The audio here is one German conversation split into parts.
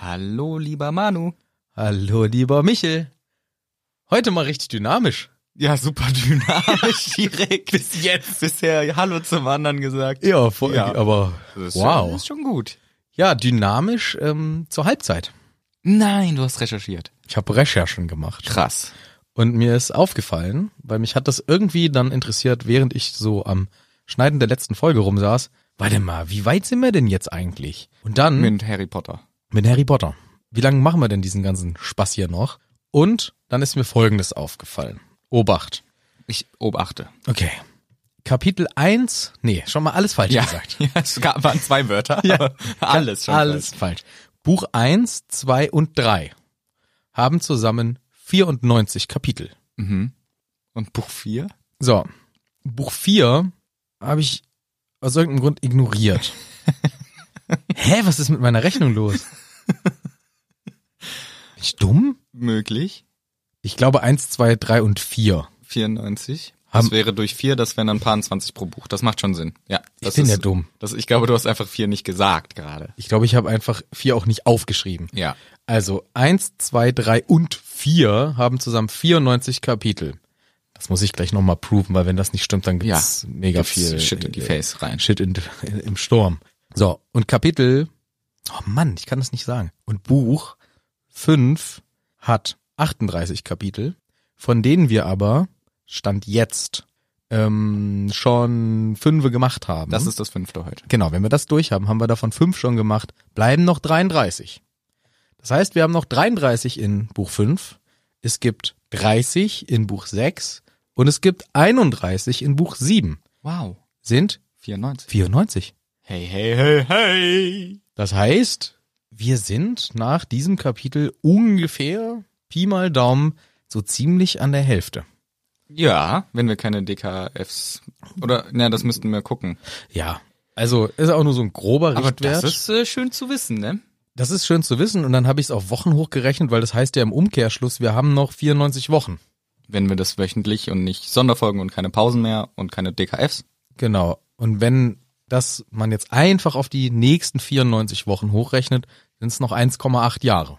Hallo, lieber Manu. Hallo, lieber Michel. Heute mal richtig dynamisch. Ja, super dynamisch direkt. Bis jetzt. Bisher Hallo zum anderen gesagt. Ja, voll, Ja. aber Das ist Schon, das wow. ist schon gut. Ja, dynamisch ähm, zur Halbzeit. Nein, du hast recherchiert. Ich habe Recherchen gemacht. Krass. Und mir ist aufgefallen, weil mich hat das irgendwie dann interessiert, während ich so am Schneiden der letzten Folge rumsaß. Warte mal, wie weit sind wir denn jetzt eigentlich? Und dann Mit Harry Potter. mit Harry Potter. Wie lange machen wir denn diesen ganzen Spaß hier noch? Und dann ist mir Folgendes aufgefallen. Obacht. Ich obachte. Okay. Kapitel 1, nee, schon mal alles falsch gesagt. ja es gab, waren zwei Wörter. aber Alles schon. alles falsch. Buch 1, 2 und 3 haben zusammen 94 Kapitel. Mhm. Und Buch 4? So, Buch 4 habe ich aus irgendeinem Grund ignoriert. Hä, was ist mit meiner Rechnung los? Bin ich dumm? Möglich. Ich glaube 1, 2, 3 und 4. 94. Das Haben- wäre durch 4, das wären dann paar 20 pro Buch. Das macht schon Sinn. Ja. Ich das bin ist, ja dumm. Das, ich glaube, du hast einfach 4 nicht gesagt gerade. Ich glaube, ich habe einfach 4 auch nicht aufgeschrieben. Ja. Also 1, 2, 3 und 4 haben zusammen 94 Kapitel. Das muss ich gleich nochmal proven, weil wenn das nicht stimmt, dann gibt's Ja, mega gibt's viel Shit in die Face rein. Shit in, im Sturm. So, und Kapitel, oh Mann, ich kann das nicht sagen. Und Buch 5 hat 38 Kapitel, von denen wir aber, Stand jetzt, ähm, schon fünf gemacht haben. Das ist das fünfte heute. Genau, wenn wir das durch haben, haben wir davon fünf schon gemacht, bleiben noch 33. Das heißt, wir haben noch 33 in Buch 5, es gibt 30 in Buch 6 und es gibt 31 in Buch 7. Wow. Sind 94. 94. Hey, hey, hey, hey. Das heißt, wir sind nach diesem Kapitel ungefähr, Pi mal Daumen, so ziemlich an der Hälfte. Ja, wenn wir keine DKFs oder na, das müssten wir gucken. Ja. Also ist auch nur so ein grober Richtwert. ist äh, schön zu wissen, ne? Das ist schön zu wissen und dann habe ich es auf Wochen hochgerechnet, weil das heißt ja im Umkehrschluss, wir haben noch 94 Wochen. Wenn wir das wöchentlich und nicht Sonderfolgen und keine Pausen mehr und keine DKFs. Genau. Und wenn das man jetzt einfach auf die nächsten 94 Wochen hochrechnet, sind es noch 1,8 Jahre.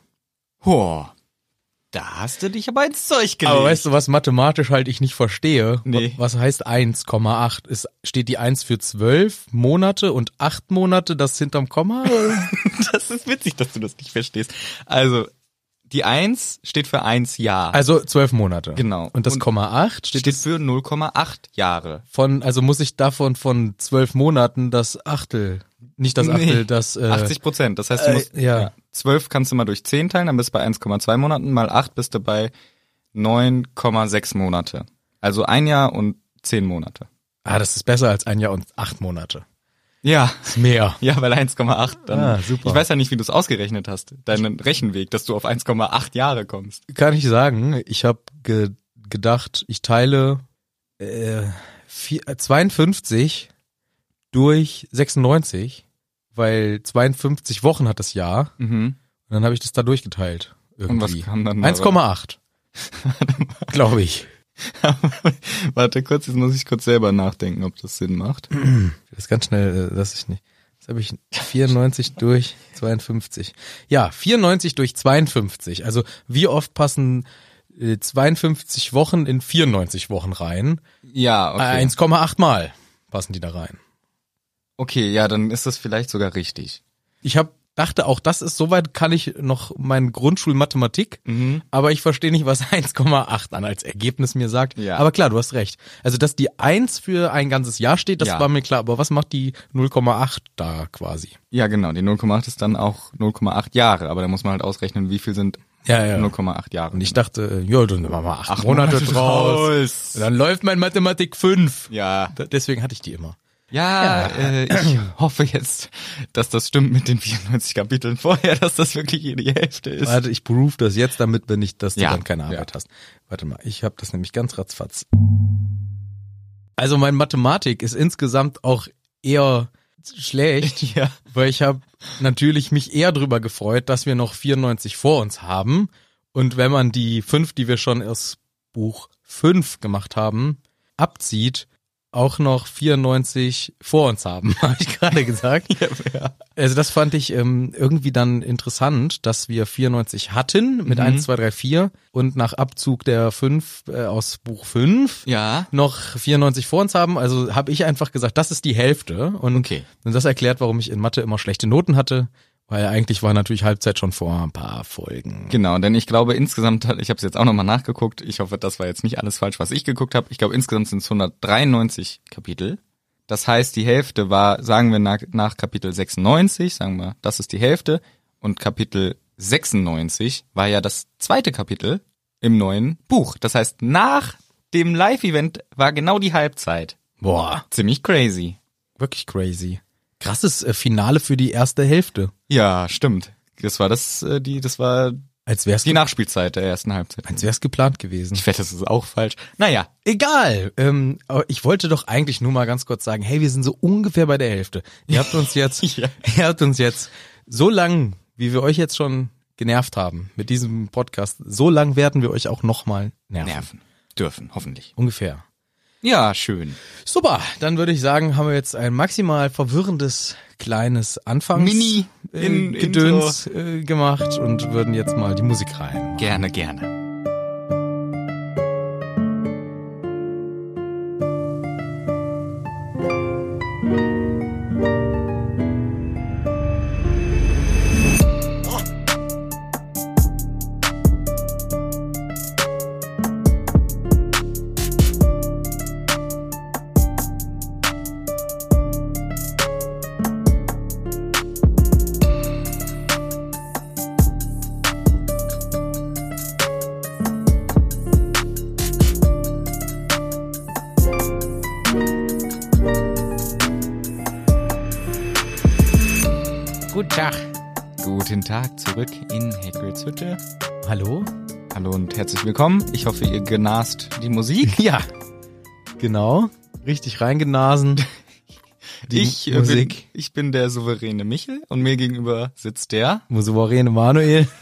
Ho. Da hast du dich aber ins Zeug gelegt. Aber weißt du, was mathematisch halt ich nicht verstehe? Nee. Was heißt 1,8? Es steht die 1 für 12 Monate und 8 Monate, das hinterm Komma? das ist witzig, dass du das nicht verstehst. Also, die 1 steht für 1 Jahr. Also 12 Monate. Genau. Und das Und- Komma 8 steht, steht für 0,8 Jahre. von, also muss ich davon von 12 Monaten das Achtel, nicht das Achtel, Nee. das, äh, 80 Prozent. Das heißt, du äh, musst ja. 12 kannst du mal durch 10 teilen, dann bist du bei 1,2 Monaten, mal 8 bist du bei 9,6 Monate. Also ein Jahr und 10 Monate. ah, das ist besser als ein Jahr und 8 Monate. Ja, Ist mehr. ja, weil 1,8 dann. Ah, super. Ich weiß ja nicht, wie du es ausgerechnet hast, deinen Rechenweg, dass du auf 1,8 Jahre kommst. kann ich sagen, ich habe ge gedacht, ich teile äh, vier, äh, 52 durch 96, weil 52 Wochen hat das Jahr. Mhm. Und dann habe ich das da durchgeteilt. Und Irgendwie. was kam dann? dabei? 1,8. Glaube ich. Warte kurz, jetzt muss ich kurz selber nachdenken, ob das Sinn macht. Das ist ganz schnell, äh, dass ich nicht. Das habe ich 94 durch 52. Ja, 94 durch 52. Also wie oft passen äh, 52 Wochen in 94 Wochen rein? Ja, okay. Äh, 1,8 Mal passen die da rein. Okay, ja, dann ist das vielleicht sogar richtig. Ich hab, dachte auch, das ist soweit kann ich noch meine Grundschulmathematik, Mhm. aber ich verstehe nicht, was 1,8 dann als Ergebnis mir sagt. Ja. Aber klar, du hast recht. Also, dass die 1 für ein ganzes Jahr steht, das Ja. war mir klar. Aber was macht die 0,8 da quasi? Ja, genau. Die 0,8 ist dann auch 0,8 Jahre, aber da muss man halt ausrechnen, wie viel sind Ja, ja. 0,8 Jahre. Und ich dachte, ja, dann machen wir 8, Acht Monate, Monate draus. draus. Und dann läuft mein Mathematik 5. ja. Deswegen hatte ich die immer. Ja, Ja. Äh, ich hoffe jetzt, dass das stimmt mit den 94 Kapiteln vorher, dass das wirklich die Hälfte ist. Warte, ich proof das jetzt, damit wir nicht, dass du Ja, dann keine Arbeit ja. hast. Warte mal, ich habe das nämlich ganz ratzfatz. Also mein Mathematik ist insgesamt auch eher schlecht, Ja. weil ich habe natürlich mich eher drüber gefreut, dass wir noch 94 vor uns haben. Und wenn man die fünf, die wir schon aus Buch 5 gemacht haben, abzieht, auch noch 94 vor uns haben, habe ich gerade gesagt. Also das fand ich ähm, irgendwie dann interessant, dass wir 94 hatten mit Mhm. 1, 2, 3, 4 und nach Abzug der 5 äh, aus Buch 5 Ja. noch 94 vor uns haben. Also habe ich einfach gesagt, das ist die Hälfte. Und, Okay. und das erklärt, warum ich in Mathe immer schlechte Noten hatte, weil eigentlich war natürlich Halbzeit schon vor ein paar Folgen. Genau, denn ich glaube insgesamt, hat- ich habe es jetzt auch nochmal nachgeguckt, ich hoffe, das war jetzt nicht alles falsch, was ich geguckt habe. Ich glaube insgesamt sind es 193 Kapitel. Das heißt, die Hälfte war, sagen wir nach, nach Kapitel 96, sagen wir, das ist die Hälfte. Und Kapitel 96 war ja das zweite Kapitel im neuen Buch. Das heißt, nach dem Live-Event war genau die Halbzeit. Boah, Ziemlich crazy. wirklich crazy. Krasses äh, Finale für die erste Hälfte. Ja, stimmt. Das war das, äh, die, das war Als wär's, die Nachspielzeit der ersten Halbzeit. als wär's geplant gewesen. Ich wette, das ist auch falsch. Naja, Egal. Ähm, aber ich wollte doch eigentlich nur mal ganz kurz sagen, hey, wir sind so ungefähr bei der Hälfte. Ihr habt uns jetzt, Ja. ihr habt uns jetzt so lang, wie wir euch jetzt schon genervt haben mit diesem Podcast, so lang werden wir euch auch nochmal nerven. nerven. Dürfen, hoffentlich. Ungefähr. Ja, schön. Super, dann würde ich sagen, haben wir jetzt ein maximal verwirrendes kleines Anfangs Mini- äh, in- Gedöns äh, gemacht und würden jetzt mal die Musik rein. Gerne, gerne. Guten Tag. Guten Tag zurück in Hagrids Hütte. Hallo? Hallo und herzlich willkommen. Ich hoffe, ihr genast die Musik. Ja. Genau. Richtig reingenasen. Die ich, äh, Musik. Bin, ich bin der souveräne Michel und mir gegenüber sitzt der. Souveräne Manuel.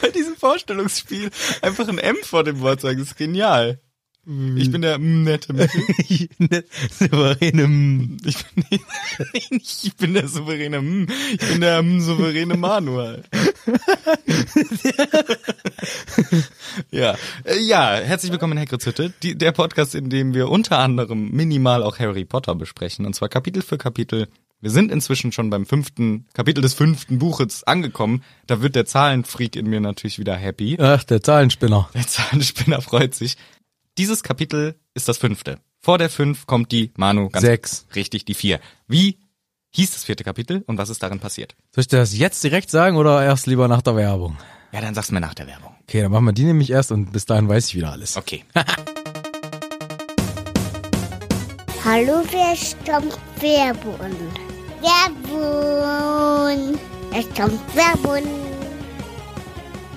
Bei diesem Vorstellungsspiel einfach ein M vor dem Wort sagen, ist genial. Ich bin der nette Michel. Souveräne. M. Ich bin, ich bin der souveräne, M. ich bin der M souveräne Manuel. ja, Äh, ja, herzlich willkommen in Hagrid's Hütte, die, der Podcast, in dem wir unter anderem minimal auch Harry Potter besprechen, und zwar Kapitel für Kapitel. Wir sind inzwischen schon beim fünften Kapitel des fünften Buches angekommen. Da wird der Zahlenfreak in mir natürlich wieder happy. Ach, der Zahlenspinner. Der Zahlenspinner freut sich. Dieses Kapitel ist das fünfte. Vor der fünf kommt die Manu ganz Sechs. richtig die vier. Wie hieß das vierte Kapitel und was ist darin passiert? Soll ich dir das jetzt direkt sagen oder erst lieber nach der Werbung? Ja, dann sag's mir nach der Werbung. Okay, dann machen wir die nämlich erst und bis dahin weiß ich wieder alles. Okay. Hallo, wer stammt Werbun? Werbun! Es kommt Werbun!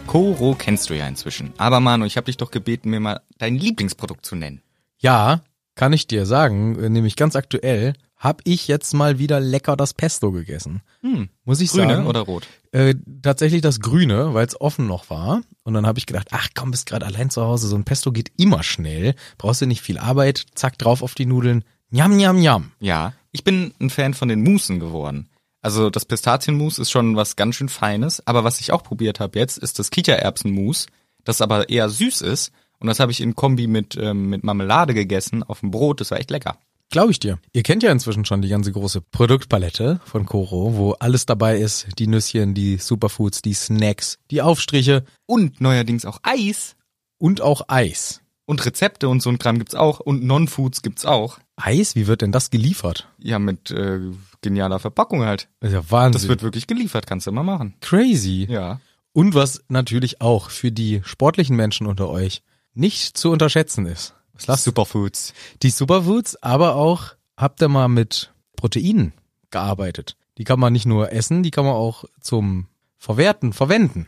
Koro kennst du ja inzwischen. Aber Manu, ich habe dich doch gebeten, mir mal dein Lieblingsprodukt zu nennen. Ja, kann ich dir sagen, äh, nämlich ganz aktuell, hab ich jetzt mal wieder lecker das Pesto gegessen. Hm. Muss ich Grüne sagen. oder rot? Äh, tatsächlich das Grüne, weil es offen noch war. Und dann habe ich gedacht, ach komm, bist gerade allein zu Hause, so ein Pesto geht immer schnell, brauchst du nicht viel Arbeit, zack, drauf auf die Nudeln, njam, njam, njam. Ja. Ich bin ein Fan von den Musen geworden. Also das Pistazienmus ist schon was ganz schön Feines, aber was ich auch probiert habe jetzt, ist das Kichererbsenmus, das aber eher süß ist. Und das habe ich in Kombi mit, ähm, mit Marmelade gegessen auf dem Brot. Das war echt lecker. Glaube ich dir. Ihr kennt ja inzwischen schon die ganze große Produktpalette von Koro, wo alles dabei ist, die Nüsschen, die Superfoods, die Snacks, die Aufstriche Und neuerdings auch Eis. und auch Eis. Und Rezepte und so ein Kram gibt's auch. Und Non-Foods gibt's auch. Eis, wie wird denn das geliefert? Ja, mit äh, genialer Verpackung halt. Das ist ja Das Wahnsinn. wird wirklich geliefert, kannst du immer machen. crazy. Ja. Und was natürlich auch für die sportlichen Menschen unter euch nicht zu unterschätzen ist. Was lasst Superfoods. Die Superfoods, aber auch habt ihr mal mit Proteinen gearbeitet. Die kann man nicht nur essen, die kann man auch zum Verwerten verwenden.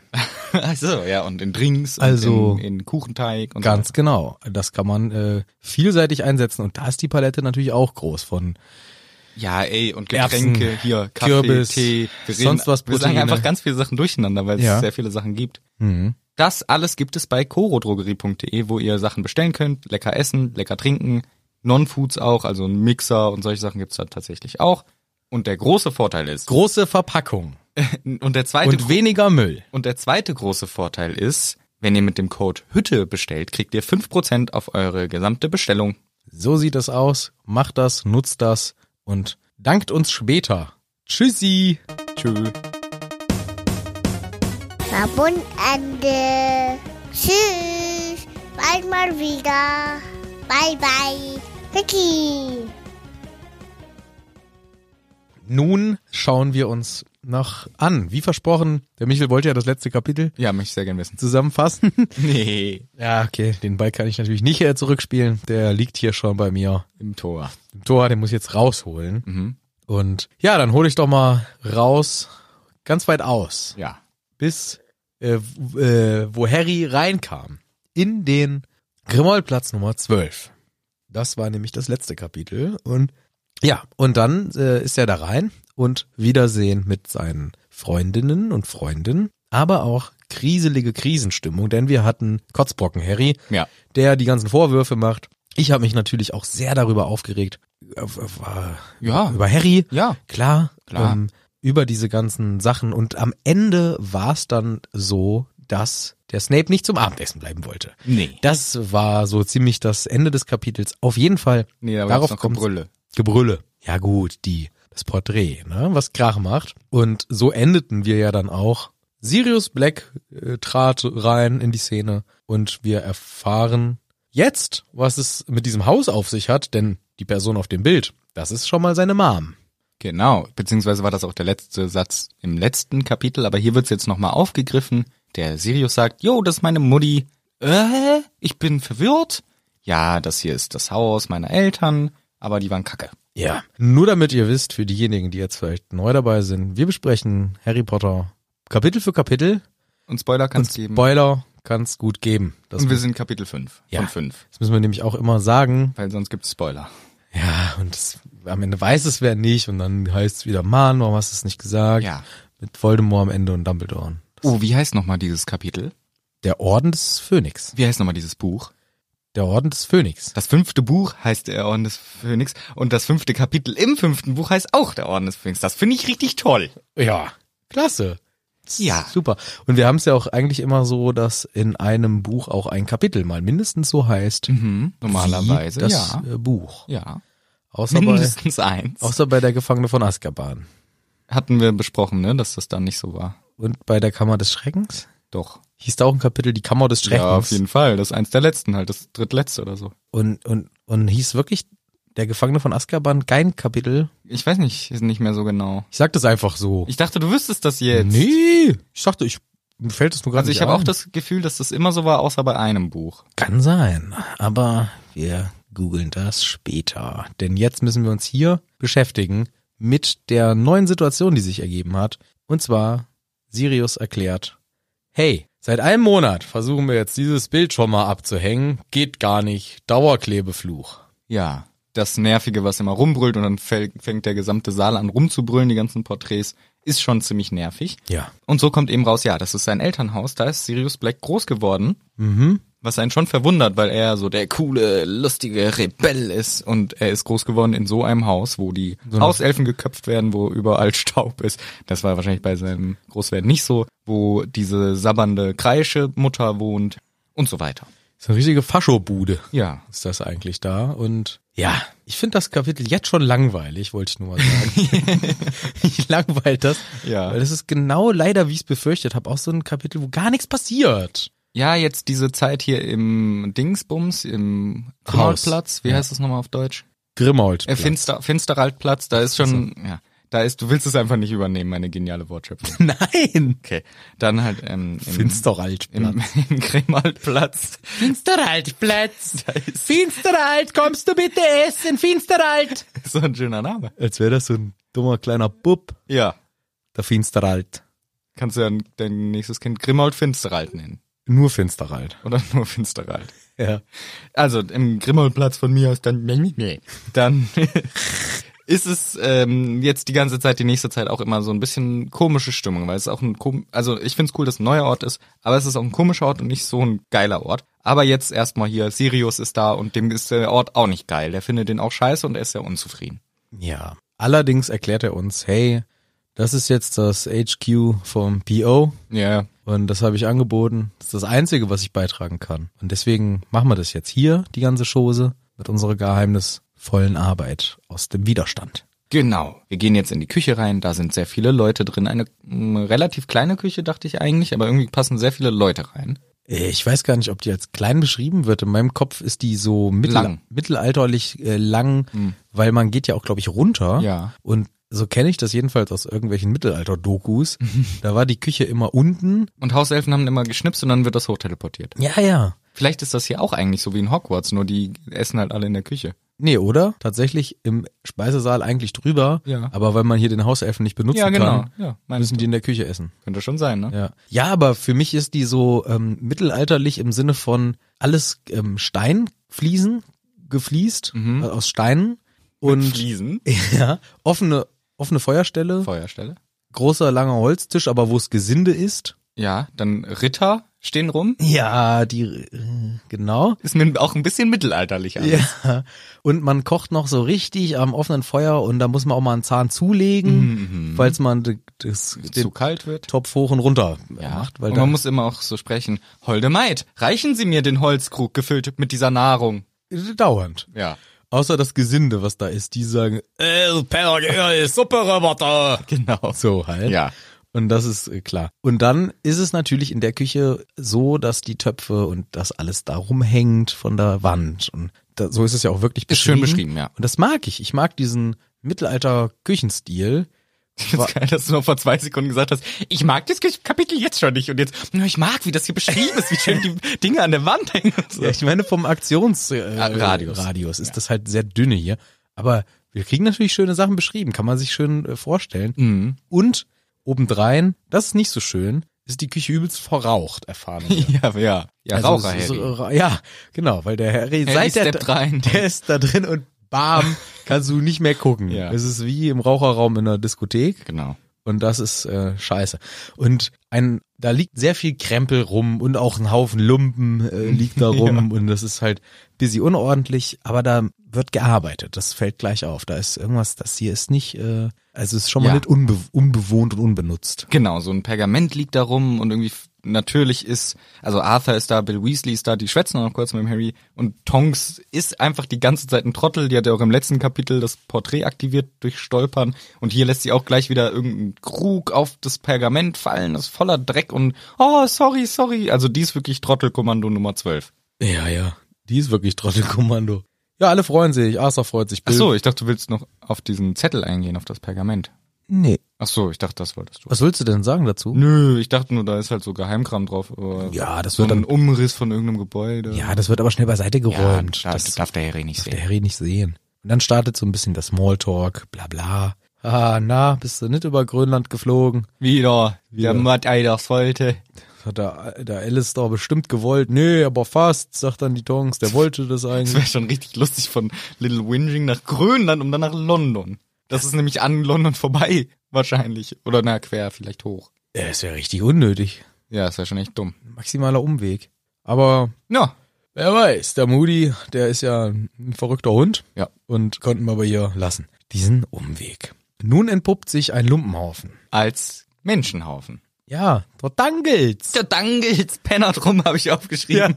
Ach so, ja, und in Drinks, Also- und in, in Kuchenteig und Ganz genau. Das kann man äh, vielseitig einsetzen und da ist die Palette natürlich auch groß von. Ja, ey, und Getränke Erbsen, hier, Kaffee, Kürbis, Tee, wir sonst was, Wir sagen Proteine. einfach ganz viele Sachen durcheinander, weil Ja. es sehr viele Sachen gibt. Mhm. Das alles gibt es bei korodrogerie.de, wo ihr Sachen bestellen könnt, lecker essen, lecker trinken, Non-Foods auch, also einen Mixer und solche Sachen gibt's da tatsächlich auch. Und der große Vorteil ist, Große Verpackung und der zweite und weniger Müll. und der zweite große Vorteil ist, wenn ihr mit dem Code Hütte bestellt, kriegt ihr 5% auf eure gesamte Bestellung. So sieht es aus. Macht das, nutzt das und dankt uns später. Tschüssi. Tschüss. Werbung Ende. Tschüss. Bald mal wieder. Bye, bye. Vicky. Nun schauen wir uns noch an. Wie versprochen, der Michel wollte ja das letzte Kapitel Ja, möchte ich sehr gern wissen. zusammenfassen. Nee, Ja, okay, den Ball kann ich natürlich nicht äh, zurückspielen. Der liegt hier schon bei mir im Tor. im Tor, den muss ich jetzt rausholen. Mhm. Und ja, dann hole ich doch mal raus, ganz weit aus, Ja. bis äh, w- äh, wo Harry reinkam, in den Grimoldplatz Nummer 12. Das war nämlich das letzte Kapitel. Und ja, und dann äh, ist er da rein und Wiedersehen mit seinen Freundinnen und Freunden, aber auch kriselige Krisenstimmung, denn wir hatten Kotzbrocken Harry, Ja. der die ganzen Vorwürfe macht. Ich habe mich natürlich auch sehr darüber aufgeregt. Auf- auf- äh, Ja. Über Harry, Ja. klar, Klar. Ähm, über diese ganzen Sachen. Und am Ende war es dann so, dass der Snape nicht zum Abendessen bleiben wollte. Nee. Das war so ziemlich das Ende des Kapitels. Auf jeden Fall Nee, aber Darauf Darauf noch kommt's. Gebrülle. Gebrülle. Ja gut, die, das Porträt, ne, was Krach macht. Und so endeten wir ja dann auch. Sirius Black äh, trat rein in die Szene und wir erfahren jetzt, was es mit diesem Haus auf sich hat, denn die Person auf dem Bild, das ist schon mal seine Mom. Genau, beziehungsweise war das auch der letzte Satz im letzten Kapitel, aber hier wird's jetzt nochmal aufgegriffen. Der Sirius sagt, Jo, das ist meine Mutti. Äh, ich bin verwirrt. Ja, das hier ist das Haus meiner Eltern, aber die waren kacke. Ja. Nur damit ihr wisst, für diejenigen, die jetzt vielleicht neu dabei sind, wir besprechen Harry Potter Kapitel für Kapitel Und Spoiler und kann's geben. Spoiler kann es gut geben. Das, und wir sind Kapitel 5 Ja. von 5, das müssen wir nämlich auch immer sagen, weil sonst gibt's Spoiler. Ja, und das, am Ende weiß es wer nicht und dann heißt es wieder, Mann, warum hast du es nicht gesagt? Ja. Mit Voldemort am Ende und Dumbledore. Oh, wie heißt nochmal dieses Kapitel? Der Orden des Phönix. Wie heißt nochmal dieses Buch? Der Orden des Phönix. Das fünfte Buch heißt der Orden des Phönix und das fünfte Kapitel im fünften Buch heißt auch der Orden des Phönix. Das finde ich richtig toll. Ja. Klasse. Ja. Super. Und wir haben es ja auch eigentlich immer so, dass in einem Buch auch ein Kapitel mal mindestens so heißt. Mhm. Normalerweise, wie das ja. äh, Buch. Ja. Außer bei, Mindestens eins. außer bei der Gefangene von Azkaban. Hatten wir besprochen, ne, dass das dann nicht so war. Und bei der Kammer des Schreckens? Doch. Hieß da auch ein Kapitel, die Kammer des Schreckens. Ja, auf jeden Fall. Das ist eins der letzten halt, das drittletzte oder so. und, und, und hieß wirklich der Gefangene von Azkaban kein Kapitel. Ich weiß nicht, ist nicht mehr so genau. Ich sag das einfach so. Ich dachte, du wüsstest das jetzt. nee, ich dachte, ich mir fällt es nur gerade Also ich nicht habe auch ein. das Gefühl, dass das immer so war, außer bei einem Buch. Kann sein, aber wir googeln das später, denn jetzt müssen wir uns hier beschäftigen mit der neuen Situation, die sich ergeben hat. Und zwar Sirius erklärt: Hey, seit einem Monat versuchen wir jetzt dieses Bild schon mal abzuhängen, geht gar nicht, Dauerklebefluch. Ja. Das Nervige, was immer rumbrüllt und dann fäll- fängt der gesamte Saal an rumzubrüllen, die ganzen Porträts, ist schon ziemlich nervig. Ja. Und so kommt eben raus, ja, das ist sein Elternhaus, da ist Sirius Black groß geworden, Mhm. was einen schon verwundert, weil er so der coole, lustige Rebell ist und er ist groß geworden in so einem Haus, wo die So eine- Hauselfen geköpft werden, wo überall Staub ist. Das war wahrscheinlich bei seinem Großwerden nicht so, wo diese sabbernde kreische Mutter wohnt und so weiter. Ist eine richtige Faschobude. Ja. ist das eigentlich da und ja, ich finde das Kapitel jetzt schon langweilig, wollte ich nur mal sagen. ich langweile das, Ja. weil das ist genau leider, wie ich es befürchtet habe, auch so ein Kapitel, wo gar nichts passiert. Ja, jetzt diese Zeit hier im Dingsbums, im Haus. Knorrplatz, wie Ja. heißt das nochmal auf Deutsch? Grimold. Äh, Finster, Finsterwaldplatz, da ist schon, ja, da ist, du willst es einfach nicht übernehmen, meine geniale Wortschöpfung. Nein. Okay. Dann halt ähm, im, Finsteralt. im, im Grimaldplatz. Finsteraltplatz. Finsteralt, kommst du bitte essen, Finsteralt. So ein schöner Name. Als wäre das so ein dummer kleiner Bub, Ja. der Finsteralt. Kannst du dann dein nächstes Kind Grimald Finsterald nennen. Nur Finsteralt. Oder nur Finsterald. Ja. Also im Grimaldplatz von mir aus dann. Dann ist es ähm, jetzt die ganze Zeit, die nächste Zeit auch immer so ein bisschen komische Stimmung, weil es auch ein kom also ich find's cool, dass ein neuer Ort ist, aber es ist auch ein komischer Ort und nicht so ein geiler Ort. Aber jetzt erstmal hier, Sirius ist da und dem ist der Ort auch nicht geil. Der findet den auch scheiße und er ist ja unzufrieden. Ja. Allerdings erklärt er uns, hey, das ist jetzt das HQ vom PO Ja, und das habe ich angeboten. Das ist das Einzige, was ich beitragen kann. Und deswegen machen wir das jetzt hier, die ganze Chose, mit unserer geheimnisvollen Arbeit aus dem Widerstand. Genau. Wir gehen jetzt in die Küche rein, da sind sehr viele Leute drin. Eine mh, relativ kleine Küche, dachte ich eigentlich, aber irgendwie passen sehr viele Leute rein. Äh, Ich weiß gar nicht, ob die als klein beschrieben wird. In meinem Kopf ist die so mittel Lang. Hm. mittelalterlich äh, lang, weil man geht ja auch, glaube ich, runter. Ja. Und so kenne ich das jedenfalls aus irgendwelchen Mittelalter-Dokus. da war die Küche immer unten. Und Hauselfen haben immer geschnipst und dann wird das hochteleportiert. Ja, ja. Vielleicht ist das hier auch eigentlich so wie in Hogwarts, nur die essen halt alle in der Küche. Nee, oder? Tatsächlich im Speisesaal eigentlich drüber. Ja. Aber weil man hier den Hauselfen nicht benutzen Ja, genau. kann, Ja, meinst müssen du. die in der Küche essen. Könnte schon sein, ne? Ja. ja, aber für mich ist die so ähm, mittelalterlich im Sinne von alles ähm, Steinfliesen gefliest, äh, aus Steinen und Mhm. Fliesen. ja, offene, offene Feuerstelle, Feuerstelle. großer langer Holztisch, aber wo es Gesinde ist. Ja, dann Ritter stehen rum. Ja, die äh, genau. Ist mir auch ein bisschen mittelalterlich alles. Ja. Und man kocht noch so richtig am offenen Feuer und da muss man auch mal einen Zahn zulegen, falls man d- das, Mhm. Zu den kalt wird. Topf hoch und runter macht. Weil und man da, muss immer auch so sprechen. Holde Maid, reichen Sie mir den Holzkrug gefüllt mit dieser Nahrung. dauernd. Ja. Außer das Gesinde, was da ist, die sagen, äh, Penner, äh, Suppe, Roboter. Genau. So halt. Ja. Und das ist äh, klar. Und dann ist es natürlich in der Küche so, dass die Töpfe und das alles da rumhängt von der Wand. Und da, so ist es ja auch wirklich Ist beschrieben. schön beschrieben, ja. Und das mag ich. Ich mag diesen Mittelalter-Küchenstil. Ich find's geil, dass du noch vor zwei Sekunden gesagt hast, ich mag das Kapitel jetzt schon nicht und jetzt, na, ich mag, wie das hier beschrieben ist, wie schön die Dinge an der Wand hängen. und So. Ja, ich meine vom Aktions äh, Ah, Radius. Radius. ist das halt sehr dünne hier. Aber wir kriegen natürlich schöne Sachen beschrieben, kann man sich schön äh, vorstellen. Mhm. Und obendrein, das ist nicht so schön, ist die Küche übelst verraucht, erfahren wir. Ja, ja. Ja, Also, Raucher, es ist Harry. so- ra- Ja, genau, weil der Harry, Harry seit der, steppt rein. der ist da drin und bam, kannst du nicht mehr gucken. Ja. Es ist wie im Raucherraum in einer Diskothek. Genau. Und das ist äh, scheiße. Und ein, da liegt sehr viel Krempel rum und auch ein Haufen Lumpen äh, liegt da rum und das ist halt ein bisschen unordentlich, aber da wird gearbeitet. Das fällt gleich auf. Da ist irgendwas, das hier ist nicht, äh, also ist schon mal Ja. nicht unbe unbewohnt und unbenutzt. Genau, so ein Pergament liegt da rum und irgendwie f- natürlich ist, also Arthur ist da, Bill Weasley ist da, die schwätzen auch noch kurz mit dem Harry und Tonks ist einfach die ganze Zeit ein Trottel, die hat ja auch im letzten Kapitel das Porträt aktiviert durch Stolpern und hier lässt sie auch gleich wieder irgendeinen Krug auf das Pergament fallen, das ist voller Dreck und oh, sorry, sorry, also die ist wirklich Trottelkommando Nummer 12. Ja, ja. Die ist wirklich Trottelkommando. Ja, alle freuen sich. Arthur freut sich. Ach Bill- so, ich dachte, du willst noch auf diesen Zettel eingehen, auf das Pergament. Nee. Ach so, ich dachte, das wolltest du. Was willst du denn sagen dazu? Nö, ich dachte nur, da ist halt so Geheimkram drauf. Aber Ja, das so wird ein dann, Umriss von irgendeinem Gebäude. ja, das wird aber schnell beiseite geräumt. Ja, das das darf der Harry nicht der sehen. Harry nicht sehen. Und dann startet so ein bisschen das Smalltalk, bla bla. Ah, na, bist du nicht über Grönland geflogen? Wieder, der Wieder. Mattei das wollte. Das hat der, der Alistair bestimmt gewollt. Nee, aber fast, sagt dann die Tongs, der wollte das Das eigentlich. wäre schon richtig lustig von Little Whinging nach Grönland und dann nach London. Das ist nämlich an London vorbei, wahrscheinlich. Oder na, quer, vielleicht hoch. Ja, Es wäre richtig unnötig. Ja, das wäre schon echt dumm. Maximaler Umweg. Aber Ja, wer weiß, der Moody, der ist ja ein verrückter Hund. Ja. Und konnten wir aber hier lassen. Diesen Umweg. Nun entpuppt sich ein Lumpenhaufen. als Menschenhaufen. Ja, dort dangelt's. Der Dangels Penner drum habe ich aufgeschrieben.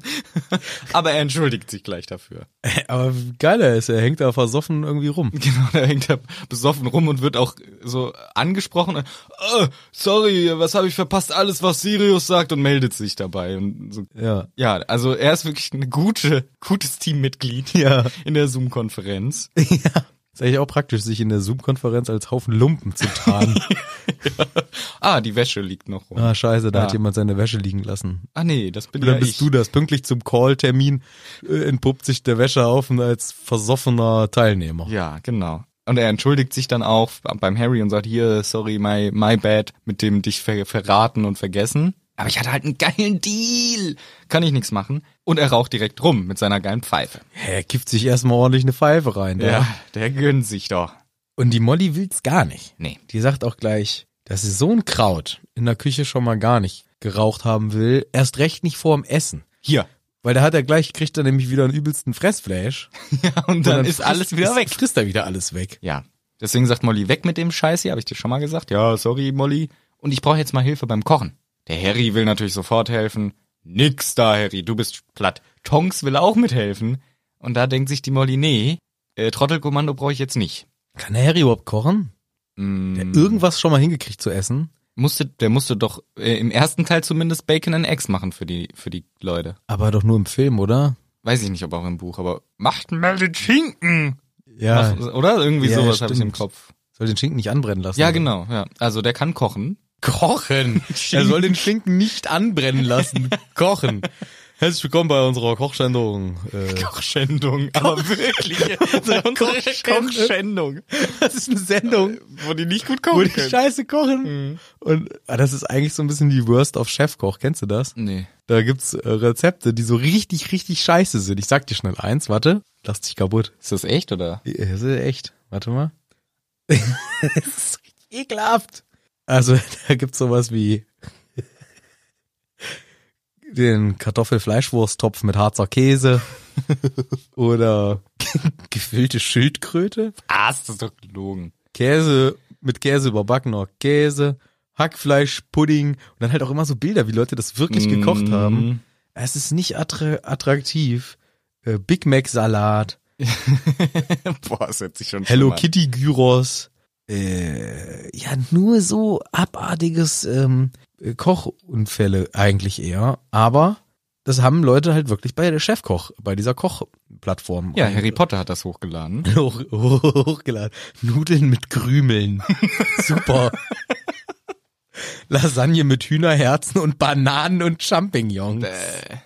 Aber er entschuldigt sich gleich dafür. Aber wie geil er ist, er hängt da versoffen irgendwie rum. Genau, da hängt er besoffen rum und wird auch so angesprochen. und, Oh, sorry, was habe ich verpasst? Alles, was Sirius sagt und meldet sich dabei. Und so. Ja. Ja, also er ist wirklich ein gute, gutes Teammitglied Ja. in der Zoom-Konferenz. Ja. Ist eigentlich auch praktisch, sich in der Zoom-Konferenz als Haufen Lumpen zu tarnen. Ah, die Wäsche liegt noch rum. ah, scheiße, da Ja. hat jemand seine Wäsche liegen lassen. Ah nee, das bin Und dann ja bist ich. du das. Pünktlich zum Call-Termin äh, entpuppt sich der Wäschehaufen als versoffener Teilnehmer. Ja, genau. Und er entschuldigt sich dann auch beim Harry und sagt, hier, sorry, my, my bad, mit dem dich ver verraten und vergessen. Aber ich hatte halt einen geilen Deal. Kann ich nichts machen. Und er raucht direkt rum mit seiner geilen Pfeife. Hä, Er kippt sich erstmal ordentlich eine Pfeife rein. Da. der gönnt sich doch. Und die Molly will's gar nicht. Nee. Die sagt auch gleich, dass sie so ein Kraut in der Küche schon mal gar nicht geraucht haben will. Erst recht nicht vorm Essen. Hier. Weil da hat er gleich, kriegt er nämlich wieder einen übelsten Fressflash. Ja, und dann, ist frisst- alles wieder ist- weg. Frisst er wieder alles weg. Ja. Deswegen sagt Molly, weg mit dem Scheiß hier, habe ich dir schon mal gesagt. Ja, sorry, Molly. Und ich brauche jetzt mal Hilfe beim Kochen. Der Harry will natürlich sofort helfen. Nix da, Harry, du bist platt. Tonks will auch mithelfen. Und da denkt sich die Molly, nee, äh, Trottelkommando brauche ich jetzt nicht. Kann der Harry überhaupt kochen? Mm, Der irgendwas schon mal hingekriegt zu essen. musste, der musste doch äh, im ersten Teil zumindest Bacon and Eggs machen für die, für die Leute. Aber doch nur im Film, oder? Weiß ich nicht, ob auch im Buch, aber macht mal den Schinken! Ja. Mach, oder? Irgendwie Ja, sowas habe ich im stimmt. Kopf. Soll den Schinken nicht anbrennen lassen. Ja, genau, ja. Also der kann kochen. Kochen. er soll den Schinken nicht anbrennen lassen. Kochen. Herzlich willkommen bei unserer Kochsendung. Äh, Kochschändung, aber wirklich. unsere Kochschändung. Kochschändung, das ist eine Sendung, wo die nicht gut wo kochen die können. Scheiße kochen. Und ah, das ist eigentlich so ein bisschen die Worst of Chefkoch. Kennst du das? Nee. Da gibt's äh, Rezepte, die so richtig, richtig scheiße sind. Ich sag dir schnell eins, warte. Lass dich kaputt. Ist das echt, oder? Ja, Das ist echt. Warte mal. das ist richtig ekelhaft. Also, da gibt's sowas wie den Kartoffelfleischwursttopf mit Harzer Käse oder gefüllte Schildkröte, Ah, ist das doch gelogen. Käse mit Käse überbackener Käse, Hackfleisch, Pudding und dann halt auch immer so Bilder, wie Leute das wirklich gekocht Mm. haben. Es ist nicht attra attraktiv. Äh, Big Mac Salat, Boah, das hört sich schon Hello schlimm an. Kitty Gyros. Äh, ja, nur so abartiges ähm, äh, Kochunfälle eigentlich eher. Aber das haben Leute halt wirklich bei der Chefkoch, bei dieser Kochplattform. Ja, Harry Potter hat das hochgeladen. Hoch, hoch, hochgeladen. Nudeln mit Krümeln. Super. Lasagne mit Hühnerherzen und Bananen und Champignons. Äh.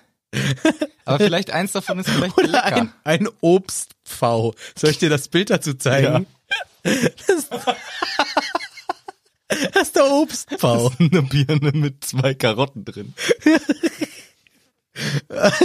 Aber vielleicht eins davon ist vielleicht Oder lecker. ein, ein Obstpfau. Soll ich dir das Bild dazu zeigen? Das, das ist der Obstpfau. eine Birne mit zwei Karotten drin. Das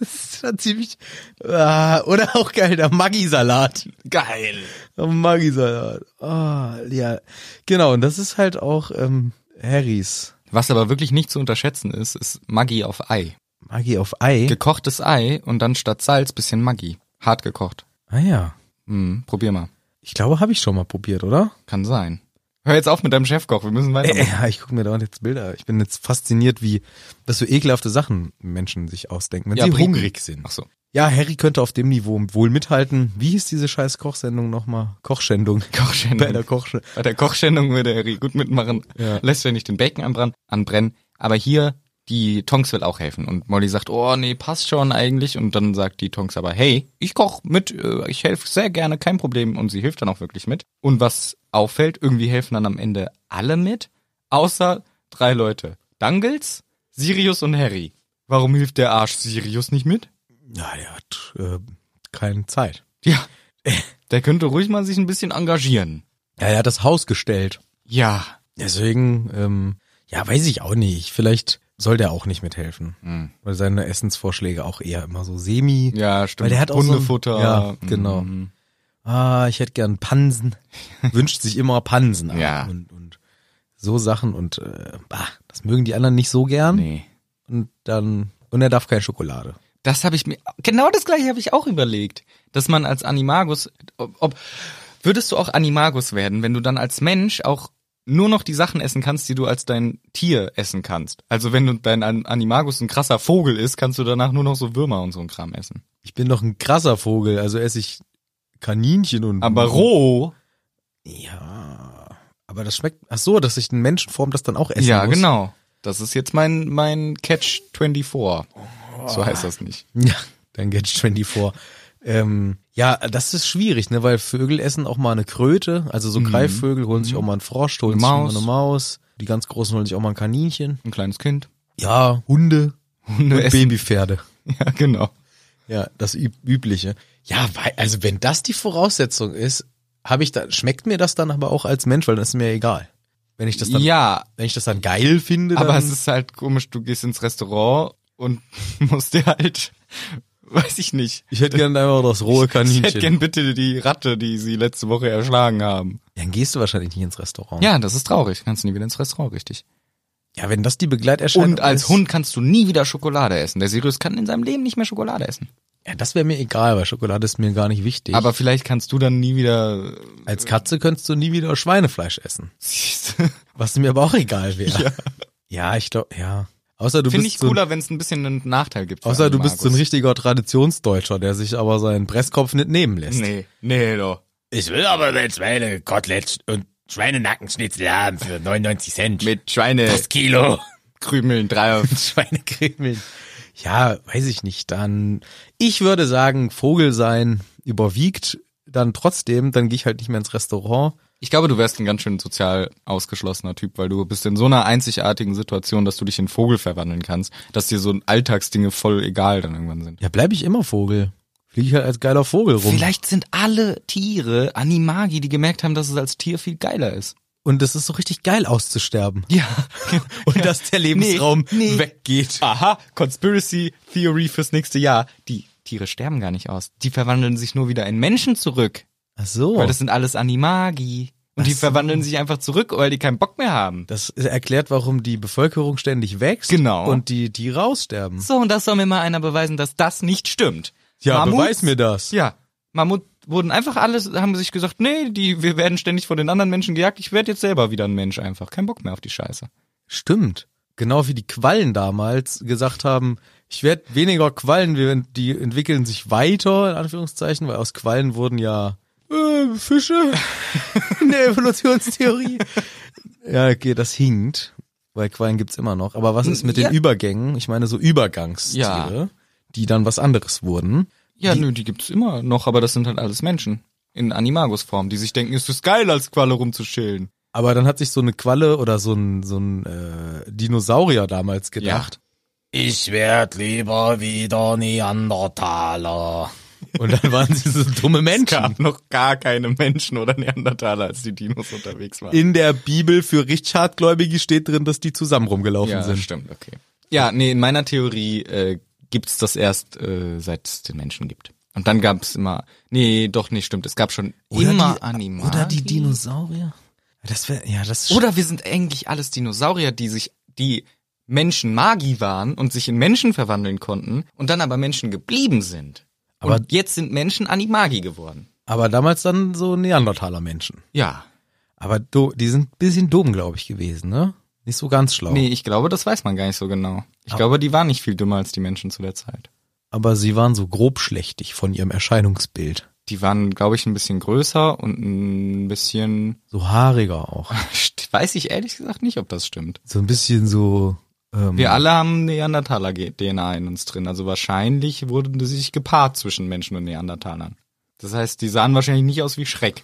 ist schon ziemlich. Ah, oder auch geil, der Maggi-Salat. Geil. Der Maggi-Salat. Ah, ja. Genau, und das ist halt auch ähm, Harrys. Was aber wirklich nicht zu unterschätzen ist, ist Maggi auf Ei. Maggi auf Ei. Gekochtes Ei und dann statt Salz bisschen Maggi. Hart gekocht. Ah ja. Hm, probier mal. Ich glaube, habe ich schon mal probiert, oder? Kann sein. Hör jetzt auf mit deinem Chefkoch, wir müssen weitermachen. Ja, ich gucke mir da jetzt Bilder. Ich bin jetzt fasziniert, wie, was so ekelhafte Sachen Menschen sich ausdenken, wenn Ja, sie Briten. Äh, hungrig sind. Ach so. Ja, Harry könnte auf dem Niveau wohl mithalten. Wie hieß diese scheiß Kochsendung nochmal? Kochschändung. Bei der Kochschändung. Kochschändung. Bei der Kochschändung würde Harry gut mitmachen. Ja. Lässt ja nicht den Bacon anbrennen, anbrennen. Aber hier, die Tonks will auch helfen. Und Molly sagt, oh nee, passt schon eigentlich. Und dann sagt die Tonks aber, hey, ich koch mit, äh, ich helfe sehr gerne, kein Problem. Und sie hilft dann auch wirklich mit. Und was auffällt, irgendwie helfen dann am Ende alle mit, außer drei Leute. Dangles, Sirius und Harry. Warum hilft der Arsch Sirius nicht mit? Ja, der hat äh, keine Zeit. Ja, der könnte ruhig mal sich ein bisschen engagieren. Ja, er hat das Haus gestellt. Ja. Deswegen, ähm, ja, weiß ich auch nicht. Vielleicht soll der auch nicht mithelfen. Hm. Weil seine Essensvorschläge auch eher immer so semi. Ja, stimmt. Weil der hat auch so ein- Hundefutter. Ja, Mhm. genau. Ah, ich hätte gern Pansen. Wünscht sich immer Pansen. ab. Ja. Und, und so Sachen und äh, bah, das mögen die anderen nicht so gern. Nee. Und dann, und er darf keine Schokolade. Das habe ich mir genau das gleiche habe ich auch überlegt, dass man als Animagus ob, ob würdest du auch Animagus werden, wenn du dann als Mensch auch nur noch die Sachen essen kannst, die du als dein Tier essen kannst. Also wenn du dein An- Animagus ein krasser Vogel ist, kannst du danach nur noch so Würmer und so ein Kram essen. Ich bin doch ein krasser Vogel, also esse ich Kaninchen und. Aber roh? Ja. Aber das schmeckt. Ach so, dass ich in Menschenform das dann auch essen Ja, muss. genau. Das ist jetzt mein mein Catch 24. So heißt das nicht. Ja, dann geht 24. ähm, ja, das ist schwierig, ne, weil Vögel essen auch mal eine Kröte, also so Greifvögel holen sich auch mal einen Frosch, holen Mhm. Eine Maus. sich mal eine Maus. Die ganz großen holen sich auch mal ein Kaninchen. Ein kleines Kind. Ja, Hunde Hunde und essen. Babypferde. Ja, genau. Ja, das Üb übliche. Ja, weil, also wenn das die Voraussetzung ist, habe ich da, schmeckt mir das dann aber auch als Mensch, weil dann ist mir egal. Wenn ich das dann, Ja, wenn ich das dann geil finde, Aber dann, es ist halt komisch, du gehst ins Restaurant und musst dir halt Weiß ich nicht. Ich hätte gern einfach das rohe Ich Kaninchen. hätte gern bitte die Ratte, die sie letzte Woche erschlagen haben. Dann gehst du wahrscheinlich nicht ins Restaurant. Ja, das ist traurig. Kannst du nie wieder ins Restaurant, richtig. ja wenn das die Begleiterscheinung Und als ist- Hund kannst du nie wieder Schokolade essen. Der Sirius kann in seinem Leben nicht mehr Schokolade essen. Ja, das wäre mir egal, weil Schokolade ist mir gar nicht wichtig. Aber vielleicht kannst du dann nie wieder. als Katze könntest du nie wieder Schweinefleisch essen. Was mir aber auch egal wäre. Ja. ich glaube, ja. Außer du Finde bist ich so ein, cooler, wenn es ein bisschen einen Nachteil gibt. für außer einen du bist so ein Markus. richtiger Traditionsdeutscher, der sich aber seinen Presskopf nicht nehmen lässt. Nee, nee, doch. Ich will aber jetzt Schweinekoteletts und Schweinenackenschnitzel haben für 99 Cent. Mit Schweine, das Kilo. Krümeln, Dreier. Schweinekrimeln. Ja, weiß ich nicht. Dann, ich würde sagen, Vogel sein überwiegt dann trotzdem, dann gehe ich halt nicht mehr ins Restaurant. Ich glaube, du wärst ein ganz schön sozial ausgeschlossener Typ, weil du bist in so einer einzigartigen Situation, dass du dich in Vogel verwandeln kannst, dass dir so Alltagsdinge voll egal dann irgendwann sind. Ja, bleibe ich immer Vogel. Fliege ich halt als geiler Vogel rum. Vielleicht sind alle Tiere Animagi, die gemerkt haben, dass es als Tier viel geiler ist. Und es ist so richtig geil auszusterben. Ja. Und dass der Lebensraum Nee, nee. weggeht. Aha, Conspiracy Theory fürs nächste Jahr. Die Tiere sterben gar nicht aus. Die verwandeln sich nur wieder in Menschen zurück, Ach so. weil das sind alles Animagi. Und die Ach so. verwandeln sich einfach zurück, weil die keinen Bock mehr haben. Das erklärt, warum die Bevölkerung ständig wächst Genau. und die die raussterben. So, und das soll mir mal einer beweisen, dass das nicht stimmt. Mammuts- das. Ja, Mammut wurden einfach alles, haben sich gesagt, nee, die, wir werden ständig von den anderen Menschen gejagt, ich werde jetzt selber wieder ein Mensch einfach. Kein Bock mehr auf die Scheiße. Stimmt. Genau wie die Quallen damals gesagt haben, ich werde weniger Quallen, wir, die entwickeln sich weiter, in Anführungszeichen, weil aus Quallen wurden ja äh, Fische in der Evolutionstheorie. ja, okay, das hinkt, weil Quallen gibt's immer noch. Aber was ist mit Ja. den Übergängen? Ich meine so Übergangstiere, die dann was anderes wurden. Ja, nö, die gibt's immer noch, aber das sind halt alles Menschen. In Animagus-Form, die sich denken, es ist geil, als Qualle rumzuschillen. Aber dann hat sich so eine Qualle oder so ein, so ein äh, Dinosaurier damals gedacht. Ich werd lieber wieder Neandertaler. Und dann waren sie so dumme Menschen. Gab noch gar keine Menschen oder Neandertaler, als die Dinos unterwegs waren. In der Bibel für richtig Hartgläubige steht drin, dass die zusammen rumgelaufen Ja, sind. stimmt, okay. Ja, nee, in meiner Theorie äh, gibt's das erst, äh, seit es den Menschen gibt. Und dann gab's immer, nee, doch nicht, stimmt, es gab schon immer Animal. Oder die Dinosaurier. Das wäre, ja, das Oder wir sind eigentlich alles Dinosaurier, die sich, die Menschen Magi waren und sich in Menschen verwandeln konnten und dann aber Menschen geblieben sind. Aber- und jetzt sind Menschen Animagi geworden. aber damals dann so Neandertaler Menschen. Ja. Aber do, die sind ein bisschen dumm, glaube ich, gewesen, ne? Nicht so ganz schlau. Nee, ich glaube, das weiß man gar nicht so genau. Ich glaube, die waren nicht viel dümmer als die Menschen zu der Zeit. Aber sie waren so grobschlächtig von ihrem Erscheinungsbild. Die waren, glaube ich, ein bisschen größer und ein bisschen, So haariger auch. weiß ich ehrlich gesagt nicht, ob das stimmt. So ein bisschen so. Ähm, Wir alle haben Neandertaler-DNA in uns drin. Also wahrscheinlich wurden sie sich gepaart zwischen Menschen und Neandertalern. Das heißt, die sahen wahrscheinlich nicht aus wie Schreck.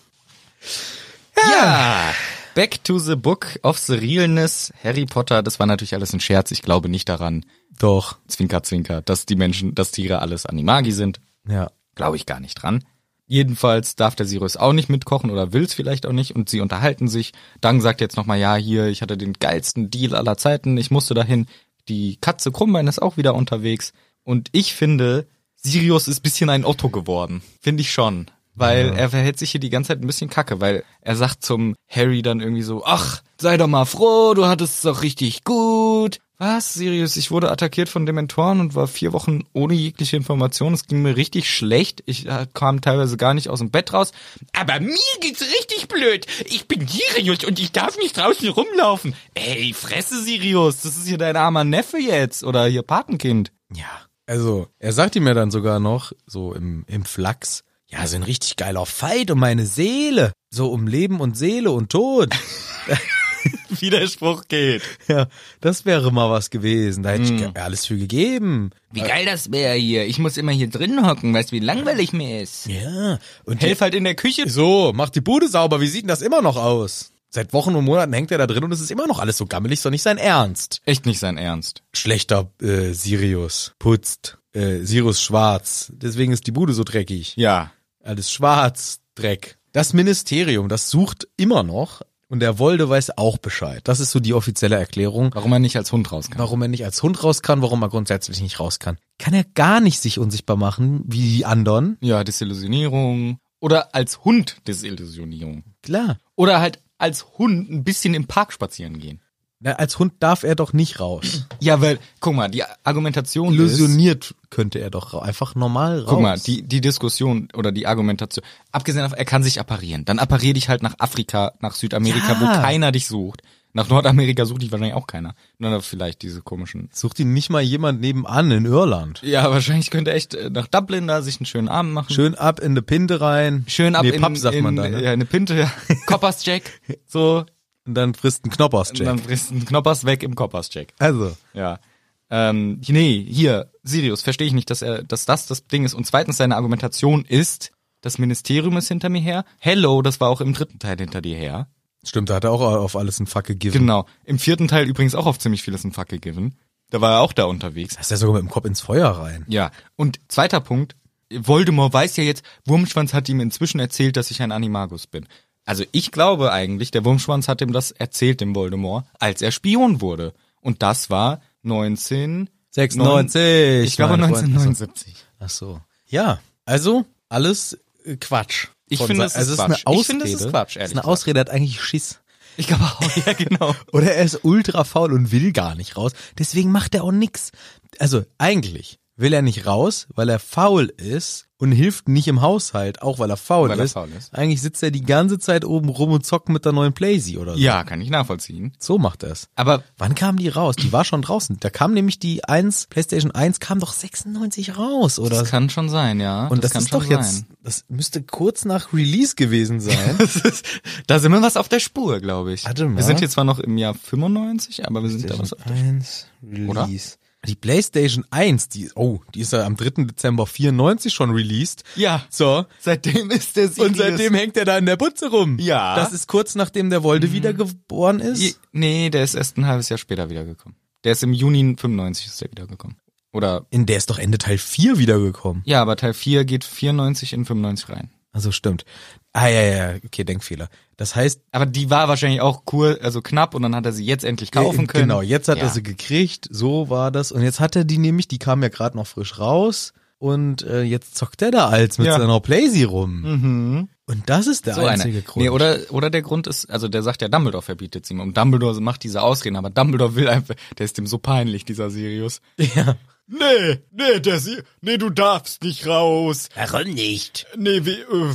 Ja. Back to the Book of the Realness, Harry Potter. Das war natürlich alles ein Scherz. Ich glaube nicht daran, Doch. zwinker, zwinker, dass die Menschen, dass Tiere alles Animagi sind. Ja. Glaube ich gar nicht dran. Jedenfalls darf der Sirius auch nicht mitkochen oder will's vielleicht auch nicht und sie unterhalten sich. Dang sagt jetzt nochmal, ja, hier, ich hatte den geilsten Deal aller Zeiten, ich musste dahin. Die Katze Krummbein ist auch wieder unterwegs. Und ich finde, Sirius ist bisschen ein Otto geworden. Finde ich schon. Weil er verhält sich hier die ganze Zeit ein bisschen kacke, weil er sagt zum Harry dann irgendwie so, ach, sei doch mal froh, du hattest es doch richtig gut. Was, Sirius? Ich wurde attackiert von Dementoren und war vier Wochen ohne jegliche Information. Es ging mir richtig schlecht. Ich äh, kam teilweise gar nicht aus dem Bett raus. Aber mir geht's richtig blöd. Ich bin Sirius und ich darf nicht draußen rumlaufen. Ey, fresse Sirius, das ist hier dein armer Neffe jetzt oder hier Patenkind. Ja. Also, er sagte mir dann sogar noch, so im, im Flachs, ja, so ein richtig geiler Fight um meine Seele. So um Leben und Seele und Tod. Widerspruch geht. ja, das wäre mal was gewesen. Da Mhm. hätte ich ge- alles für gegeben. Wie geil das wäre hier. Ich muss immer hier drin hocken, weißt wie langweilig mir ist. Ja. Und Helf halt in der Küche. so, mach die Bude sauber. Wie sieht denn das immer noch aus? Seit Wochen und Monaten hängt er da drin und es ist immer noch alles so gammelig, ist doch nicht sein Ernst. Echt nicht sein Ernst. Schlechter äh, Sirius putzt. Äh, Sirius schwarz. Deswegen ist die Bude so dreckig. Ja. Alles schwarz, Dreck. Das Ministerium, das sucht immer noch. Und der Wolde weiß auch Bescheid. Das ist so die offizielle Erklärung, Warum er nicht als Hund raus kann. warum er nicht als Hund raus kann, warum er grundsätzlich nicht raus kann. Kann er gar nicht sich unsichtbar machen, wie die anderen? Ja, Desillusionierung. Oder als Hund Desillusionierung. Klar. Oder halt als Hund ein bisschen im Park spazieren gehen. Na, als Hund darf er doch nicht raus. Ja, weil, guck mal, die Argumentation ist... Illusioniert könnte er doch ra- einfach normal raus. Guck mal, die, die Diskussion oder die Argumentation, abgesehen davon, er kann sich apparieren. Dann apparier dich halt nach Afrika, nach Südamerika, Ja. wo keiner dich sucht. Nach Nordamerika sucht dich wahrscheinlich auch keiner. Nur vielleicht diese komischen... Sucht ihn nicht mal jemand nebenan in Irland. Ja, wahrscheinlich könnte er echt äh, nach Dublin da sich einen schönen Abend machen. Schön ab in eine Pinte rein. Schön ab nee, in, Papp sagt in, äh, man da. Ne? ja, in eine Pinte, ja. Coppers Jack, so. Und dann frisst ein Knoppers, Und dann Jack. frisst ein Knoppers weg im Coppers Jack. Also, Ja. Ähm, nee, hier, Sirius, verstehe ich nicht, dass er, dass das das Ding ist. Und zweitens, seine Argumentation ist, das Ministerium ist hinter mir her. Hello, das war auch im dritten Teil hinter dir her. stimmt, da hat er auch auf alles ein Fuck gegeben. Genau. Im vierten Teil übrigens auch auf ziemlich vieles ein Fuck gegeben. Da war er auch da unterwegs. Da ist er sogar mit dem Kopf ins Feuer rein. Ja. Und zweiter Punkt, Voldemort weiß ja jetzt, Wurmschwanz hat ihm inzwischen erzählt, dass ich ein Animagus bin. Also ich glaube eigentlich, der Wurmschwanz hat ihm das erzählt, dem Voldemort, als er Spion wurde. Und das war 19... 96, Ich glaube mein Freund. 1979. Ach so. Ja, also alles äh, Quatsch. Ich Von finde, se- es ist also Quatsch. Ist eine Ausrede. Ich finde, es ist Quatsch, Es ehrlich Ist eine gesagt. Ausrede, er hat eigentlich Schiss. Ich glaube auch, ja, genau. Oder er ist ultra faul und will gar nicht raus. Deswegen macht er auch nix. Also eigentlich will er nicht raus, weil er faul ist und hilft nicht im Haushalt, auch weil er faul, Weil er ist. faul ist. Eigentlich sitzt er die ganze Zeit oben rum und zockt mit der neuen Playsee oder so. Ja, kann ich nachvollziehen. So macht er es. Aber Wann kam die raus? Die war schon draußen. Da kam nämlich die 1, PlayStation 1 kam doch 96 raus, oder? das kann schon sein, ja. und das, kann ist doch jetzt, das müsste kurz nach Release gewesen sein. Das ist, da sind wir was auf der Spur, glaube ich. Warte mal. Wir sind hier zwar noch im Jahr 95, aber wir sind da was auf der 1 Oder? Die PlayStation 1, die, oh, die ist ja am 3. Dezember 94 schon released. Ja. So. Seitdem ist der Und seitdem hängt er da in der Putze rum. Ja. Mhm. Das ist kurz nachdem der Wolde wiedergeboren Je- ist. Nee, der ist erst ein halbes Jahr später wiedergekommen. Der ist im Juni 95 ist der wiedergekommen. Oder, In der ist doch Ende Teil 4 wiedergekommen. ja, aber Teil 4 geht 94 in 95 rein. Also stimmt. Ah, ja, ja, ja, okay, Denkfehler. Das heißt, Aber die war wahrscheinlich auch cool, also knapp und dann hat er sie jetzt endlich kaufen äh, können. Genau, jetzt hat Ja. er sie gekriegt, so war das. Und jetzt hat er die nämlich, die kam ja gerade noch frisch raus. Und äh, jetzt zockt er da als mit Ja. Mhm. seiner Playsee rum. Und das ist der So einzige eine. Grund. Nee, oder, oder der Grund ist, also der sagt ja, Dumbledore verbietet ihm. Und Dumbledore macht diese Ausreden, aber Dumbledore will einfach, der ist ihm so peinlich, dieser Sirius. ja. Nee, nee, der Sie nee, du darfst nicht raus. Warum nicht? Nee, wie, äh,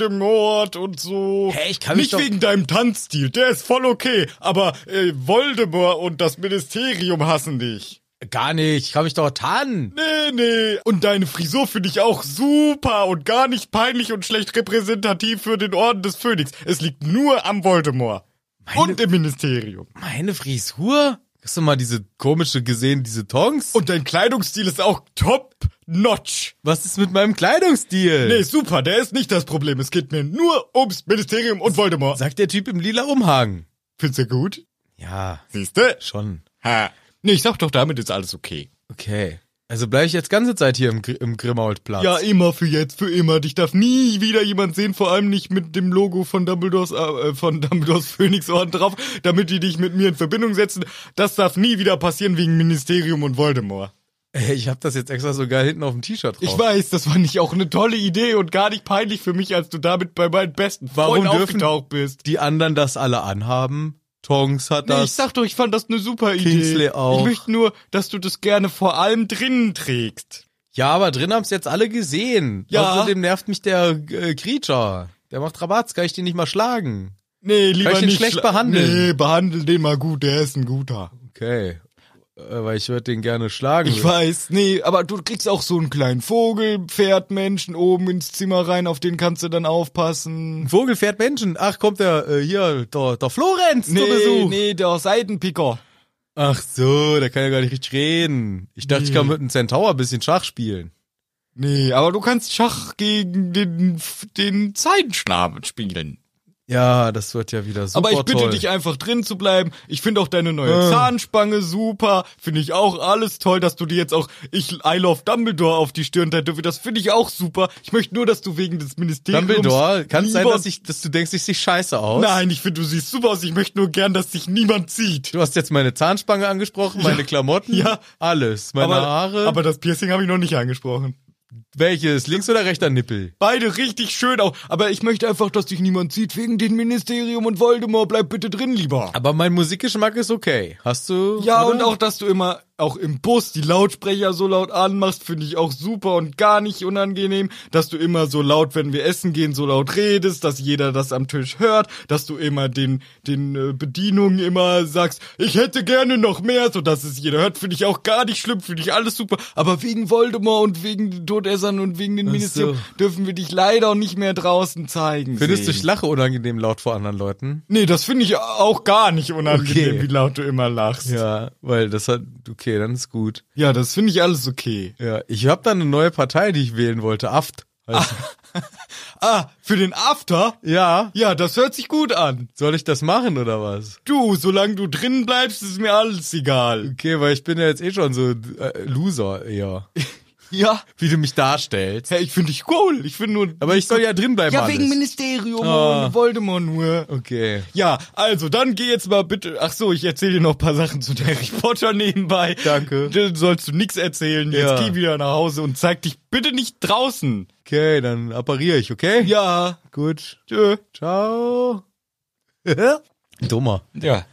Voldemort und so. Hä, ich kann mich doch- deinem Tanzstil, der ist voll okay, aber äh, Voldemort und das Ministerium hassen dich. Äh, Gar nicht, ich kann mich doch tarnen. Nee, nee. Und deine Frisur finde ich auch super und gar nicht peinlich und schlecht repräsentativ für den Orden des Phönix. Es liegt nur am Voldemort. Meine- Und im Ministerium. Meine Frisur? Hast du mal diese komische gesehen, diese Tongs? Und dein Kleidungsstil ist auch top notch. was ist mit meinem Kleidungsstil? super, der ist nicht das Problem. Es geht mir nur ums Ministerium und Voldemort. Sagt der Typ im lila Umhang. Findest du gut? Ja, Siehste? schon. Ha. Nee, ich sag doch, damit ist alles okay. Okay. Also bleibe ich jetzt ganze Zeit hier im, Gr- im Grimmauld-Platz. Ja, immer für jetzt, für immer. Dich darf nie wieder jemand sehen, vor allem nicht mit dem Logo von Dumbledores, äh, von Dumbledores Phönixorden drauf, damit die dich mit mir in Verbindung setzen. Das darf nie wieder passieren wegen Ministerium und Voldemort. Oh. Ey, Äh, ich habe das jetzt extra sogar hinten auf dem T-Shirt drauf. Ich weiß, das fand ich auch eine tolle Idee und gar nicht peinlich für mich, als du damit bei meinen besten Warum Freunden dürfen- aufgetaucht bist. Die anderen das alle anhaben. Tongs hat Nee, das. ich sag doch, ich fand das eine super Idee. Kingsley auch. Ich möchte nur, dass du das gerne vor allem drinnen trägst. ja, aber drin haben's jetzt alle gesehen. Ja. Außerdem nervt mich der äh, Creature. Der macht Rabatz, kann ich den nicht mal schlagen. Nee, lieber ich den nicht schlecht schla- behandeln? Nee, behandel den mal gut, der ist ein guter. Okay. Aber ich würde den gerne schlagen. Ich weiß, nee, aber du kriegst auch so einen kleinen Vogel, Pferd, Menschen oben ins Zimmer rein, auf den kannst du dann aufpassen. Ein Vogel fährt Menschen. Ach, kommt der äh, hier, der, der Florenz zu Besuch. nee, der Seidenpicker. Ach so, der kann ja gar nicht richtig reden. Ich dachte, ich kann mit einem Centaur ein bisschen Schach spielen. Nee, aber du kannst Schach gegen den, den Seidenschnabel spielen. Ja, das wird ja wieder super Aber ich bitte toll. dich einfach drin zu bleiben. Ich finde auch deine neue Äh. Zahnspange super. Finde ich auch alles toll, dass du dir jetzt auch ich I love Dumbledore auf die Stirn tätowierst. Das finde ich auch super. Ich möchte nur, dass du wegen des Ministeriums Dumbledore, kann es sein, lieber- dass, ich, dass du denkst, ich sehe scheiße aus? Nein, ich finde, du siehst super aus. Ich möchte nur gern, dass dich niemand sieht. Du hast jetzt meine Zahnspange angesprochen, meine Klamotten, Ja. alles, meine aber, Haare. aber das Piercing habe ich noch nicht angesprochen. welches? Links oder rechter Nippel? Beide richtig schön auch. Aber ich möchte einfach, dass dich niemand sieht wegen dem Ministerium und Voldemort. Bleib bitte drin, lieber. Aber mein Musikgeschmack ist okay. Hast du? Ja, oder? und auch, dass du immer auch im Bus die Lautsprecher so laut anmachst, finde ich auch super und gar nicht unangenehm. Dass du immer so laut, wenn wir essen gehen, so laut redest, dass jeder das am Tisch hört. Dass du immer den, den äh, Bedienungen immer sagst, ich hätte gerne noch mehr, so dass es jeder hört, finde ich auch gar nicht schlimm, finde ich alles super. Aber wegen Voldemort und wegen den Todessern und wegen den Ach so. Ministerium dürfen wir dich leider nicht mehr draußen zeigen. Findest du, sehen. ich lache unangenehm laut vor anderen Leuten? Nee, das finde ich auch gar nicht unangenehm, Okay. wie laut du immer lachst. Ja, weil das hat, okay, dann ist gut. ja das finde ich alles okay. Ja, ich habe da eine neue Partei, die ich wählen wollte, Aft. Also heißt- Ah, für den After? Ja, Ja, das hört sich gut an. soll ich das machen oder was? Du, solange du drin bleibst, ist mir alles egal. Okay, weil ich bin ja jetzt eh schon so äh, Loser eher, Ja. wie du mich darstellst. Hey, ich finde dich cool. Ich finde nur. Aber ich soll ja drin bleiben. ja, alles. wegen Ministerium Ah. und Voldemort nur. Okay. Ja, also dann geh jetzt mal bitte. Ach so, ich erzähle dir noch ein paar Sachen zu Harry Potter nebenbei. Danke. Dann sollst du nichts erzählen. Jetzt Ja. geh wieder nach Hause und zeig dich bitte nicht draußen. Okay, dann appariere ich, okay? Ja. Gut. Tschö. Ciao. Dummer. Ja.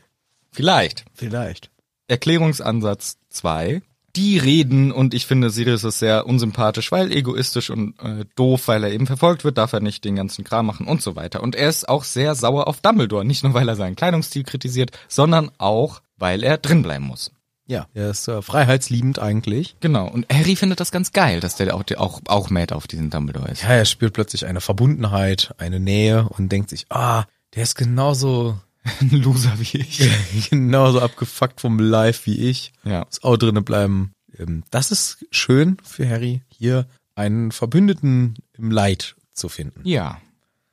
Vielleicht. Vielleicht. Erklärungsansatz 2. Die reden und ich finde Sirius ist sehr unsympathisch, weil egoistisch und äh, doof, weil er eben verfolgt wird, darf er nicht den ganzen Kram machen und so weiter. Und er ist auch sehr sauer auf Dumbledore, nicht nur weil er seinen Kleidungsstil kritisiert, sondern auch, weil er drinbleiben muss. Ja, er ist äh, freiheitsliebend eigentlich. Genau. Und Harry findet das ganz geil, dass der auch, auch, auch mad auf diesen Dumbledore ist. Ja, er spürt plötzlich eine Verbundenheit, eine Nähe und denkt sich, ah, der ist genauso, Ein Loser wie ich. genauso abgefuckt vom Live wie ich. Ja. Muss auch drinnen bleiben. Ähm, Das ist schön für Harry, hier einen Verbündeten im Leid zu finden. Ja.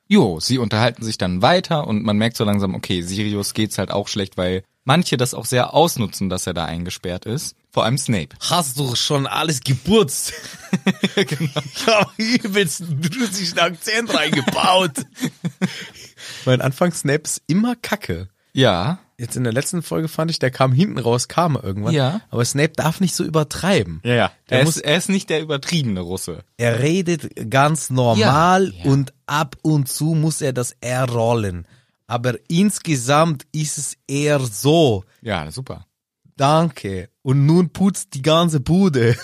Jo, sie unterhalten sich dann weiter und man merkt so langsam, okay, Sirius geht's halt auch schlecht, weil manche das auch sehr ausnutzen, dass er da eingesperrt ist. Vor allem Snape. Hast du schon alles geburzt? genau. Ich habe übelsten russischen Akzent reingebaut. mein Anfangs-Snap ist immer kacke. Ja. Jetzt in der letzten Folge fand ich, der kam hinten raus, kam er irgendwann. Ja. Aber Snape darf nicht so übertreiben. Er, Er, muss, ist, er ist nicht der übertriebene Russe. er redet ganz normal und ab und zu muss er das R rollen. Aber insgesamt ist es eher so. Ja, super. Danke. Und nun putzt die ganze Bude.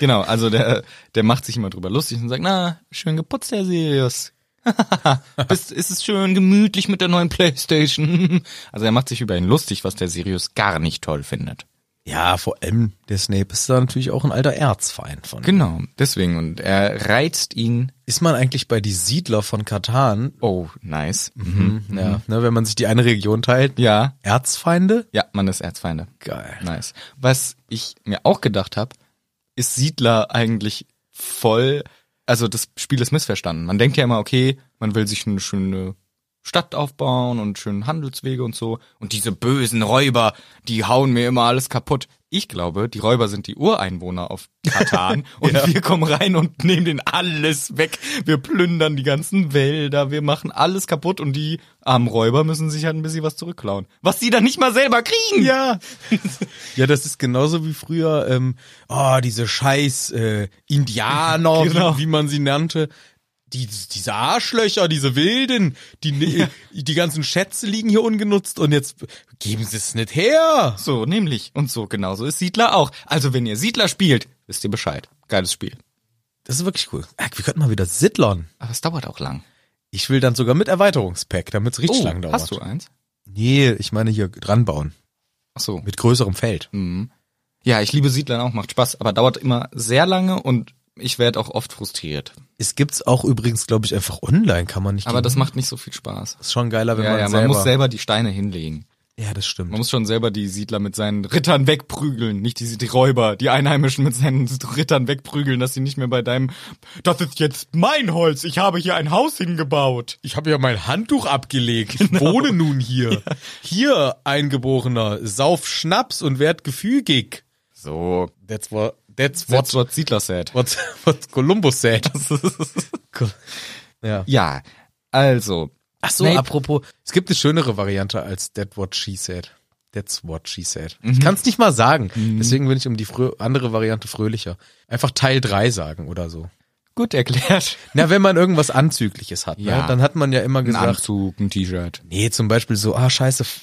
Genau, also der, der macht sich immer drüber lustig und sagt, na, schön geputzt, Herr Sirius. Bist, ist es schön gemütlich mit der neuen Playstation? also er macht sich über ihn lustig, was der Sirius gar nicht toll findet. Ja, vor allem der Snape ist da natürlich auch ein alter Erzfeind von. Genau, deswegen. Und er reizt ihn. Ist man eigentlich bei die Siedler von Katan? Oh, nice. Mhm. Ja. Ne, wenn man sich die eine Region teilt. Ja, Erzfeinde? ja, man ist Erzfeinde. Geil. Nice. Was ich mir auch gedacht habe, ist Siedler eigentlich voll, also das Spiel ist missverstanden. Man denkt ja immer, okay, man will sich eine schöne Stadt aufbauen und schöne Handelswege und so. Und diese bösen Räuber, die hauen mir immer alles kaputt. Ich glaube, die Räuber sind die Ureinwohner auf Katan und wir kommen rein und nehmen den alles weg. Wir plündern die ganzen Wälder, wir machen alles kaputt und die armen Räuber müssen sich halt ein bisschen was zurückklauen. Was sie dann nicht mal selber kriegen. Ja. ja, das ist genauso wie früher, ähm, oh, diese scheiß äh, Indianer, Genau. wie, wie man sie nannte. Die, diese Arschlöcher, diese Wilden, die, ne- die ganzen Schätze liegen hier ungenutzt und jetzt geben sie es nicht her. So, nämlich. Und so genauso ist Siedler auch. Also, wenn ihr Siedler spielt, wisst ihr Bescheid. Geiles Spiel. Das ist wirklich cool. Ach, Wir könnten mal wieder Siedlern. Aber es dauert auch lang. Oh, Ich will dann sogar mit Erweiterungspack, damit es richtig lang dauert. hast du eins? Nee, ich meine hier dranbauen. Ach so. Mit größerem Feld. Hm. Ja, ich liebe Siedler auch, macht Spaß, aber dauert immer sehr lange und ich werde auch oft frustriert. Es gibt's auch übrigens, glaube ich, einfach online, kann man nicht. Aber das gegen- macht nicht so viel Spaß. ist schon geiler, wenn Ja, man, ja, man selber muss selber die Steine hinlegen. Ja, das stimmt. Man muss schon selber die Siedler mit seinen Rittern wegprügeln, nicht diese die Räuber, die Einheimischen mit seinen Rittern wegprügeln, dass sie nicht mehr bei deinem Das ist jetzt mein Holz, ich habe hier ein Haus hingebaut. Ich habe ja mein Handtuch abgelegt. Ich Genau. wohne nun hier. Hier, Eingeborener, sauf Schnaps und werd gefügig. So, That's what, that's what's what, what Siedler said. what, what Columbus said. Col- ja. ja, also, Ach so, Snape- apropos, es gibt eine schönere Variante als That What She Said. That's what she said. Mhm. Ich kann es nicht mal sagen. Deswegen bin ich um die frö andere Variante fröhlicher. Einfach Teil 3 sagen oder so. gut erklärt. Na, wenn man irgendwas Anzügliches hat, ne? Ja. dann hat man ja immer Ein gesagt, Anzug, ein T-Shirt. Nee, zum Beispiel so, ah, scheiße, f-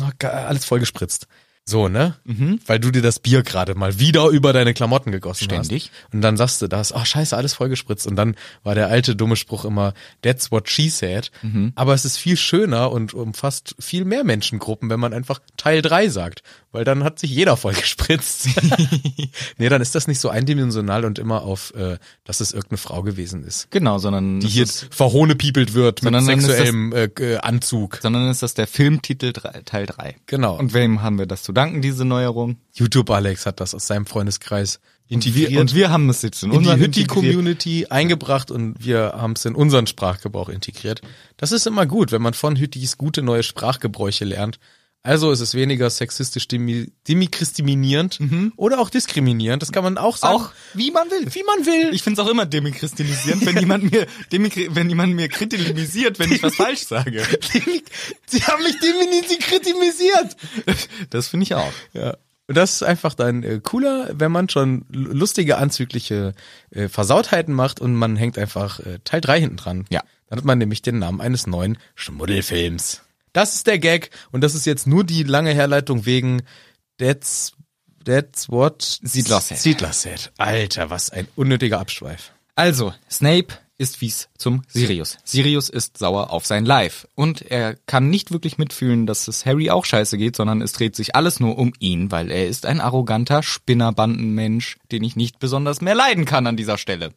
na, ge- alles vollgespritzt. So, ne? Mhm. Weil du dir das Bier gerade mal wieder über deine Klamotten gegossen Ständig. hast. Und dann sagst du das, ah, scheiße, alles vollgespritzt. Und dann war der alte dumme Spruch immer, that's what she said. Mhm. Aber es ist viel schöner und umfasst viel mehr Menschengruppen, wenn man einfach Teil 3 sagt. Weil dann hat sich jeder vollgespritzt. nee, dann ist das nicht so eindimensional und immer auf, äh, dass es irgendeine Frau gewesen ist. Genau, sondern Die das hier ist, verhohnepiepelt wird mit Sondern dann ist das- sexuellem äh, äh, Anzug. sondern ist das der Filmtitel drei- Teil 3. Genau. Und wem haben wir das zu danken, diese Neuerung? YouTube Alex hat das aus seinem Freundeskreis integriert Wir, und wir haben es jetzt in, in die unseren integriert- Hütti-Community eingebracht und wir haben es in unseren Sprachgebrauch integriert. Das ist immer gut, wenn man von Hüttis gute neue Sprachgebräuche lernt. Also ist es weniger sexistisch, demi- demikristiminierend oder auch diskriminierend. Das kann man auch sagen. Mhm. Auch wie man will. wie man will. Ich finde es auch immer demikristinisierend, wenn jemand mir, demikri wenn jemand mir kritilisiert, wenn ich was falsch sage. Sie haben mich demikritimisiert. Das finde ich auch. Ja. Und das ist einfach dann äh, cooler, wenn man schon lu- lustige, anzügliche äh, Versautheiten macht und man hängt einfach äh, Teil 3 hinten dran. Ja. Dann hat man nämlich den Namen eines neuen Schmuddelfilms. Das ist der Gag und das ist jetzt nur die lange Herleitung wegen That's, that's what Siedler said. Siedler said. Alter, was ein unnötiger Abschweif. Also, Snape ist fies zum Sirius. Sirius ist sauer auf sein Life. Und er kann nicht wirklich mitfühlen, dass es Harry auch scheiße geht, sondern es dreht sich alles nur um ihn, weil er ist ein arroganter Spinnerbandenmensch, den ich nicht besonders mehr leiden kann an dieser Stelle.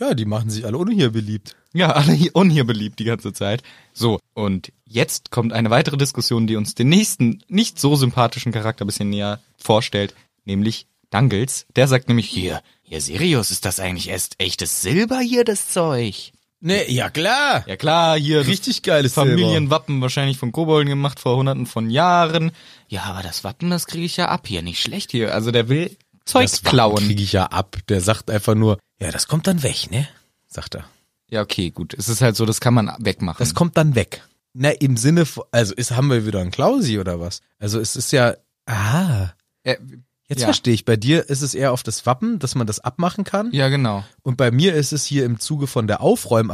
Ja, die machen sich alle ohne hier beliebt. Ja, alle hier und hier beliebt die ganze Zeit. So, und jetzt kommt eine weitere Diskussion, die uns den nächsten nicht so sympathischen Charakter ein bisschen näher vorstellt, nämlich Dangles. Der sagt nämlich hier, hier Sirius, ist das eigentlich erst echtes Silber hier, das Zeug? Ne, ja klar. Ja klar, hier das Richtig geiles Silber. Familienwappen wahrscheinlich von Kobolden gemacht vor hunderten von Jahren. Ja, aber das Wappen, das kriege ich ja ab hier, nicht schlecht hier. Also der will Zeug Das klauen. kriege ich ja ab. Der sagt einfach nur, ja, das kommt dann weg, ne? Sagt er. Ja, okay, gut. Es ist halt so, das kann man wegmachen. Das kommt dann weg. Na, im Sinne von, also ist, haben wir wieder einen Klausi oder was? Also es ist ja, ah, äh, jetzt ja. verstehe ich. Bei dir ist es eher auf das Wappen, dass man das abmachen kann. Ja, genau. Und bei mir ist es hier im Zuge von der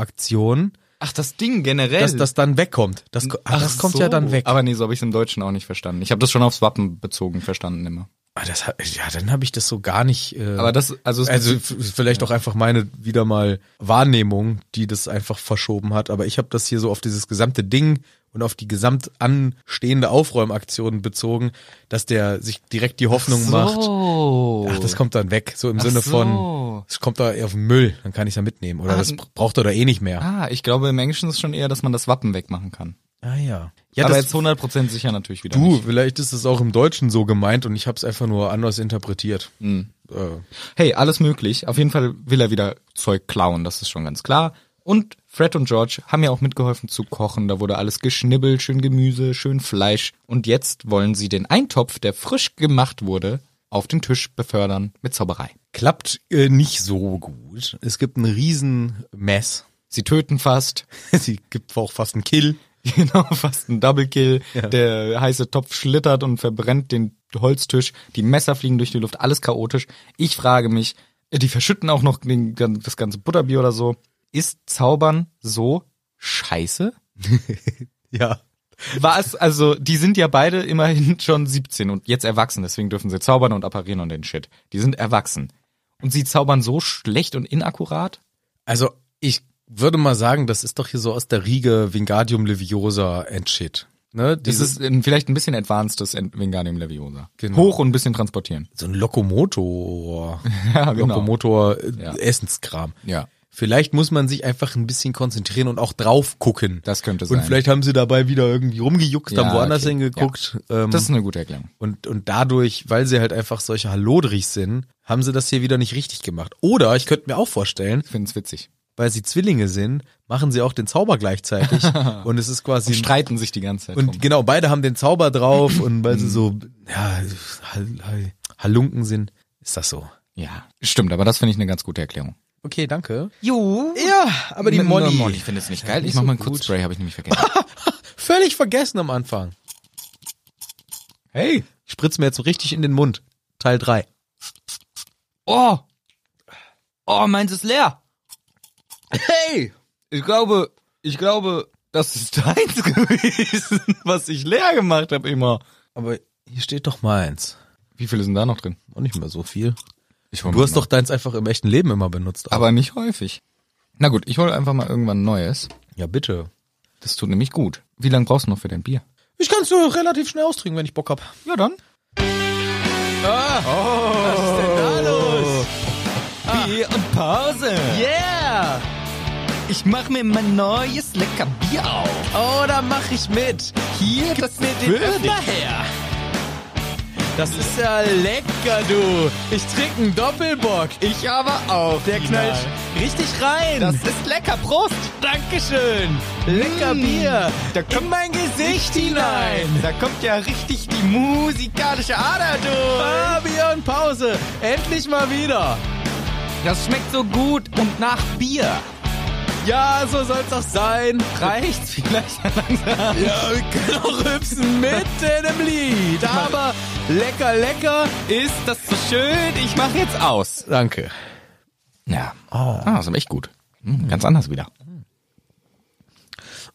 Aufräumaktion, Ach, das Ding generell. dass das dann wegkommt. Das, ko- ah, das kommt so. ja dann weg. Aber nee, so habe ich es im Deutschen auch nicht verstanden. Ich habe das schon aufs Wappen bezogen verstanden immer. Ah, das, hab- ja, dann habe ich das so gar nicht. Äh, Aber das, also, es- also f- vielleicht auch einfach meine wieder mal Wahrnehmung, die das einfach verschoben hat. Aber ich habe das hier so auf dieses gesamte Ding und auf die gesamt anstehende Aufräumaktion bezogen, dass der sich direkt die Hoffnung macht. so. Ach, das kommt dann weg. So im Ach Sinne von, so. es kommt da eher auf den Müll, dann kann ich ja mitnehmen. Oder Ah, das n- br- braucht er da eh nicht mehr. Ah, ich glaube im Englischen ist schon eher, dass man das Wappen wegmachen kann. Ah ja. ja Aber das- jetzt 100% sicher natürlich wieder du, nicht. vielleicht ist es auch im Deutschen so gemeint und ich habe es einfach nur anders interpretiert. Hm. Äh, Hey, alles möglich. Auf jeden Fall will er wieder Zeug klauen, das ist schon ganz klar. Und Fred und George haben ja auch mitgeholfen zu kochen. Da wurde alles geschnibbelt, schön Gemüse, schön Fleisch. Und jetzt wollen sie den Eintopf, der frisch gemacht wurde, auf den Tisch befördern mit Zauberei. klappt äh, nicht so gut. Es gibt einen riesen Mess. Sie töten fast. Sie gibt auch fast einen Kill. Genau, fast ein Double Kill. Ja. Der heiße Topf schlittert und verbrennt den Holztisch. Die Messer fliegen durch die Luft, alles chaotisch. Ich frage mich, äh, die verschütten auch noch den, gan- das ganze Butterbier oder so. Ist Zaubern so scheiße? Ja. War es, also, die sind ja beide immerhin schon 17 und jetzt erwachsen, deswegen dürfen sie zaubern und apparieren und den Shit. Die sind erwachsen. Und sie zaubern so schlecht und inakkurat? Also ich würde mal sagen, das ist doch hier so aus der Riege Vingardium Leviosa and shit. Ne? Das Dieses, ist ein, vielleicht ein bisschen advancedes Ent- Wingardium Leviosa. Genau. Hoch und ein bisschen transportieren. so ein Lokomotor. Ja, genau. Lokomotor äh, Ja. Essenskram. Ja. Vielleicht muss man sich einfach ein bisschen konzentrieren und auch drauf gucken. Das könnte sein. und vielleicht haben sie dabei wieder irgendwie rumgejuckt, Ja, haben woanders okay. hingeguckt. Ähm, das ist eine gute Erklärung. und, und dadurch, weil sie halt einfach solche Hallodrichs sind, haben sie das hier wieder nicht richtig gemacht. Oder ich könnte mir auch vorstellen, Ich finde es witzig. weil sie Zwillinge sind, machen sie auch den Zauber gleichzeitig. und es ist quasi Die ein streiten sich die ganze Zeit. und rum. genau, beide haben den Zauber drauf und weil sie so ja, Hal- Hal- Halunken sind, ist das so. Ja, stimmt, aber das finde ich eine ganz gute Erklärung. Okay, danke. Jo. Ja, aber die Molly. Molly. Ich finde es nicht geil. Ich Nicht mach so mal ein gut. Kurzspray, habe ich nämlich vergessen. Völlig vergessen am Anfang. hey. Ich spritze mir jetzt so richtig in den Mund. Teil 3. Oh. Oh, meins ist leer. Hey. Ich glaube, ich glaube, das ist deins gewesen, was ich leer gemacht habe immer. Aber hier steht doch meins. Wie viele sind da noch drin? Auch nicht mehr so viel. Ich Du hast doch deins einfach im echten Leben immer benutzt. aber nicht häufig. Na gut, ich hole einfach mal irgendwann neues. ja, bitte. Das tut nämlich gut. Wie lange brauchst du noch für dein Bier? Ich kann es so relativ schnell austrinken, wenn ich Bock hab. Ja, dann. Ah, Oh. Bier und Pause. Ah. Yeah! Ich mach mir mein neues lecker Bier auf. Oh, da mach ich mit. Hier, Gib das mir den Öffner her. Das ist ja lecker, du. Ich trinke einen Doppelbock. Ich aber auch. Der knallt richtig rein. Das ist lecker, Prost. Dankeschön. Lecker Mm. Bier. Da kommt In mein Gesicht hinein. Da kommt ja richtig die musikalische Ader Ah. durch. Fabian Pause. Endlich mal wieder. Das schmeckt so gut und nach Bier. Ja, so soll's doch sein. Reicht's vielleicht langsam? Ja, wir können auch rübsen mitten im Lied. Aber lecker, lecker. Ist das so schön? Ich mach jetzt aus. Danke. Ja. Ah, ist aber echt gut. Hm, ganz anders wieder.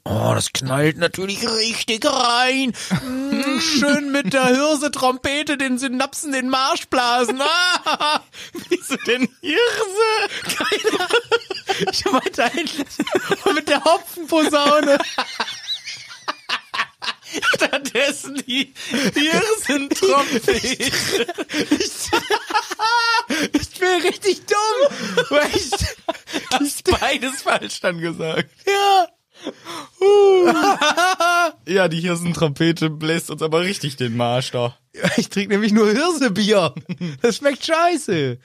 Oh, das knallt natürlich richtig rein. Mm, schön mit der Hirse, Trompete, den Synapsen, den Marschblasen. Ah, Wieso denn Hirse! Keine Ahnung. Ich meinte eigentlich mit der Hopfenposaune. Stattdessen die Hirsentrompete. Ich bin richtig dumm. Weil ich, Beides falsch dann gesagt. ja. Ja, die Hirsentrompete bläst uns aber richtig den Marsch da. Ich trinke nämlich nur Hirsebier. Das schmeckt scheiße.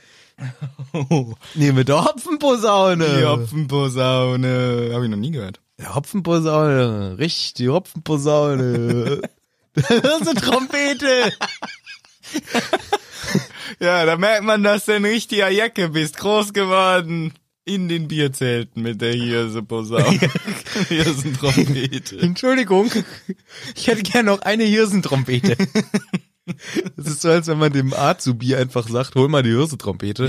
Nee, mit der Hopfenposaune. Die Hopfenposaune. Hab ich noch nie gehört. Der Hopfenposaune. Richtig, die Hopfenposaune. Hirsentrompete. Ja, da merkt man, dass du ein richtiger Jacke bist. Groß geworden. In den Bierzelten mit der Hirseposaune. Hirsentrompete. Entschuldigung. Ich hätte gern noch eine Hirsentrompete. Das ist so, als wenn man dem Azubi einfach sagt, hol mal die Hirsentrompete.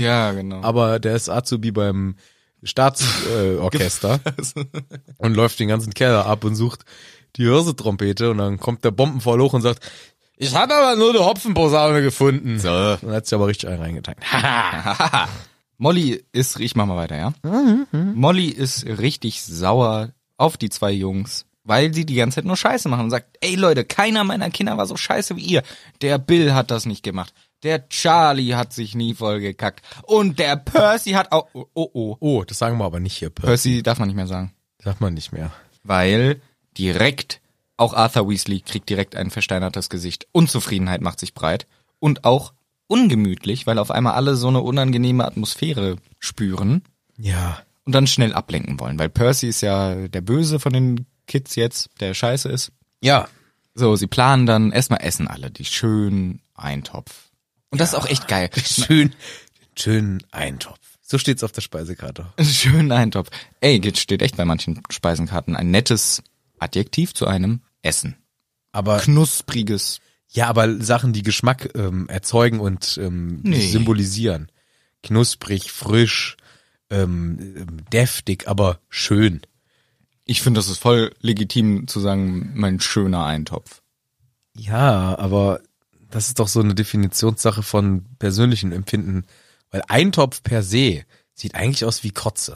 Ja, genau. Aber der ist Azubi beim Staatsorchester äh, Orchester und läuft den ganzen Keller ab und sucht die Hirsentrompete und dann kommt der Bombenfall hoch und sagt, ich habe aber nur eine Hopfenposaune gefunden. So. Und dann hat sie aber richtig einen reingetankt. Molly ist, ich mach mal weiter, ja? Molly ist richtig sauer auf die zwei Jungs, weil sie die ganze Zeit nur Scheiße machen und sagt, ey Leute, keiner meiner Kinder war so scheiße wie ihr. Der Bill hat das nicht gemacht. Der Charlie hat sich nie voll gekackt. Und der Percy hat auch, oh, oh, oh. Oh, das sagen wir aber nicht hier. Pö. Percy darf man nicht mehr sagen. Sagt man nicht mehr. Weil direkt, auch Arthur Weasley kriegt direkt ein versteinertes Gesicht. Unzufriedenheit macht sich breit. Und auch ungemütlich, weil auf einmal alle so eine unangenehme Atmosphäre spüren. Ja. und dann schnell ablenken wollen, weil Percy ist ja der Böse von den Kids jetzt, der scheiße ist. Ja. So, sie planen dann, erstmal essen alle die schönen Eintopf. Und das ist auch echt geil. Schön, schön Eintopf. So steht's auf der Speisekarte. schönen Eintopf. Ey, jetzt steht echt bei manchen Speisenkarten ein nettes Adjektiv zu einem Essen. Aber Knuspriges. ja, aber Sachen, die Geschmack ähm, erzeugen und ähm, Nee. symbolisieren. Knusprig, frisch, ähm, ähm, deftig, aber schön. Ich finde, das ist voll legitim zu sagen, mein schöner Eintopf. Ja, aber das ist doch so eine Definitionssache von persönlichen Empfinden, weil Eintopf per se sieht eigentlich aus wie Kotze.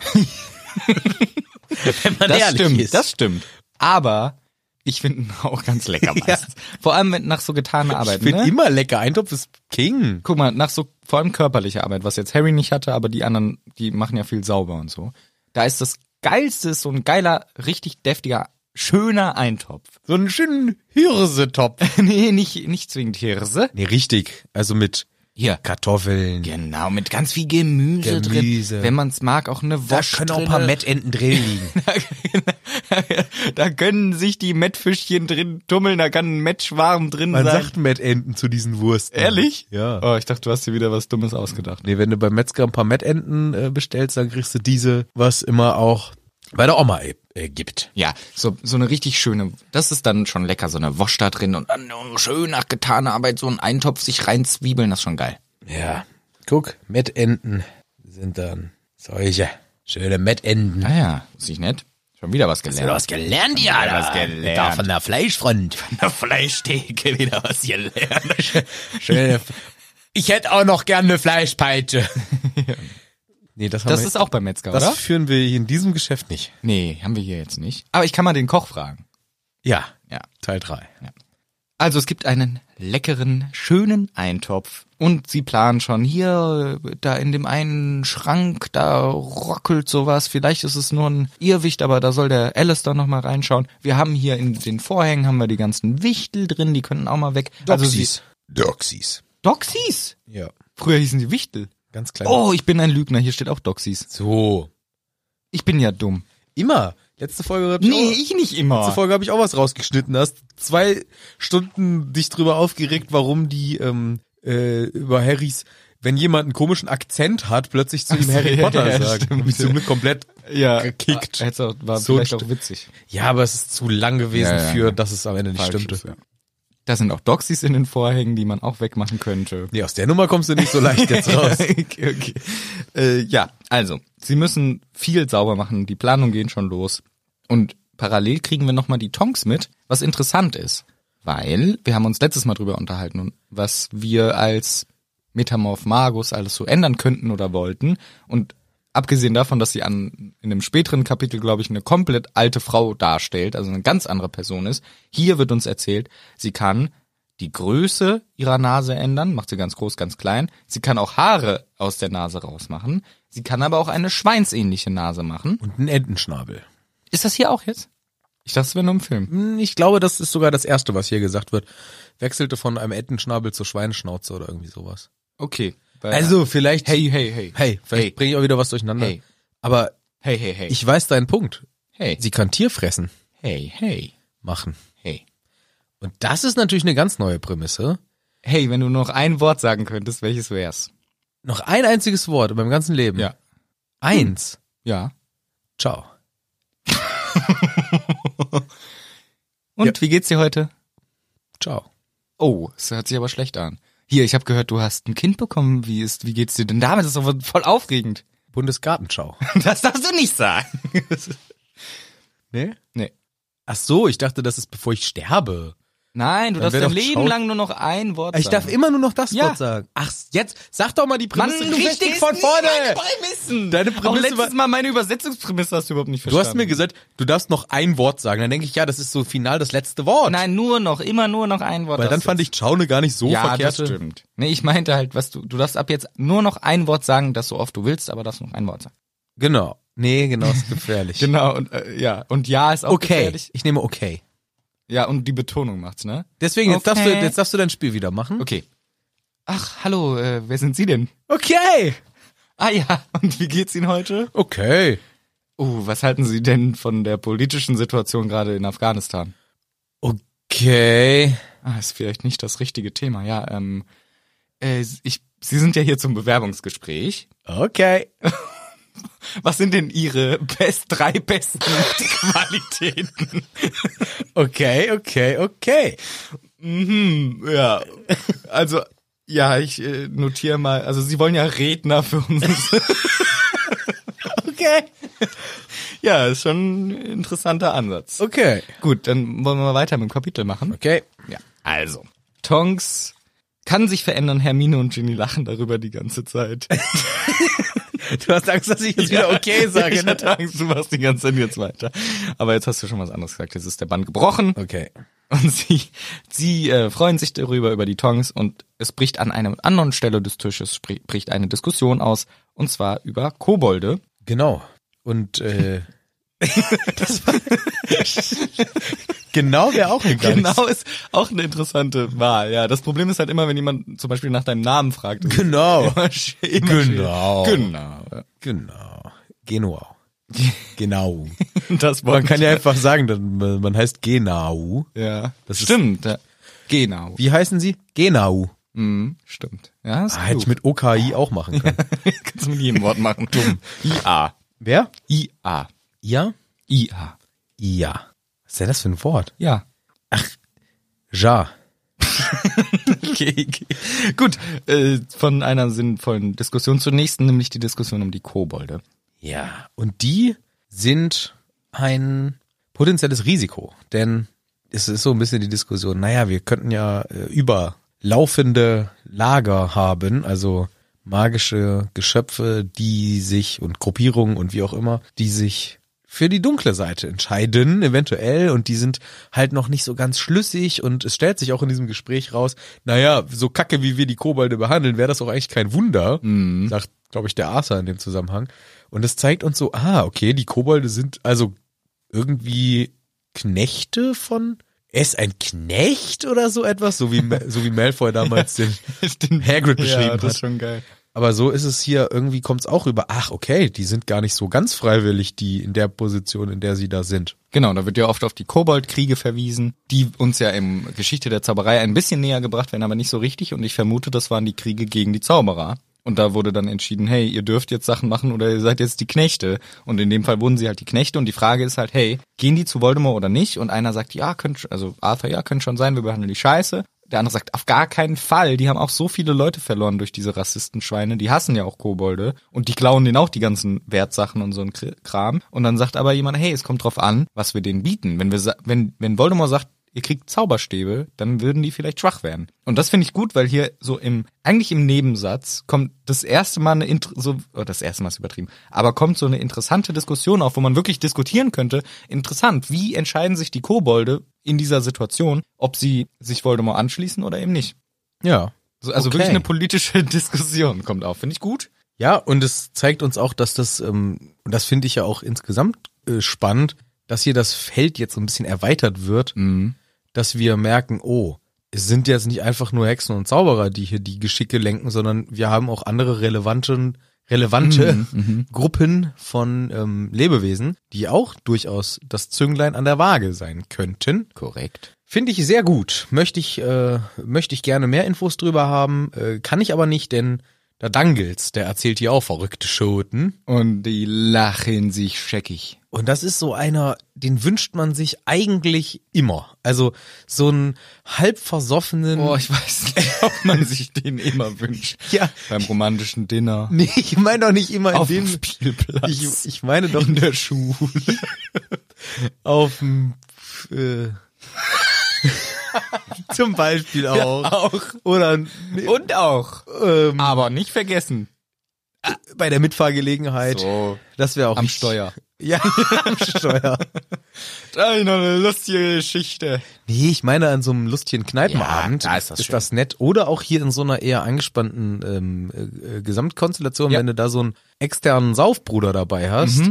Wenn man Das stimmt, das stimmt. Aber ich finde ihn auch ganz lecker meistens. Vor allem wenn nach so getaner Arbeit. ich bin ne? immer lecker. Eintopf ist King. guck mal, nach so vor allem körperlicher Arbeit, was jetzt Harry nicht hatte, aber die anderen, die machen ja viel sauber und so. Da ist das Geilste, ist so ein geiler, richtig deftiger, schöner Eintopf. So einen schönen Hirsetopf. nee, nicht, nicht zwingend Hirse. Nee, richtig. Also mit Hier. Kartoffeln. Genau, mit ganz viel Gemüse, Gemüse. drin. Wenn man es mag, auch eine Da Wurst können auch ein paar drinne. Mettenten drin liegen. da können sich die Mettfischchen drin tummeln, da kann ein Mettschwarm drin Man sein. sagt Mettenten zu diesen Wursten. Ehrlich? Ja. Oh, ich dachte, du hast dir wieder was Dummes ausgedacht. Nee, wenn du beim Metzger ein paar Mettenten äh, bestellst, dann kriegst du diese, was immer auch bei der Oma äh, äh, gibt. Ja, so, so eine richtig schöne, das ist dann schon lecker, so eine Wosch da drin und dann noch schön nach getaner Arbeit so einen Eintopf sich reinzwiebeln, das ist schon geil. Ja. Guck, Mettenten sind dann solche schöne Mettenten. Naja, Ah ist nicht nett. Schon wieder was Hast du gelernt. was gelernt, ja? Ja, was da? gelernt. Da von der Fleischfront. der Fleischtheke wieder was gelernt. Schöne. F- ich hätte auch noch gerne eine Fleischpeitsche. nee, das, haben Das wir, ist auch beim Metzger, das oder? führen wir hier in diesem Geschäft nicht. Nee, haben wir hier jetzt nicht. Aber ich kann mal den Koch fragen. Ja. Ja. Teil drei. Also es gibt einen leckeren, schönen Eintopf und sie planen schon hier, da in dem einen Schrank, da rockelt sowas. Vielleicht ist es nur ein Irrwicht, aber da soll der Alistair noch mal reinschauen. Wir haben hier in den Vorhängen haben wir die ganzen Wichtel drin, die könnten auch mal weg. Also, sie- Also Doxys. Doxies? Ja. Früher hießen die Wichtel. Ganz klein. Oh, ich bin ein Lügner, hier steht auch Doxies. So. Ich bin ja dumm. Immer. Letzte Folge habe ich, Nee, auch- ich nicht immer. letzte Folge hab ich auch was rausgeschnitten. Da hast zwei Stunden dich drüber aufgeregt, warum die ähm, äh, über Harrys, wenn jemand einen komischen Akzent hat, plötzlich zu ihm so, Harry ja, Potter ja, sagt. stimmt. Hab ich zum Glück komplett ja, gekickt. Hätt's auch, war So vielleicht st- auch witzig. Ja, aber es ist zu lang gewesen Ja, ja, für, ja. dass es am Ende nicht stimmte. Falsches, ja. Da sind auch Doxies in den Vorhängen, die man auch wegmachen könnte. Nee, aus der Nummer kommst du nicht so leicht jetzt raus. okay, okay. Äh, ja, also, sie müssen viel sauber machen, die Planung gehen schon los. Und parallel kriegen wir nochmal die Tonks mit, was interessant ist. Weil wir haben uns letztes Mal drüber unterhalten, und was wir als Metamorph Magus alles so ändern könnten oder wollten. Und abgesehen davon, dass sie an, in einem späteren Kapitel, glaube ich, eine komplett alte Frau darstellt, also eine ganz andere Person ist, hier wird uns erzählt, sie kann die Größe ihrer Nase ändern, macht sie ganz groß, ganz klein. Sie kann auch Haare aus der Nase rausmachen. Sie kann aber auch eine schweinsähnliche Nase machen. Und ein Entenschnabel. Ist das hier auch jetzt? Ich dachte, es wäre nur im Film. Hm, Ich glaube, das ist sogar das Erste, was hier gesagt wird. Wechselte von einem Entenschnabel zur Schweineschnauze oder irgendwie sowas. Okay. Also vielleicht, hey, hey, hey. hey, vielleicht Hey. bringe ich auch wieder was durcheinander. Hey. Aber Hey, hey, hey. ich weiß deinen Punkt. hey, Sie kann Tierfressen hey, hey, machen. hey. Und das ist natürlich eine ganz neue Prämisse. Hey, wenn du noch ein Wort sagen könntest, welches wär's? Noch ein einziges Wort in meinem ganzen Leben. Ja. Eins. Ja. Ciao. Und wie geht's dir heute? Ciao. Oh, es hört sich aber schlecht an. Hier, ich habe gehört, du hast ein Kind bekommen. Wie ist, wie geht's dir denn damit? Das ist aber voll aufregend. Bundesgartenschau. Das darfst du nicht sagen. nee? Nee. Ach so, ich dachte, das ist bevor ich sterbe. Nein, du Dann darfst wär dein doch Leben Schau- lang nur noch ein Wort Ich darf sagen. immer nur noch das Ja. Wort sagen. Ach, jetzt sag doch mal die Mann, du Prämisse richtig verstehst von nicht vorne. meine Prämissen. Deine Auch Prämisse war- letztes Mal meine Übersetzungsprämisse hast du überhaupt nicht Du verstanden. hast mir gesagt, du darfst noch ein Wort sagen. Dann denke ich, ja, das ist so final das letzte Wort. Nein, nur noch, immer nur noch ein Wort. Weil dann fand ich Chaune gar nicht so ja, verkehrte. das stimmt. Nee, ich meinte halt, was du, du darfst ab jetzt nur noch ein Wort sagen, das so oft du willst, aber darfst noch ein Wort sagen. Genau. Nee, genau, ist gefährlich. Genau, und, äh, ja. Und ja ist auch Okay. gefährlich. Ich nehme okay. Ja, und die Betonung macht's, ne? Deswegen, jetzt, darfst du, Okay. jetzt darfst du dein Spiel wieder machen. Okay. Ach, hallo, äh, wer sind Sie denn? Okay. Ah ja, und wie geht's Ihnen heute? Okay. Oh, was halten Sie denn von der politischen Situation gerade in Afghanistan? Okay. Ah, ist vielleicht nicht das richtige Thema, ja. Ähm, äh, ich, Sie sind ja hier zum Bewerbungsgespräch. Okay. Was sind denn Ihre best, drei besten Qualitäten? Okay, okay, okay. Mhm, ja. Also, ja, ich äh, notiere mal. Also, Sie wollen ja Redner für uns. Okay. ja, ist schon ein interessanter Ansatz. Okay. Gut, dann wollen wir mal weiter mit dem Kapitel machen. Okay. Ja, also. Tonks kann sich verändern. Hermine und Ginny lachen darüber die ganze Zeit. Du hast Angst, dass ich jetzt wieder okay sage. Ich ne? hatte Angst, du machst die ganze Zeit jetzt weiter. Aber jetzt hast du schon was anderes gesagt. Jetzt ist der Band gebrochen Okay. und sie, sie äh, freuen sich darüber, über die Tongs und es bricht an einer anderen Stelle des Tisches, sprich- bricht eine Diskussion aus und zwar über Kobolde. Genau. Und äh, das war genau wäre auch ein Genau, ist auch eine interessante Wahl, ja. Das Problem ist halt immer, wenn jemand zum Beispiel nach deinem Namen fragt. Ist Genau. immer sch- immer Genau. schwierig. Genau. Genau. Genau. Genau. Das Man Wort. kann ja einfach sagen, dann, äh, man heißt Genau. ja. Das Das ist- stimmt. ja. Genau. Wie heißen sie? Genau. Mhm, stimmt. Ja, ist Ah, hätte ich klug. mit OKI auch machen können. Kannst du mit jedem Wort machen. Dumm. IA. Wer? IA. Ja? IA. Ja. Was ist denn das für ein Wort? Ja. Ja. Okay, okay. Gut, äh, von einer sinnvollen Diskussion zur nächsten, nämlich die Diskussion um die Kobolde. Ja. Und die sind ein potenzielles Risiko, denn es ist so ein bisschen die Diskussion, naja, wir könnten ja äh, überlaufende Lager haben, also magische Geschöpfe, die sich und Gruppierungen und wie auch immer, die sich für die dunkle Seite entscheiden, eventuell, und die sind halt noch nicht so ganz schlüssig und es stellt sich auch in diesem Gespräch raus, naja, so kacke wie wir die Kobolde behandeln, wäre das auch eigentlich kein Wunder, Hm? Mhm. sagt, glaube ich, der Arthur in dem Zusammenhang. Und es zeigt uns so, ah, okay, die Kobolde sind also irgendwie Knechte von. Er ist ein Knecht oder so etwas, so wie, Ma- so wie Malfoy damals den Hagrid beschrieben ja, das hat. ist schon geil. Aber so ist es hier, irgendwie kommt es auch über, ach, okay, die sind gar nicht so ganz freiwillig, die in der Position, in der sie da sind. Genau, da wird ja oft auf die Koboldkriege verwiesen, die uns ja im Geschichte der Zauberei ein bisschen näher gebracht werden, aber nicht so richtig. Und ich vermute, das waren die Kriege gegen die Zauberer. Und da wurde dann entschieden, hey, ihr dürft jetzt Sachen machen oder ihr seid jetzt die Knechte. Und in dem Fall wurden sie halt die Knechte. Und die Frage ist halt, hey, gehen die zu Voldemort oder nicht? Und einer sagt, ja, könnt, sch- also Arthur, ja, könnte schon sein, wir behandeln die scheiße. Der andere sagt, auf gar keinen Fall. Die haben auch so viele Leute verloren durch diese Rassistenschweine. Die hassen ja auch Kobolde. Und die klauen denen auch die ganzen Wertsachen und so ein Kr- Kram. Und dann sagt aber jemand, hey, es kommt drauf an, was wir denen bieten. Wenn wir, sa- wenn, wenn Voldemort sagt, ihr kriegt Zauberstäbe, dann würden die vielleicht schwach werden. Und das finde ich gut, weil hier so im, eigentlich im Nebensatz kommt das erste Mal eine, Int so, oh, das erste Mal ist übertrieben, aber kommt so eine interessante Diskussion auf, wo man wirklich diskutieren könnte, interessant, wie entscheiden sich die Kobolde in dieser Situation, ob sie sich Voldemort anschließen oder eben nicht. Ja. So, also Okay. wirklich eine politische Diskussion kommt auf, finde ich gut. Ja, und es zeigt uns auch, dass das, ähm, und das finde ich ja auch insgesamt äh, spannend, dass hier das Feld jetzt so ein bisschen erweitert wird, Mhm. dass wir merken, oh, es sind jetzt nicht einfach nur Hexen und Zauberer, die hier die Geschicke lenken, sondern wir haben auch andere relevanten, relevante Mhm, Gruppen von ähm, Lebewesen, die auch durchaus das Zünglein an der Waage sein könnten. Korrekt. Finde ich sehr gut. Möchte ich, äh, möchte ich gerne mehr Infos drüber haben, äh, kann ich aber nicht, denn der Dangles, der erzählt hier auch verrückte Schoten. Und die lachen sich scheckig. Und das ist so einer, den wünscht man sich eigentlich immer. Also so einen halb versoffenen. Oh, ich weiß nicht, ob man sich den immer wünscht. Ja. Beim romantischen Dinner. nee, ich meine doch nicht immer in auf dem dem. Spielplatz. Ich, ich meine doch in der Schule. Auf dem. Äh, zum Beispiel auch. auch. Oder nee, Und auch. ähm, Aber nicht vergessen. bei der Mitfahrgelegenheit. So, Das wäre auch am richtig- Steuer. Ja, am Steuer. Da ist noch eine lustige Geschichte. Nee, ich meine an so einem lustigen Kneipenabend Ja, da ist das schön. nett. Oder auch hier in so einer eher angespannten ähm, äh, äh, Gesamtkonstellation, Ja. Mhm. wenn du da so einen externen Saufbruder dabei hast,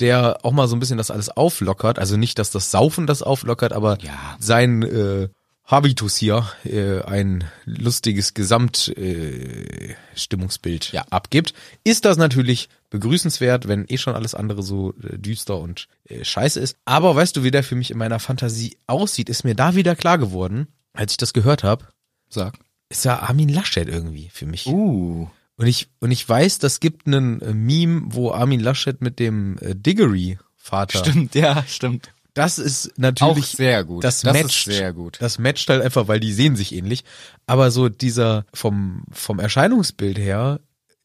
der auch mal so ein bisschen das alles auflockert. Also nicht, dass das Saufen das auflockert, aber Ja. sein äh, Habitus hier äh, ein lustiges Gesamtstimmungsbild äh, Stimmungsbild Ja. abgibt, ist das natürlich begrüßenswert, wenn eh schon alles andere so äh, düster und äh, scheiße ist. Aber weißt du, wie der für mich in meiner Fantasie aussieht, ist mir da wieder klar geworden, als ich das gehört habe, Sag. ist ja Armin Laschet irgendwie für mich. Uh. Und ich und ich weiß, das gibt einen äh, Meme, wo Armin Laschet mit dem äh, Diggory Vater. Stimmt, ja, stimmt. Das ist natürlich Auch sehr gut. Das, Das ist matcht sehr gut. Das matcht halt einfach, weil die sehen sich ähnlich. Aber so dieser vom vom Erscheinungsbild her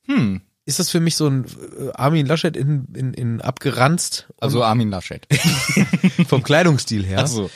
Hm. ist das für mich so ein äh, Armin Laschet in in, in abgeranzt Also Armin Laschet. Also, und vom Kleidungsstil her. Ach so.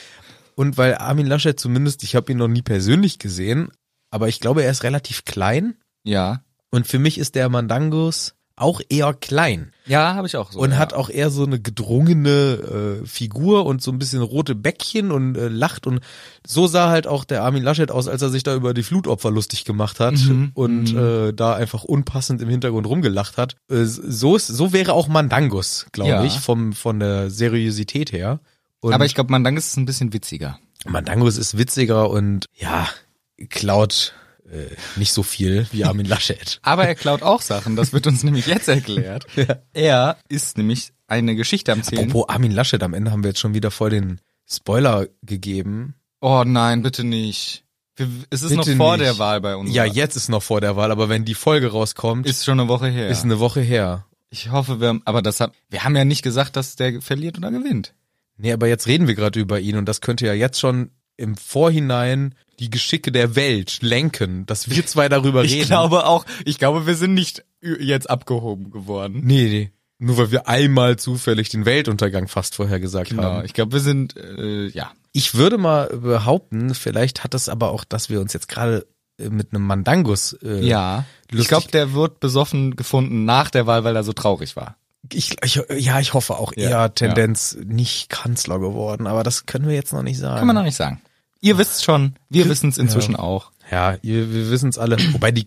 Und weil Armin Laschet zumindest, ich habe ihn noch nie persönlich gesehen, aber ich glaube, er ist relativ klein. Ja. Und für mich ist der Mandangos auch eher klein Ja, habe ich auch so. und ja. hat auch eher so eine gedrungene äh, Figur und so ein bisschen rote Bäckchen und äh, lacht und so sah halt auch der Armin Laschet aus, als er sich da über die Flutopfer lustig gemacht hat Mhm. und Äh, da einfach unpassend im Hintergrund rumgelacht hat. Äh, so ist, so wäre auch Mandangos, glaube Ja. ich, vom von der Seriosität her. Und Aber ich glaube, man dank ist es ein bisschen witziger. Mandangos ist witziger und ja klaut äh, nicht so viel wie Armin Laschet. Aber er klaut auch Sachen, das wird uns nämlich jetzt erklärt. Er ist nämlich eine Geschichte am Zählen. Apropos Armin Laschet, am Ende haben wir jetzt schon wieder voll den Spoiler gegeben. Oh nein, bitte nicht. Wir, es ist Bitte noch vor nicht. der Wahl bei uns. Ja, jetzt ist noch vor der Wahl, aber wenn die Folge rauskommt, ist, Ist schon eine Woche her. eine Woche her. ich hoffe, wir haben, aber das hat, wir haben ja nicht gesagt, dass der verliert oder gewinnt. Nee, aber jetzt reden wir gerade über ihn und das könnte ja jetzt schon im Vorhinein die Geschicke der Welt lenken, dass wir zwei darüber reden. auch, ich glaube, wir sind nicht ü- jetzt abgehoben geworden. Nee, nee. Nur weil wir einmal zufällig den Weltuntergang fast vorhergesagt Genau, haben. ich glaube, wir sind, äh, ja. Ich würde mal behaupten, vielleicht hat das aber auch, dass wir uns jetzt gerade äh, mit einem Mandangus äh, Ja. Ich lustig- glaube, der wird besoffen gefunden nach der Wahl, weil er so traurig war. Ich, ich, ja, ich hoffe auch Ja, eher ja. Tendenz nicht Kanzler geworden, aber das können wir jetzt noch nicht sagen. Kann man noch nicht sagen. Ihr wisst's schon. Wir wissen's inzwischen Ja. auch. Ja, ihr, wir wissen es alle. Wobei die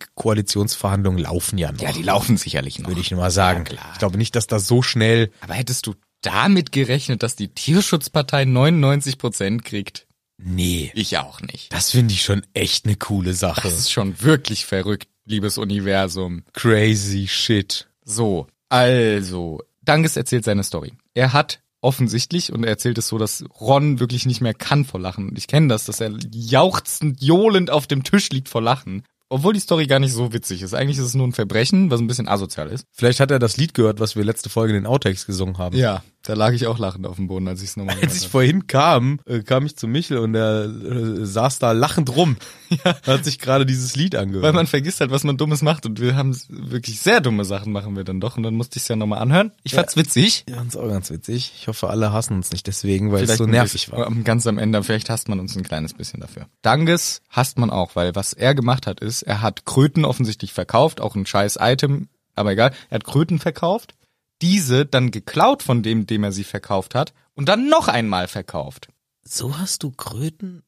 Koalitionsverhandlungen laufen ja noch, laufen sicherlich noch. würde ich nur mal sagen. Ja, klar. ich glaube nicht, dass das so schnell. Aber hättest du damit gerechnet, dass die Tierschutzpartei 99 Prozent kriegt? Nee, Ich auch nicht. das finde ich schon echt eine coole Sache. Das ist schon wirklich verrückt, liebes Universum. crazy shit. So, also, Danges erzählt seine Story. Er hat offensichtlich, und er erzählt es so, dass Ron wirklich nicht mehr kann vor Lachen. Und ich kenne das, dass er jauchzend, johlend auf dem Tisch liegt vor Lachen. Obwohl die Story gar nicht so witzig ist. Eigentlich ist es nur ein Verbrechen, was ein bisschen asozial ist. Vielleicht hat er das Lied gehört, was wir letzte Folge in den Outtakes gesungen haben. Ja, da lag ich auch lachend auf dem Boden, als ich es nochmal Als ich vorhin kam, äh, kam ich zu Michel und er äh, saß da lachend rum. Hat sich gerade dieses Lied angehört. Weil man vergisst halt, was man Dummes macht. Und wir haben wirklich sehr dumme Sachen machen wir dann doch. Und dann musste ich es ja nochmal anhören. Ich fand's witzig. Ja, ist auch ganz witzig. Ich hoffe, alle hassen uns nicht deswegen, weil es so ein nervig bisschen- war. am- Ganz am Ende, vielleicht hasst man uns ein kleines bisschen dafür. Danges hasst man auch, weil was er gemacht hat, ist, er hat Kröten offensichtlich verkauft, auch ein scheiß Item, aber egal. Er hat Kröten verkauft, diese dann geklaut von dem, dem er sie verkauft hat und dann noch einmal verkauft. So hast du Kröten?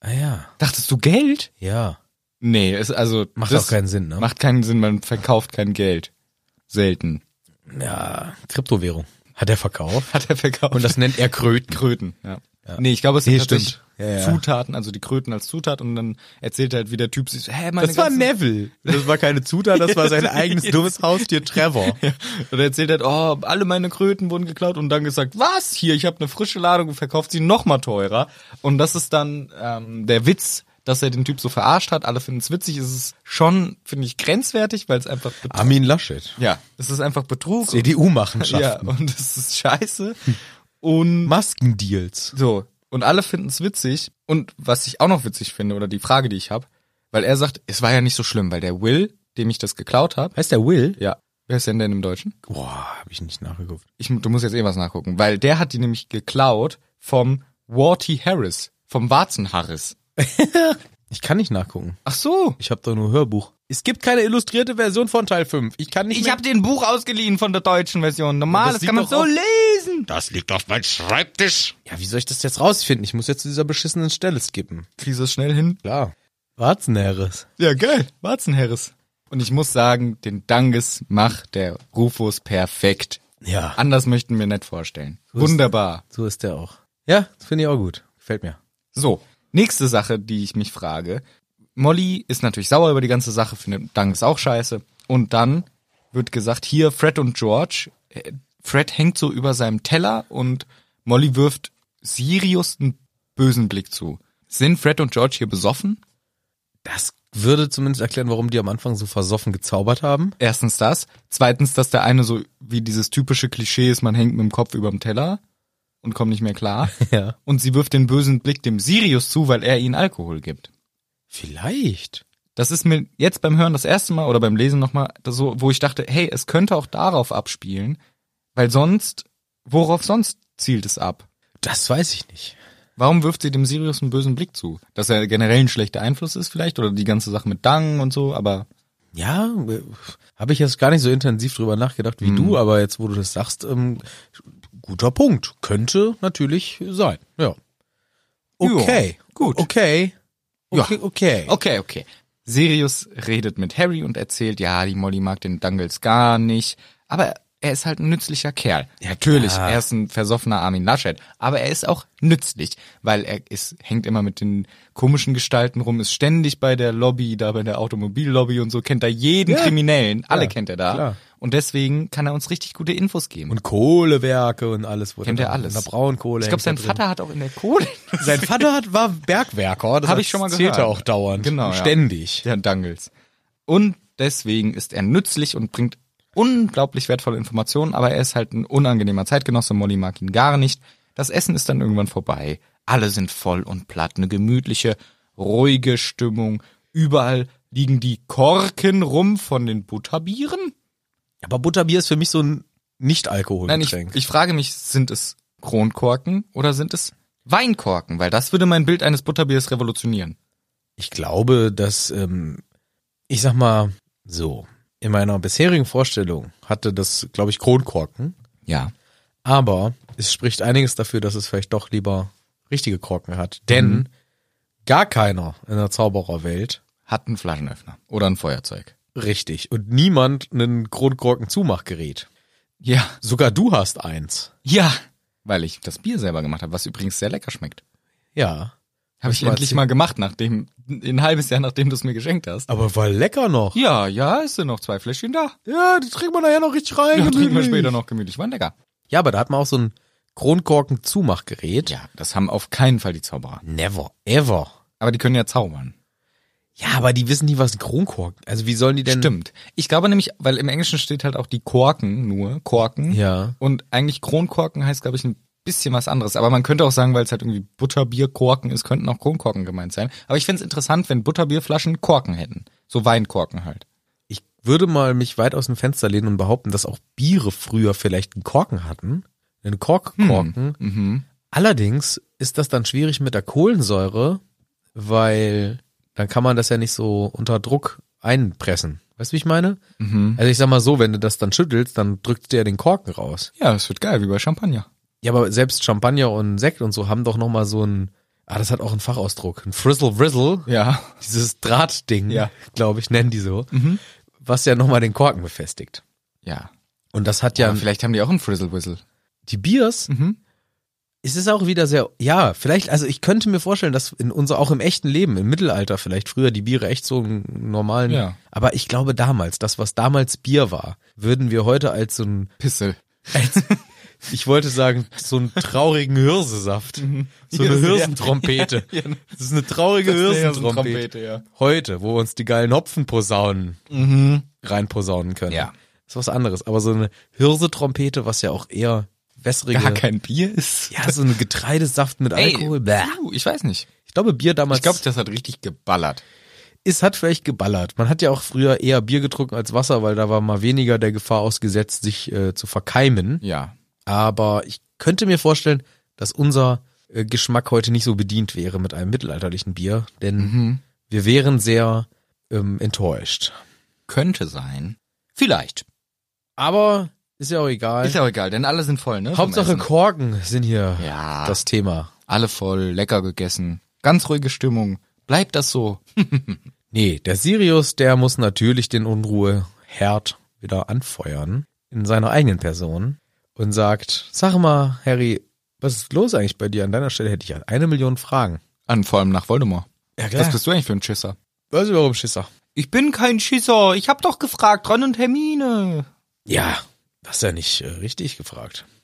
Ah ja. Dachtest du Geld? Ja. Nee, ist also Macht das auch keinen Sinn, ne? macht keinen Sinn, man verkauft kein Geld. Selten. ja, Kryptowährung. Hat er verkauft. Hat er verkauft. Und das nennt er Kröten. Kröten, ja. Nee, ich glaube, es sind Nee, tatsächlich stimmt. Ja, ja. Zutaten, also die Kröten als Zutat und dann erzählt halt, wie der Typ sich, hä, meine Das war ganzen- Neville. Das war keine Zutat, das war sein eigenes dummes Haustier Trevor. Und er erzählt halt, oh, alle meine Kröten wurden geklaut und dann gesagt, was? Hier, ich habe eine frische Ladung, verkauft sie noch mal teurer. Und das ist dann ähm, der Witz, dass er den Typ so verarscht hat. Alle finden es witzig. Es ist schon, finde ich, grenzwertig, weil es einfach Betrug, Armin Laschet. ja, es ist einfach Betrug. ja, CDU-Machenschaften. und es ist scheiße. Und Maskendeals. So. Und alle finden es witzig. Und was ich auch noch witzig finde, oder die Frage, die ich habe, weil er sagt, es war ja nicht so schlimm, weil der Will, dem ich das geklaut habe, Heißt der Will? ja, wer ist denn denn im Deutschen? Boah, hab ich nicht nachgeguckt. Ich, mu- du musst jetzt eh was nachgucken, weil der hat die nämlich geklaut vom Warty Harris, vom Warzen Harris. Ich kann nicht nachgucken. Ach so. Ich habe doch nur Hörbuch. Es gibt keine illustrierte Version von Teil 5. Ich kann nicht Ich mehr- habe den Buch ausgeliehen von der deutschen Version. das Normal, das, liegt kann man doch so auf- lesen. Das liegt auf meinem Schreibtisch. Ja, wie soll ich das jetzt rausfinden? Ich muss jetzt zu dieser beschissenen Stelle skippen. Kriegst du das schnell hin? Klar. Warzenheeres. Ja, geil. Warzen Harris. Und ich muss sagen, den Danges macht der Rufus perfekt. Ja. Anders möchten wir nicht vorstellen. ist- Wunderbar. So ist der auch. Ja, finde ich auch gut. Gefällt mir. So, nächste Sache, die ich mich frage. Molly ist natürlich sauer über die ganze Sache, findet Dank ist auch scheiße. Und dann wird gesagt, hier Fred und George. äh, Fred hängt so über seinem Teller und Molly wirft Sirius einen bösen Blick zu. Sind Fred und George hier besoffen? Das würde zumindest erklären, warum die am Anfang so versoffen gezaubert haben. Erstens das. Zweitens, dass der eine so wie dieses typische Klischee ist, man hängt mit dem Kopf überm Teller und kommt nicht mehr klar. Ja. Und sie wirft den bösen Blick dem Sirius zu, weil er ihnen Alkohol gibt. Vielleicht. Das ist mir jetzt beim Hören das erste Mal oder beim Lesen nochmal so, wo ich dachte, hey, es könnte auch darauf abspielen, weil sonst, worauf sonst zielt es ab? Das weiß ich nicht. Warum wirft sie dem Sirius einen bösen Blick zu? Dass er generell ein schlechter Einfluss ist vielleicht oder die ganze Sache mit Dang und so, aber Ja, äh, habe ich jetzt gar nicht so intensiv drüber nachgedacht wie Hm. du, aber jetzt, wo du das sagst, ähm, guter Punkt. Könnte natürlich sein. Ja. Okay. gut. Okay. Okay, okay. Okay, okay. Sirius redet mit Harry und erzählt, ja, die Molly mag den Dangles gar nicht, aber er ist halt ein nützlicher Kerl. Natürlich, er ist ein versoffener Armin Laschet, aber er ist auch nützlich, weil er ist, hängt immer mit den komischen Gestalten rum, ist ständig bei der Lobby, da bei der Automobillobby und so, kennt er jeden Kriminellen, alle kennt er da. klar. Und deswegen kann er uns richtig gute Infos geben. Und Kohlewerke und alles. wo kennt da- er alles. Da Braunkohle. Ich glaube, sein hängt da drin. Vater hat auch in der Kohle. Sein Vater hat, war Bergwerker. Das Hab ich schon mal erzählt er gehört. auch dauernd. Genau, ja. Ständig. Der Dangles. Und deswegen ist er nützlich und bringt unglaublich wertvolle Informationen, aber er ist halt ein unangenehmer Zeitgenosse, Molly mag ihn gar nicht. Das Essen ist dann irgendwann vorbei. Alle sind voll und platt, eine gemütliche, ruhige Stimmung. Überall liegen die Korken rum von den Butterbieren. Aber Butterbier ist für mich so ein Nein, ich, Nicht-Alkoholgetränk. ich frage mich, sind es Kronkorken oder sind es Weinkorken? Weil das würde mein Bild eines Butterbiers revolutionieren. Ich glaube, dass, ähm, ich sag mal so, in meiner bisherigen Vorstellung hatte das, glaube ich, Kronkorken. Ja. Aber es spricht einiges dafür, dass es vielleicht doch lieber richtige Korken hat. Denn gar keiner in der Zaubererwelt Hat einen Flaschenöffner oder ein Feuerzeug. richtig und niemand einen Kronkorken-Zumachgerät. Ja. Sogar du hast eins. Ja, weil ich das Bier selber gemacht habe, was übrigens sehr lecker schmeckt. Ja. Habe ich mal endlich erzählen. mal gemacht, nachdem ein halbes Jahr nachdem du es mir geschenkt hast. Aber war lecker noch. Ja, ja, es sind noch zwei Fläschchen da. Ja, die trinkt man nachher noch richtig rein. Ja, trinken wir gemütlich. später noch gemütlich. War lecker. Ja, aber da hat man auch so ein Kronkorken-Zumachgerät. Ja, das haben auf keinen Fall die Zauberer. Never, ever. Aber die können ja zaubern. Ja, aber die wissen nie, was ein Kronkorken. Also wie sollen die denn? Stimmt. Ich glaube nämlich, weil im Englischen steht halt auch die Korken nur, Korken. Ja. Und eigentlich Kronkorken heißt, glaube ich, ein bisschen was anderes. Aber man könnte auch sagen, weil es halt irgendwie Butterbierkorken ist, könnten auch Kronkorken gemeint sein. Aber ich finde es interessant, wenn Butterbierflaschen Korken hätten. So Weinkorken halt. Ich würde mal mich weit aus dem Fenster lehnen und behaupten, dass auch Biere früher vielleicht einen Korken hatten. Einen Korkkorken. Mhm. Allerdings ist das dann schwierig mit der Kohlensäure, weil dann kann man das ja nicht so unter Druck einpressen. Weißt du, wie ich meine? Mhm. Also ich sag mal so, wenn du das dann schüttelst, dann drückt du ja den Korken raus. Ja, es wird geil, wie bei Champagner. Ja, aber selbst Champagner und Sekt und so haben doch nochmal so ein, ah, das hat auch einen Fachausdruck, ein Frizzle Frizzle, Ja. dieses Drahtding, Ja. glaube ich, nennen die so, Mhm. was ja nochmal den Korken befestigt. Ja. Und das hat Ja, ja, aber vielleicht haben die auch einen Frizzle Whistle. die Biers, Ähm, Mhm. es ist auch wieder sehr, ja, vielleicht, also ich könnte mir vorstellen, dass in unser, auch im echten Leben, im Mittelalter vielleicht früher die Biere echt so einen normalen, Ja. aber ich glaube damals, das, was damals Bier war, würden wir heute als so ein Pissel. Als, ich wollte sagen, so einen traurigen Hirsesaft. So Hirse, Mhm. eine ja. genau. Hirsentrompete. Das ist eine traurige Das ist eine Hirsentrompete. Hirsentrompete, ja. Heute, wo wir uns die geilen Hopfenposaunen Mhm. reinposaunen können. Ja. Ist was anderes. Aber so eine Hirsetrompete, was ja auch eher wässrige. Gar kein Bier ist. Ja, so ein Getreidesaft mit Ey, Alkohol. Bäh. puh, ich weiß nicht. Ich glaube, Bier damals Ich glaube, das hat richtig geballert. es hat vielleicht geballert. Man hat ja auch früher eher Bier getrunken als Wasser, weil da war mal weniger der Gefahr ausgesetzt, sich äh, zu verkeimen. Ja. Aber ich könnte mir vorstellen, dass unser äh, Geschmack heute nicht so bedient wäre mit einem mittelalterlichen Bier, denn Mhm. wir wären sehr ähm, enttäuscht. Könnte sein. Vielleicht. Aber ist ja auch egal. Ist ja auch egal, denn alle sind voll, ne? vom Hauptsache Essen. Korken sind hier Ja. das Thema. alle voll, lecker gegessen. Ganz ruhige Stimmung. Bleibt das so. Nee, der Sirius, der muss natürlich den Unruheherd wieder anfeuern in seiner eigenen Person und sagt, sag mal, Harry, was ist los eigentlich bei dir? An deiner Stelle hätte ich ja eine Million Fragen. An vor allem nach Voldemort. Ja, Was bist du eigentlich für ein Schisser? Weißt du, warum Schisser? Ich bin kein Schisser. Ich hab doch gefragt, Ron und Hermine. Ja, hast ja nicht äh, richtig gefragt.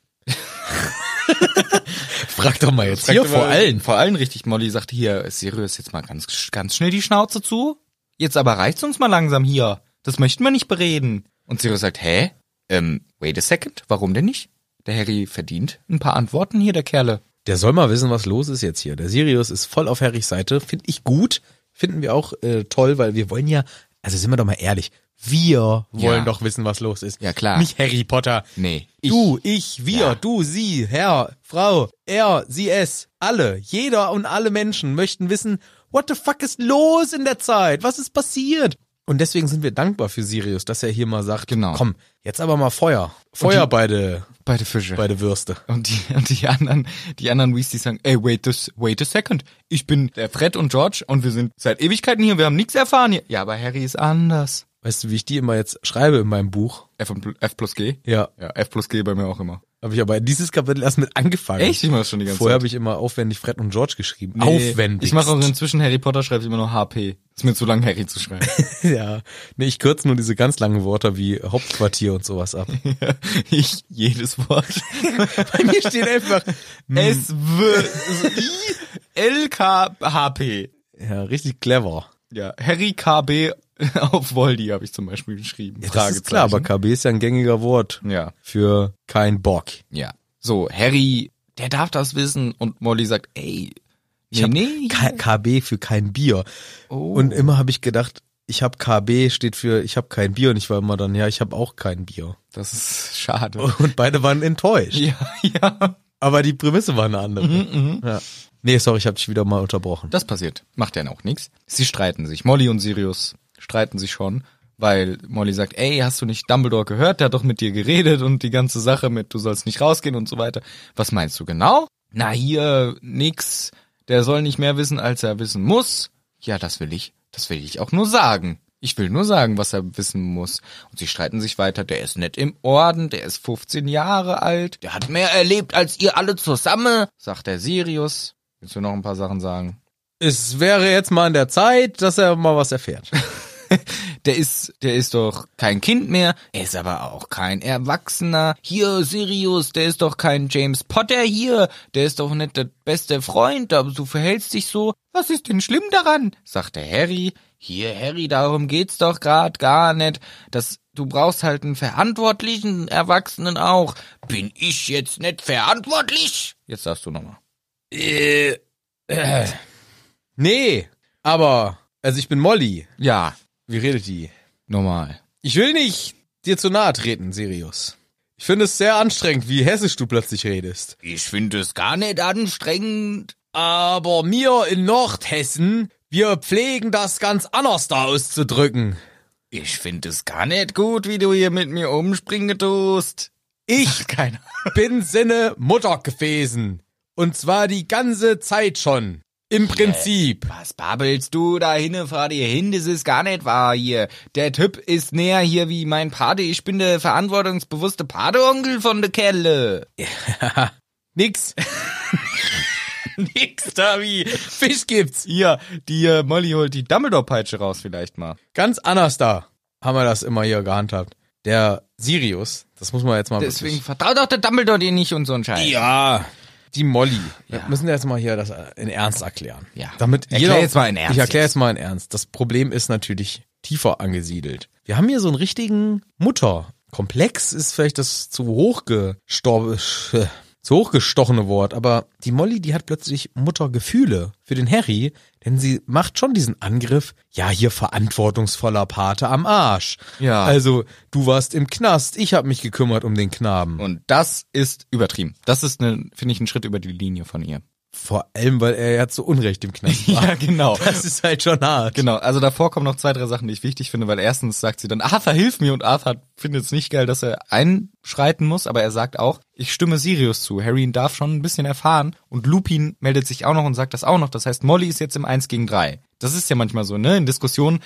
Frag doch mal jetzt hier vor allen. Vor allen richtig. Molly sagt hier, Sirius, jetzt mal ganz, ganz schnell die Schnauze zu. Jetzt aber reicht's uns mal langsam hier. Das möchten wir nicht bereden. Und Sirius sagt, hä? Ähm, wait a second, warum denn nicht? Der Harry verdient ein paar Antworten hier, der Kerle. Der soll mal wissen, was los ist jetzt hier. Der Sirius ist voll auf Harrys Seite. Finde ich gut. Finden wir auch äh, toll, weil wir wollen ja, also sind wir doch mal ehrlich, wir wollen doch wissen, was los ist. Ja, klar. Nicht Harry Potter. Nee, ich. Du, ich, wir, Ja. du, sie, Herr, Frau, er, sie, es, alle, jeder und alle Menschen möchten wissen, what the fuck ist los in der Zeit? Was ist passiert? Und deswegen sind wir dankbar für Sirius, dass er hier mal sagt, Genau. komm, jetzt aber mal Feuer. Feuer die- beide, Beide Fische. beide Würste. Und die, und die anderen, die anderen Weasleys sagen, ey, wait, this, wait a second. Ich bin der Fred und George und wir sind seit Ewigkeiten hier, wir haben nichts erfahren hier. Ja, aber Harry ist anders. Weißt du, wie ich die immer jetzt schreibe in meinem Buch? F, und, F plus G? Ja, Ja, F plus G bei mir auch immer. habe ich aber dieses Kapitel erst mit angefangen. Echt? Ich mach das schon die ganze Vorher Zeit. habe ich immer aufwendig Fred und George geschrieben. Nee, aufwendig. Ich mache auch inzwischen Harry Potter, schreibe ich immer nur HP. Ist mir zu lang, Harry zu schreiben. ja. Nee, ich kürze nur diese ganz langen Wörter wie Hauptquartier und sowas ab. ich jedes Wort. Bei mir steht einfach S, W, I, L, K, H, P. ja, richtig clever. Ja, Harry KB auf Voldy habe ich zum Beispiel geschrieben. Ja, das ist klar, aber Fragezeichen. KB ist ja ein gängiger Wort Ja. für kein Bock. Ja. So, Harry, der darf das wissen und Molly sagt, ey, ich hab, nee. K KB für kein Bier. Oh. Und immer habe ich gedacht, ich habe KB steht für ich habe kein Bier und ich war immer dann, ja, ich habe auch kein Bier. Das ist schade. Und beide waren enttäuscht. Ja, ja. Aber die Prämisse war eine andere. Ja. Nee, sorry, ich habe dich wieder mal unterbrochen. Das passiert. Macht ja auch nichts. Sie streiten sich. Molly und Sirius streiten sich schon, weil Molly sagt, ey, hast du nicht Dumbledore gehört? Der hat doch mit dir geredet und die ganze Sache mit, du sollst nicht rausgehen und so weiter. Was meinst du genau? Na hier, nix. Der soll nicht mehr wissen, als er wissen muss. Ja, das will ich. Das will ich auch nur sagen. Ich will nur sagen, was er wissen muss. Und sie streiten sich weiter. Der ist nett im Orden, der ist 15 Jahre alt, der hat mehr erlebt als ihr alle zusammen, sagt der Sirius. Willst du noch ein paar Sachen sagen? Es wäre jetzt mal an der Zeit, dass er mal was erfährt. Der ist, der ist doch kein Kind mehr. Er ist aber auch kein Erwachsener. Hier, Sirius, der ist doch kein James Potter hier. Der ist doch nicht der beste Freund, aber du verhältst dich so. Was ist denn schlimm daran? sagt der Harry. Hier, Harry, darum geht's doch grad gar nicht. Das, du brauchst halt einen verantwortlichen Erwachsenen auch. Bin ich jetzt nicht verantwortlich? Jetzt darfst du nochmal. Äh, Nee, aber also ich bin Molly. Ja, Wie redet die? normal. Ich will nicht dir zu nahe treten, Sirius. Ich finde es sehr anstrengend, wie hessisch du plötzlich redest. Ich finde es gar nicht anstrengend. Aber mir in Nordhessen, wir pflegen das ganz anders da auszudrücken. Ich finde es gar nicht gut, wie du hier mit mir umspringen tust. Ich Keine bin Sinne Mutter gewesen. Und zwar die ganze Zeit schon. Im Prinzip. Was babbelst du da hinne, fahr dir hin, das ist gar nicht wahr hier. Der Typ ist näher hier wie mein Pate, ich bin der verantwortungsbewusste Pateonkel von der Kelle. Nix. Nix da wie. Fisch gibt's. Hier, die äh, Molly holt die Dumbledore-Peitsche raus vielleicht mal. Ganz anders da haben wir das immer hier gehandhabt. Der Sirius, das muss man jetzt mal Deswegen vertraut doch der Dumbledore dir nicht und so ein Scheiß. wirklich- Ja. Die Molly. Ja. Wir müssen jetzt mal hier das in Ernst erklären. Ja. Damit Erklär jeder, jetzt mal in Ernst Ich erkläre jetzt. jetzt mal in Ernst. Das Problem ist natürlich tiefer angesiedelt. Wir haben hier so einen richtigen Mutterkomplex, ist vielleicht das zu hoch gestorben, zu hochgestochene Wort, aber die Molly, die hat plötzlich Muttergefühle für den Harry, denn sie macht schon diesen Angriff, ja, hier verantwortungsvoller Pate am Arsch. Ja. Also, du warst im Knast, ich habe mich gekümmert um den Knaben. Und das ist übertrieben. Das ist, ne, finde ich, ein Schritt über die Linie von ihr. Vor allem, weil er ja zu Unrecht im Knast war. genau. Das ist halt schon hart. Genau, also davor kommen noch zwei, drei Sachen, die ich wichtig finde, weil erstens sagt sie dann, Arthur, hilf mir und Arthur findet es nicht geil, dass er einschreiten muss, aber er sagt auch, ich stimme Sirius zu, Harry darf schon ein bisschen erfahren und Lupin meldet sich auch noch und sagt das auch noch, das heißt, Molly ist jetzt im 1 gegen 3. Das ist ja manchmal so, ne, in Diskussionen,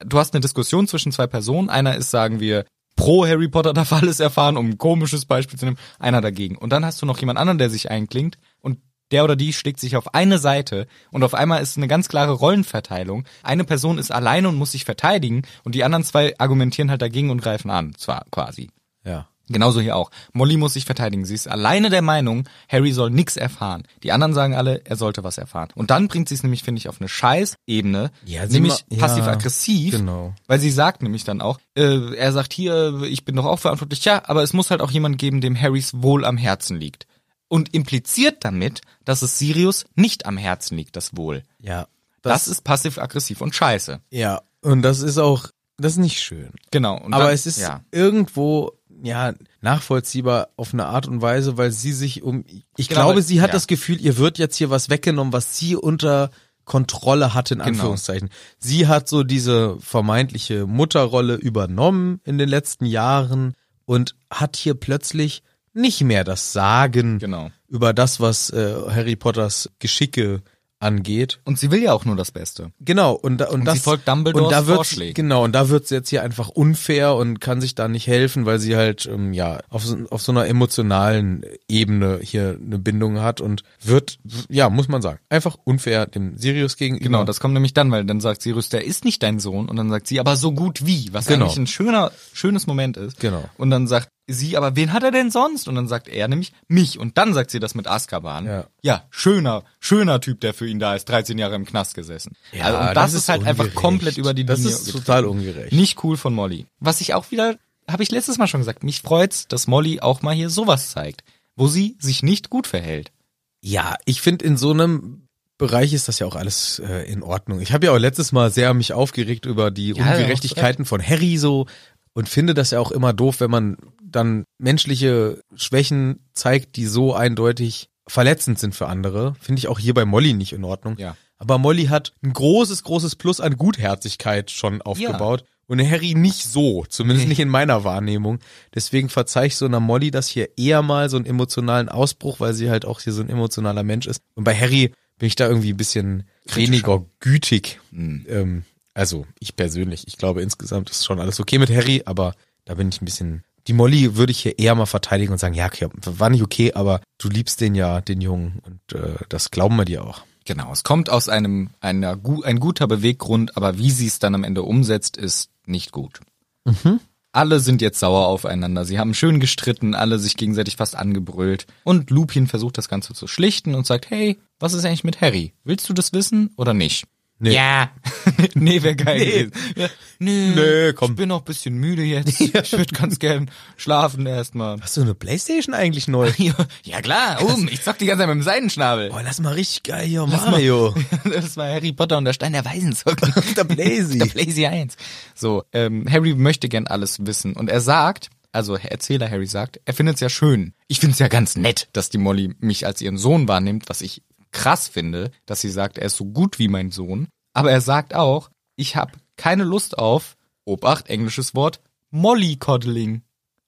du hast eine Diskussion zwischen zwei Personen, einer ist, sagen wir, pro Harry Potter darf alles erfahren, um ein komisches Beispiel zu nehmen, einer dagegen. Und dann hast du noch jemand anderen, der sich einklingt und der oder die schlägt sich auf eine Seite und auf einmal ist eine ganz klare Rollenverteilung. Eine Person ist alleine und muss sich verteidigen und die anderen zwei argumentieren halt dagegen und greifen an, zwar quasi. Ja. Genauso hier auch. Molly muss sich verteidigen. Sie ist alleine der Meinung, Harry soll nix erfahren. Die anderen sagen alle, er sollte was erfahren. Und dann bringt sie es nämlich, finde ich, auf eine Scheißebene, Ja, sie nämlich ma- ja, passiv-aggressiv, genau. weil sie sagt nämlich dann auch, äh, er sagt hier, ich bin doch auch verantwortlich. Ja, aber es muss halt auch jemand geben, dem Harrys Wohl am Herzen liegt. Und impliziert damit, dass es Sirius nicht am Herzen liegt, das Wohl. Ja. Das, ist passiv-aggressiv und scheiße. ja. Und das ist auch, das ist nicht schön. Genau. Und Aber dann- es ist Ja. irgendwo, ja, nachvollziehbar auf eine Art und Weise, weil sie sich um, ich Genau, glaube, weil- sie hat ja. das Gefühl, ihr wird jetzt hier was weggenommen, was sie unter Kontrolle hatte, in Genau. Anführungszeichen. Sie hat so diese vermeintliche Mutterrolle übernommen in den letzten Jahren und hat hier plötzlich nicht mehr das Sagen Genau. über das, was äh, Harry Potters Geschicke angeht. Und sie will ja auch nur das Beste. Genau, und, da, und, Und das sie folgt Dumbledores und da wird's- Vorschlägen. Genau, und da wird's jetzt hier einfach unfair und kann sich da nicht helfen, weil sie halt ähm, ja auf so, auf so einer emotionalen Ebene hier eine Bindung hat und wird, ja, muss man sagen, einfach unfair dem Sirius gegenüber. Genau, das kommt nämlich dann, weil dann sagt Sirius, der ist nicht dein Sohn. Und dann sagt sie, aber so gut wie, was Genau. eigentlich ein schöner, schönes Moment ist. Genau. Und dann sagt sie, aber wen hat er denn sonst? Und dann sagt er nämlich, mich. Und dann sagt sie das mit Azkaban. Ja. ja schöner, schöner Typ, der für ihn da ist, 13 Jahre im Knast gesessen. Ja, also, und das, ist halt einfach ungerecht. komplett über die Das Linie. ist getroffen. total ungerecht. Nicht cool von Molly. Was ich auch wieder, habe ich letztes Mal schon gesagt, mich freut's, dass Molly auch mal hier sowas zeigt, wo sie sich nicht gut verhält. Ja, ich finde in so einem Bereich ist das ja auch alles äh, in Ordnung. Ich habe ja auch letztes Mal sehr mich aufgeregt über die Ja, Ungerechtigkeiten von Harry so und finde das ja auch immer doof, wenn man dann menschliche Schwächen zeigt, die so eindeutig verletzend sind für andere. Finde ich auch hier bei Molly nicht in Ordnung. Ja. Aber Molly hat ein großes, großes Plus an Gutherzigkeit schon aufgebaut. Und Harry nicht so, zumindest nicht in meiner Wahrnehmung. Deswegen verzeih ich so einer Molly das hier eher mal so einen emotionalen Ausbruch, weil sie halt auch hier so ein emotionaler Mensch ist. Und bei Harry bin ich da irgendwie ein bisschen weniger gütig. Hm. Ähm, also ich persönlich, ich glaube insgesamt ist schon alles okay mit Harry, aber da bin ich ein bisschen. Die Molly würde ich hier eher mal verteidigen und sagen, ja, okay, war nicht okay, aber du liebst den ja, den Jungen. Und äh, das glauben wir dir auch. Genau, es kommt aus einem einer, gu- ein guter Beweggrund, aber wie sie es dann am Ende umsetzt, ist nicht gut. Mhm. Alle sind jetzt sauer aufeinander. Sie haben schön gestritten, alle sich gegenseitig fast angebrüllt. Und Lupin versucht das Ganze zu schlichten und sagt, hey, was ist eigentlich mit Harry? Willst du das wissen oder nicht? Nee. Ja. nee, wäre geil gewesen. Ja, nee, Nee, komm. Ich bin auch ein bisschen müde jetzt. Ich würde ganz gern schlafen erstmal. Hast du eine Playstation eigentlich neu? Ja klar, oben. Ich zock die ganze Zeit mit dem Seidenschnabel. Boah, lass mal richtig geil hier, Lass mal- Mario. Das war Harry Potter und der Stein der Weisen. Der Blazy. Der Blazy 1. So, ähm, Harry möchte gern alles wissen. Und er sagt, also Erzähler Harry sagt, er findet es ja schön. Ich finde es ja ganz nett, dass die Molly mich als ihren Sohn wahrnimmt, was ich krass finde, dass sie sagt, er ist so gut wie mein Sohn. Aber er sagt auch, ich habe keine Lust auf, Obacht, englisches Wort, Molly-Coddling.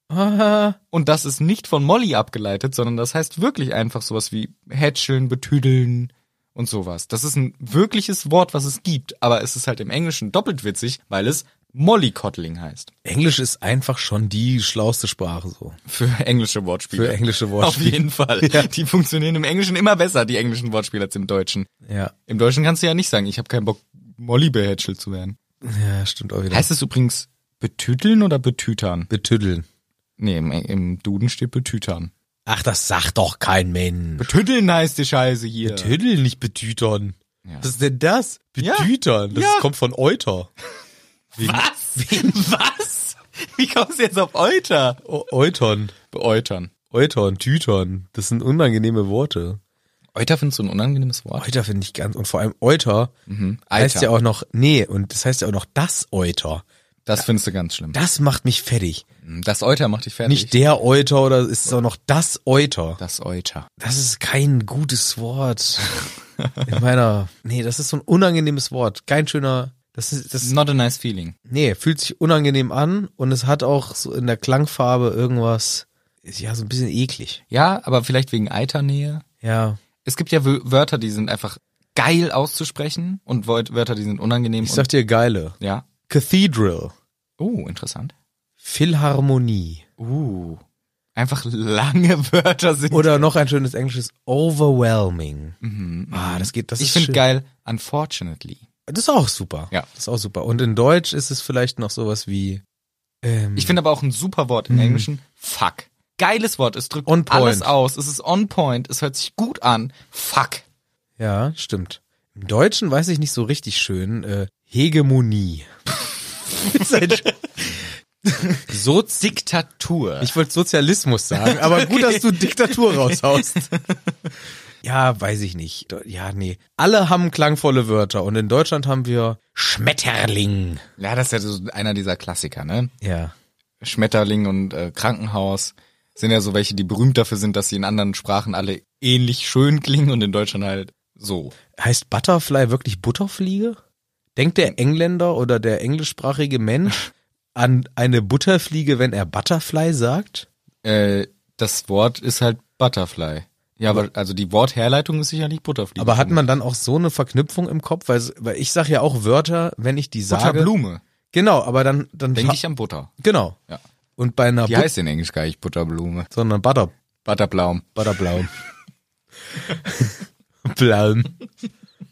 Und das ist nicht von Molly abgeleitet, sondern das heißt wirklich einfach sowas wie hätscheln, betüdeln und sowas. Das ist ein wirkliches Wort, was es gibt, aber es ist halt im Englischen doppelt witzig, weil es Mollycoddling heißt. Englisch ist einfach schon die schlauste Sprache so. Für englische Wortspiele. Für englische Auf Wortspiele. jeden Fall. Die funktionieren im Englischen immer besser, die englischen Wortspiele, als im Deutschen. Ja. Im Deutschen kannst du ja nicht sagen, ich habe keinen Bock, Molly behätschelt zu werden. ja, stimmt auch wieder. Heißt es übrigens betüteln oder betütern? Betüddeln. Nee, im, im Duden steht betütern. Ach, das sagt doch kein Mensch. Betüdeln heißt die Scheiße hier. Betüddeln, nicht betütern. Was ist denn das? Ja. Betütern. Das Ja. kommt von Euter. Was? Was? Wie kommst du jetzt auf Euter? O Eutern. Eutern. Eutern, Tütern. Das sind unangenehme Worte. Euter findest du ein unangenehmes Wort? Mhm. Euter finde ich ganz, und vor allem Euter heißt Eiter. ja auch noch, nee, und das heißt ja auch noch das Euter. Das findest du ganz schlimm. Mhm. Das macht mich fertig. Das Euter macht dich fertig. Nicht der Euter oder es ist auch noch das Euter. das Euter. Das ist kein gutes Wort. In meiner, nee, das ist so ein unangenehmes Wort. Kein schöner, das ist, das, Not a nice feeling. nee, fühlt sich unangenehm an und es hat auch so in der Klangfarbe irgendwas, ist ja so ein bisschen eklig. Ja, aber vielleicht wegen Eiternähe. Ja. Es gibt ja Wö- Wörter, die sind einfach geil auszusprechen und Wör- Wörter, die sind unangenehm. Ich sag dir geile. und, ja. Cathedral. Oh, interessant. Philharmonie. Uh. Einfach lange Wörter sind. Oder noch ein schönes englisches Overwhelming. Ah, das geht, das ich ist finde schön. geil, unfortunately. Das ist auch super. Ja. Das ist auch super. Und in Deutsch ist es vielleicht noch sowas wie. Ähm, Ich finde aber auch ein super Wort im Englischen. Fuck. Geiles Wort. Es drückt Mhm. On point. alles aus. Es ist on point. Es hört sich gut an. Fuck. ja, stimmt. Im Deutschen weiß ich nicht so richtig schön. Äh, Hegemonie. Ist halt- So Diktatur. ich wollte Sozialismus sagen, aber gut, dass du Diktatur raushaust. Ja, weiß ich nicht. Do- Ja, nee. Alle haben klangvolle Wörter und in Deutschland haben wir Schmetterling. ja, das ist ja so einer dieser Klassiker, ne? Ja. Schmetterling und äh, Krankenhaus sind ja so welche, die berühmt dafür sind, dass sie in anderen Sprachen alle ähnlich schön klingen und in Deutschland halt So. Heißt Butterfly wirklich Butterfliege? Denkt der Engländer oder der englischsprachige Mensch an eine Butterfliege, wenn er Butterfly sagt? Äh, das Wort ist halt Butterfly. Ja, aber also die Wortherleitung ist sicherlich Butterfliege. Aber hat man dann auch so eine Verknüpfung im Kopf? Weil, es- weil ich sage ja auch Wörter, wenn ich die sage. Butterblume? Genau, aber dann, dann Denke ich an Butter. Genau. Ja. Und bei einer Die But- heißt in Englisch gar nicht Butterblume. sondern Butter, Butterplaum. Butterplaum. Plaum.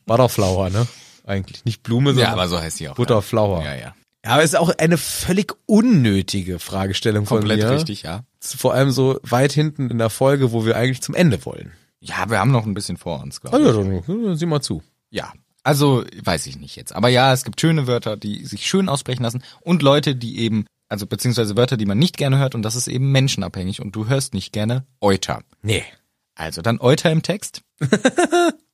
Butterflower, ne? Eigentlich nicht Blume, sondern Ja, aber so heißt sie auch. Butterflower. Ja, ja. Ja, aber es ist auch eine völlig unnötige Fragestellung von Komplett mir. richtig, ja. Vor allem so weit hinten in der Folge, wo wir eigentlich zum Ende wollen. Ja, wir haben noch ein bisschen vor uns, glaube ich. Also, dann, dann sieh mal zu. Ja. Also, weiß ich nicht jetzt. Aber ja, es gibt schöne Wörter, die sich schön aussprechen lassen und Leute, die eben, also beziehungsweise Wörter, die man nicht gerne hört und das ist eben menschenabhängig und du hörst nicht gerne Euter. Nee. Also dann Euter im Text.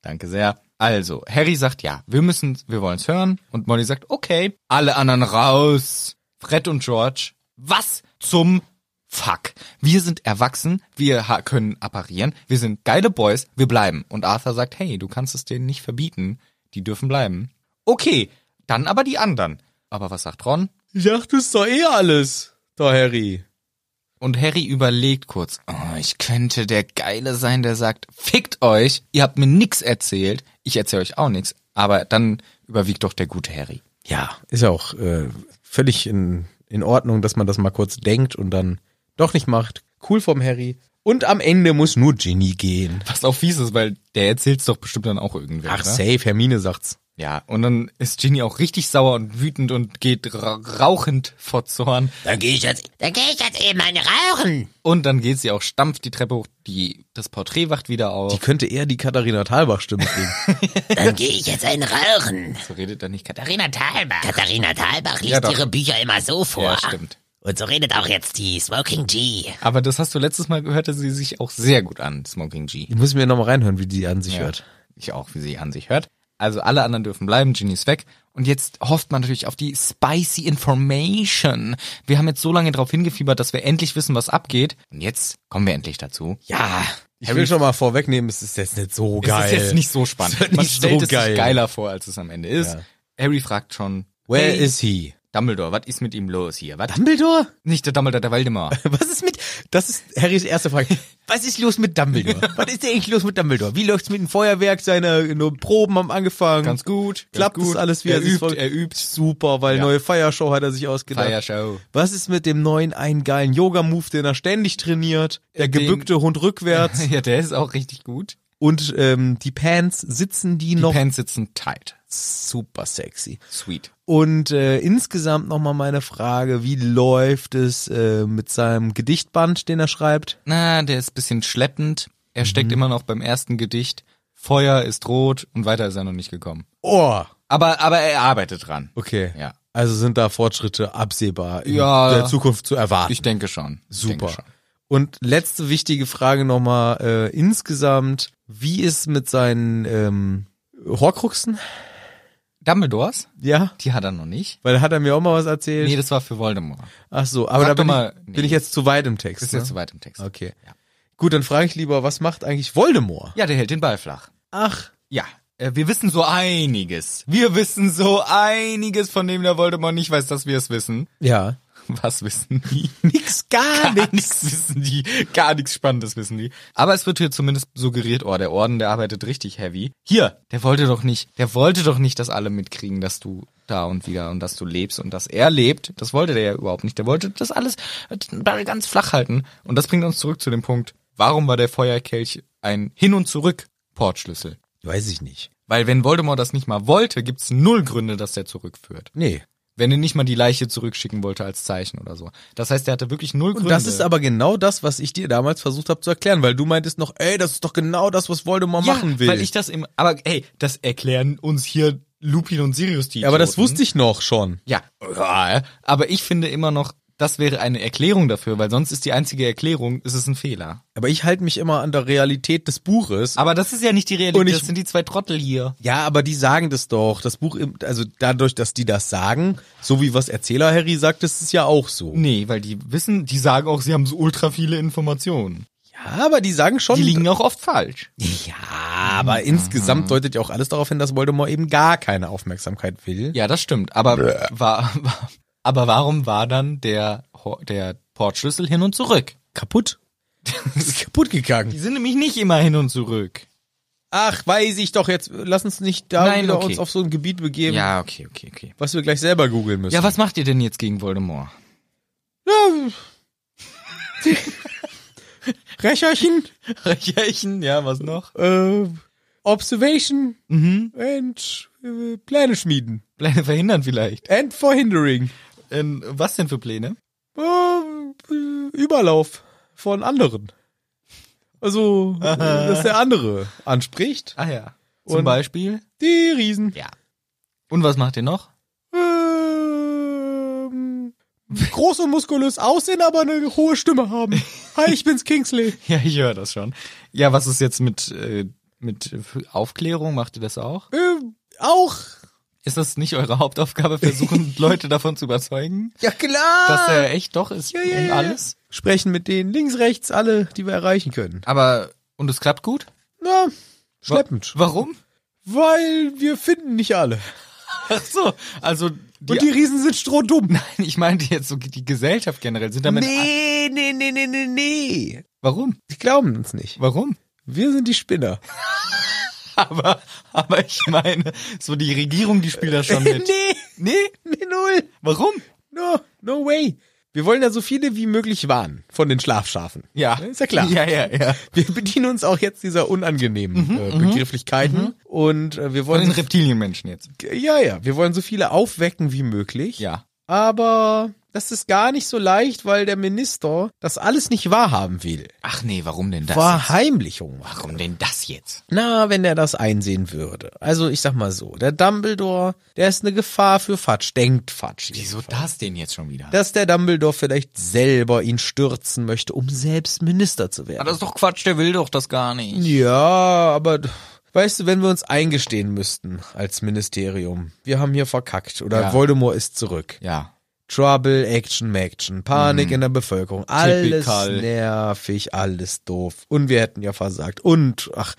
Danke sehr. Also, Harry sagt ja, wir müssen, wir wollen's hören. Und Molly sagt, okay, alle anderen raus. Fred und George, was zum Fuck? Wir sind erwachsen, wir ha- können apparieren, wir sind geile Boys, wir bleiben. Und Arthur sagt, hey, du kannst es denen nicht verbieten, die dürfen bleiben. Okay, dann aber die anderen. Aber was sagt Ron? Ich dachte, es ist doch eh alles, da Harry. Und Harry überlegt kurz, oh, ich könnte der Geile sein, der sagt, fickt euch, ihr habt mir nix erzählt, ich erzähle euch auch nichts, aber dann überwiegt doch der gute Harry. Ja, ist ja auch äh, völlig in, in Ordnung, dass man das mal kurz denkt und dann doch nicht macht. Cool vom Harry. Und am Ende muss nur Ginny gehen. Was auch fies ist, weil der erzählt's doch bestimmt dann auch irgendwer. Ach, oder? safe, Hermine sagt's. Ja, und dann ist Ginny auch richtig sauer und wütend und geht ra rauchend vor Zorn. Dann gehe ich jetzt, dann gehe ich jetzt eben ein Rauchen. Und dann geht sie auch stampft die Treppe hoch, die, das Porträt wacht wieder Die auf. könnte eher die Katharina Thalbach-Stimme kriegen. Dann gehe ich jetzt ein Rauchen. so redet dann nicht Katharina. Katharina Thalbach. Katharina Thalbach Ja, liest doch. ihre Bücher immer so vor. Ja, stimmt. Und so redet auch jetzt die Smoking G. Aber das hast du letztes Mal gehört, dass sie sich auch sehr gut an, Smoking G. Ich muss mir nochmal reinhören, wie die an sich Ja. hört. Ich auch, wie sie an sich hört. Also alle anderen dürfen bleiben, Ginny ist weg. Und jetzt hofft man natürlich auf die spicy Information. Wir haben jetzt so lange darauf hingefiebert, dass wir endlich wissen, was abgeht. Und jetzt kommen wir endlich dazu. Ja. Ich Harry- will schon mal vorwegnehmen, es ist jetzt nicht so geil. Es ist jetzt nicht so spannend. Es wird man nicht stellt so es sich geil. geiler vor, als es am Ende ist. Ja. Harry fragt schon, Where hey, is he? Dumbledore? Was ist mit ihm los hier? Was? Dumbledore? Nicht der Dumbledore, der Waldemar. Was ist mit, das ist Harrys erste Frage. Was ist los mit Dumbledore? Was ist eigentlich los mit Dumbledore? Wie läuft's mit dem Feuerwerk? Seine nur Proben haben angefangen. Ganz gut. Klappt ganz gut. das alles, wie er er sich übt? vor- Er übt. Super, weil Ja. neue Feiershow hat er sich ausgedacht. Feiershow. Was ist mit dem neuen einen geilen Yoga-Move, den er ständig trainiert? Der Den- gebückte Hund rückwärts Ja, der ist auch richtig gut. und ähm, die Pants sitzen Die die, noch Pants sitzen tight. super sexy. Sweet. Und äh, insgesamt nochmal meine Frage, wie läuft es äh, mit seinem Gedichtband, den er schreibt? Na, der ist bisschen schleppend. Mhm. Er steckt immer noch beim ersten Gedicht. Feuer ist rot und weiter ist er noch nicht gekommen. Oh, Aber, aber er arbeitet dran. okay. Ja. Also sind da Fortschritte absehbar in Ja. der Zukunft zu erwarten. Ich denke schon. Ich Super. Denke schon. Und letzte wichtige Frage nochmal äh, insgesamt, wie ist mit seinen ähm, Horcruxen? Dumbledores? Ja, Die hat er noch nicht. weil da hat er mir auch mal was erzählt. Nee, das war für Voldemort. Ach so, aber da Sag doch bin, mal- ich, nee. bin ich jetzt zu weit im Text. Das ist ne? jetzt zu weit im Text. Okay. Ja. Gut, dann frage ich lieber, was macht eigentlich Voldemort? Ja, der hält den Ball flach. Ach, Ja. äh, Wir wissen so einiges. Wir wissen so einiges, von dem der Voldemort nicht weiß, dass wir es wissen. ja. Was wissen die? Nix, gar Gar nichts wissen die. Gar nichts Spannendes wissen die. Aber es wird hier zumindest suggeriert, oh, der Orden, der arbeitet richtig heavy. Hier, der wollte doch nicht, der wollte doch nicht, dass alle mitkriegen, dass du da und wieder und dass du lebst und dass er lebt. Das wollte der ja überhaupt nicht. Der wollte das alles ganz flach halten. Und das bringt uns zurück zu dem Punkt, warum war der Feuerkelch ein Hin- und Zurück-Portschlüssel? Weiß ich nicht. Weil wenn Voldemort das nicht mal wollte, gibt's null Gründe, dass der zurückführt. Nee. Wenn er nicht mal die Leiche zurückschicken wollte als Zeichen oder so. Das heißt, er hatte wirklich null Gründe. Und das ist aber genau das, was ich dir damals versucht habe zu erklären, weil du meintest noch, ey, das ist doch genau das, was Voldemort machen will. Weil ich das im, aber ey, das erklären uns hier Lupin und Sirius die. ja, aber das wusste ich noch schon. Ja, ja, aber ich finde immer noch, das wäre eine Erklärung dafür, weil sonst ist die einzige Erklärung, es ist ein Fehler. Aber ich halte mich immer an der Realität des Buches. Aber das ist ja nicht die Und Realität. ich- das sind die zwei Trottel hier. Ja, aber die sagen das doch. Das Buch, im- also dadurch, dass die das sagen, so wie was Erzähler Harry sagt, ist es ja auch so. Nee, weil die wissen, die sagen auch, sie haben so ultra viele Informationen. Ja, aber die sagen schon. Die liegen Mhm. auch oft falsch. ja, aber insgesamt deutet ja auch alles darauf hin, dass Voldemort eben gar keine Aufmerksamkeit will. Ja, das stimmt. Aber, war, war, aber warum war dann der, Ho- der Portschlüssel hin und zurück? Kaputt. ist kaputt Die gegangen. sind nämlich nicht immer hin und zurück. Ach, weiß ich doch jetzt. Lass uns nicht da Nein, wieder okay. uns auf so ein Gebiet begeben, okay, okay, okay. was wir gleich selber googeln müssen. Ja, was macht ihr denn jetzt gegen Voldemort? Recherchen, Recherchen, ja, was noch? äh, Observation Mhm. and äh, Pläne schmieden. Pläne verhindern vielleicht. And Verhindering. Ähm, was denn für Pläne? Ähm, Überlauf von anderen. Also, äh, dass der andere anspricht. Ah ja. Zum Und- Beispiel? Die Riesen. Ja. Und was macht ihr noch? Ähm, groß und muskulös aussehen, aber eine hohe Stimme haben. Hi, ich bin's Kingsley. Ja, ich höre das schon. Ja, was ist jetzt mit, äh, mit Aufklärung? Macht ihr das auch? Ähm, auch. Ist das nicht eure Hauptaufgabe, versuchen, Leute davon zu überzeugen, Ja klar. dass der echt doch ist ja, und ja. alles? Sprechen mit denen links, rechts, alle, die wir erreichen können. Aber, und es klappt gut? Na, schleppend. Warum? Weil wir finden nicht alle. Ach so, also, die, Und die Riesen sind strohdumm. ich meinte jetzt so die Gesellschaft generell. Sind damit, Nee, nee, nee, nee, nee, nee. warum? Die glauben uns nicht. Warum? Wir sind die Spinner. Aber, aber ich meine, so die Regierung, die spielt da schon mit. nee, nee, nee, null. Warum? No, no way. Wir wollen ja so viele wie möglich warnen von den Schlafschafen. Ja. Ist ja klar. Ja, ja, ja. Wir bedienen uns auch jetzt dieser unangenehmen äh, Begrifflichkeiten und äh, wir Mhm, Von wollen den Reptilienmenschen jetzt. ja ja, wir wollen so viele aufwecken wie möglich. Ja. Aber das ist gar nicht so leicht, weil der Minister das alles nicht wahrhaben will. Ach nee, warum denn das? Verheimlichung macht. Warum denn das jetzt? Na, wenn er das einsehen würde. Also ich sag mal so, der Dumbledore, der ist eine Gefahr für Fatsch, denkt Fatsch. Wieso das denn jetzt schon wieder? Dass der Dumbledore vielleicht selber ihn stürzen möchte, um selbst Minister zu werden. Ah, ist doch Quatsch, der will doch das gar nicht. ja, aber weißt du, wenn wir uns eingestehen müssten als Ministerium, wir haben hier verkackt oder Ja. Voldemort ist zurück. Ja. Trouble, Action, Maction, Panik in der Bevölkerung, alles Typical. nervig, alles doof. Und wir hätten ja versagt. Und ach,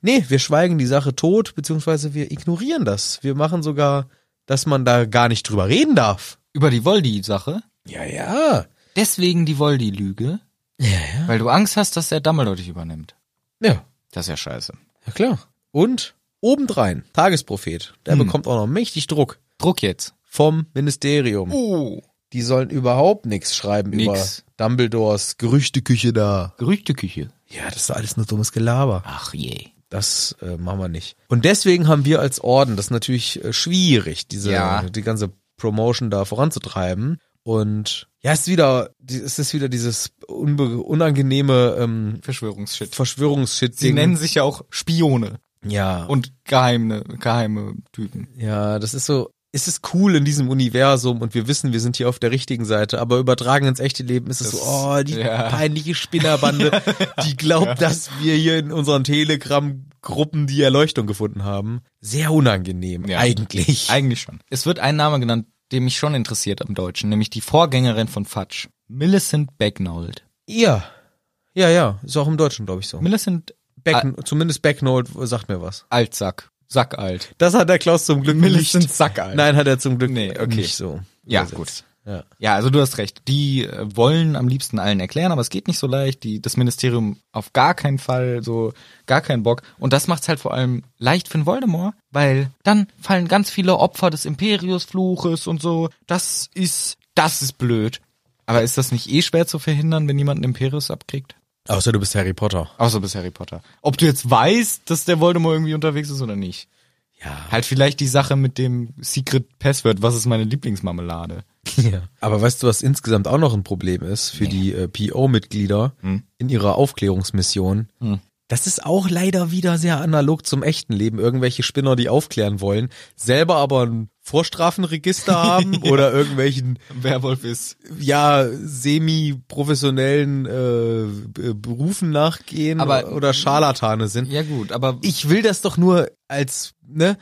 nee, wir schweigen die Sache tot, beziehungsweise wir ignorieren das. Wir machen sogar, dass man da gar nicht drüber reden darf. Über die Voldi-Sache? Ja, ja. Deswegen die Voldi-Lüge? Ja, ja. Weil du Angst hast, dass der Dumbledore dich übernimmt. Ja, Das ist ja scheiße. ja klar. Und obendrein, Tagesprophet, der Hm. bekommt auch noch mächtig Druck Druck jetzt. vom Ministerium. Oh. Die sollen überhaupt nichts schreiben Nix. über Dumbledores Gerüchteküche da. Gerüchteküche. Ja, das ist alles nur dummes Gelaber. Ach je. Das äh, machen wir nicht. Und deswegen haben wir als Orden das ist natürlich äh, schwierig, diese Ja. die ganze Promotion da voranzutreiben. Und ja, es ist wieder, die- es ist wieder dieses unbe unangenehme ähm, Verschwörungsshit. Verschwörungsshit. Sie nennen sich ja auch Spione ja und und geheime, geheime Typen. ja, das ist so. Es ist cool in diesem Universum und wir wissen, wir sind hier auf der richtigen Seite, aber übertragen ins echte Leben ist es Das- so, oh, die ja. peinliche Spinnerbande, die glaubt, dass wir hier in unseren Telegram-Gruppen die Erleuchtung gefunden haben. Sehr unangenehm, Ja. eigentlich. Eigentlich schon. Es wird ein Name genannt, der mich schon interessiert am Deutschen, nämlich die Vorgängerin von Fudge. Millicent Bagnold. Ja. Ja, ja. Ist auch im Deutschen, glaube ich, so. Millicent Back, Ah. Zumindest Backnote sagt mir was. Altsack. Sackalt. Das hat der Klaus zum Glück Millicent nicht. Sackalt. Nein, hat er zum Glück Nee, okay. nicht so. Ja, übersetzt. Ja. Ja, also du hast recht. Die äh, wollen am liebsten allen erklären, aber es geht nicht so leicht. Die, das Ministerium auf gar keinen Fall, so gar keinen Bock. Und das macht's halt vor allem leicht für den Voldemort, weil dann fallen ganz viele Opfer des Imperiusfluches und so. Das ist, das ist blöd. Aber ist das nicht eh schwer zu verhindern, wenn jemand einen Imperius abkriegt? Außer du bist Harry Potter. Außer bis Harry Potter. Ob du jetzt weißt, dass der Voldemort irgendwie unterwegs ist oder nicht. Ja. Halt vielleicht die Sache mit dem Secret Password, was ist meine Lieblingsmarmelade? ja. Aber weißt du, was insgesamt auch noch ein Problem ist für die äh, PO-Mitglieder Hm. in ihrer Aufklärungsmission? Das ist auch leider wieder sehr analog zum echten Leben. Irgendwelche Spinner, die aufklären wollen, selber aber ein Vorstrafenregister haben oder irgendwelchen Werwolf ist ja semi-professionellen äh, b- Berufen nachgehen Aber- oder Scharlatane sind. Ja gut, aber Ich will das doch nur als, ne,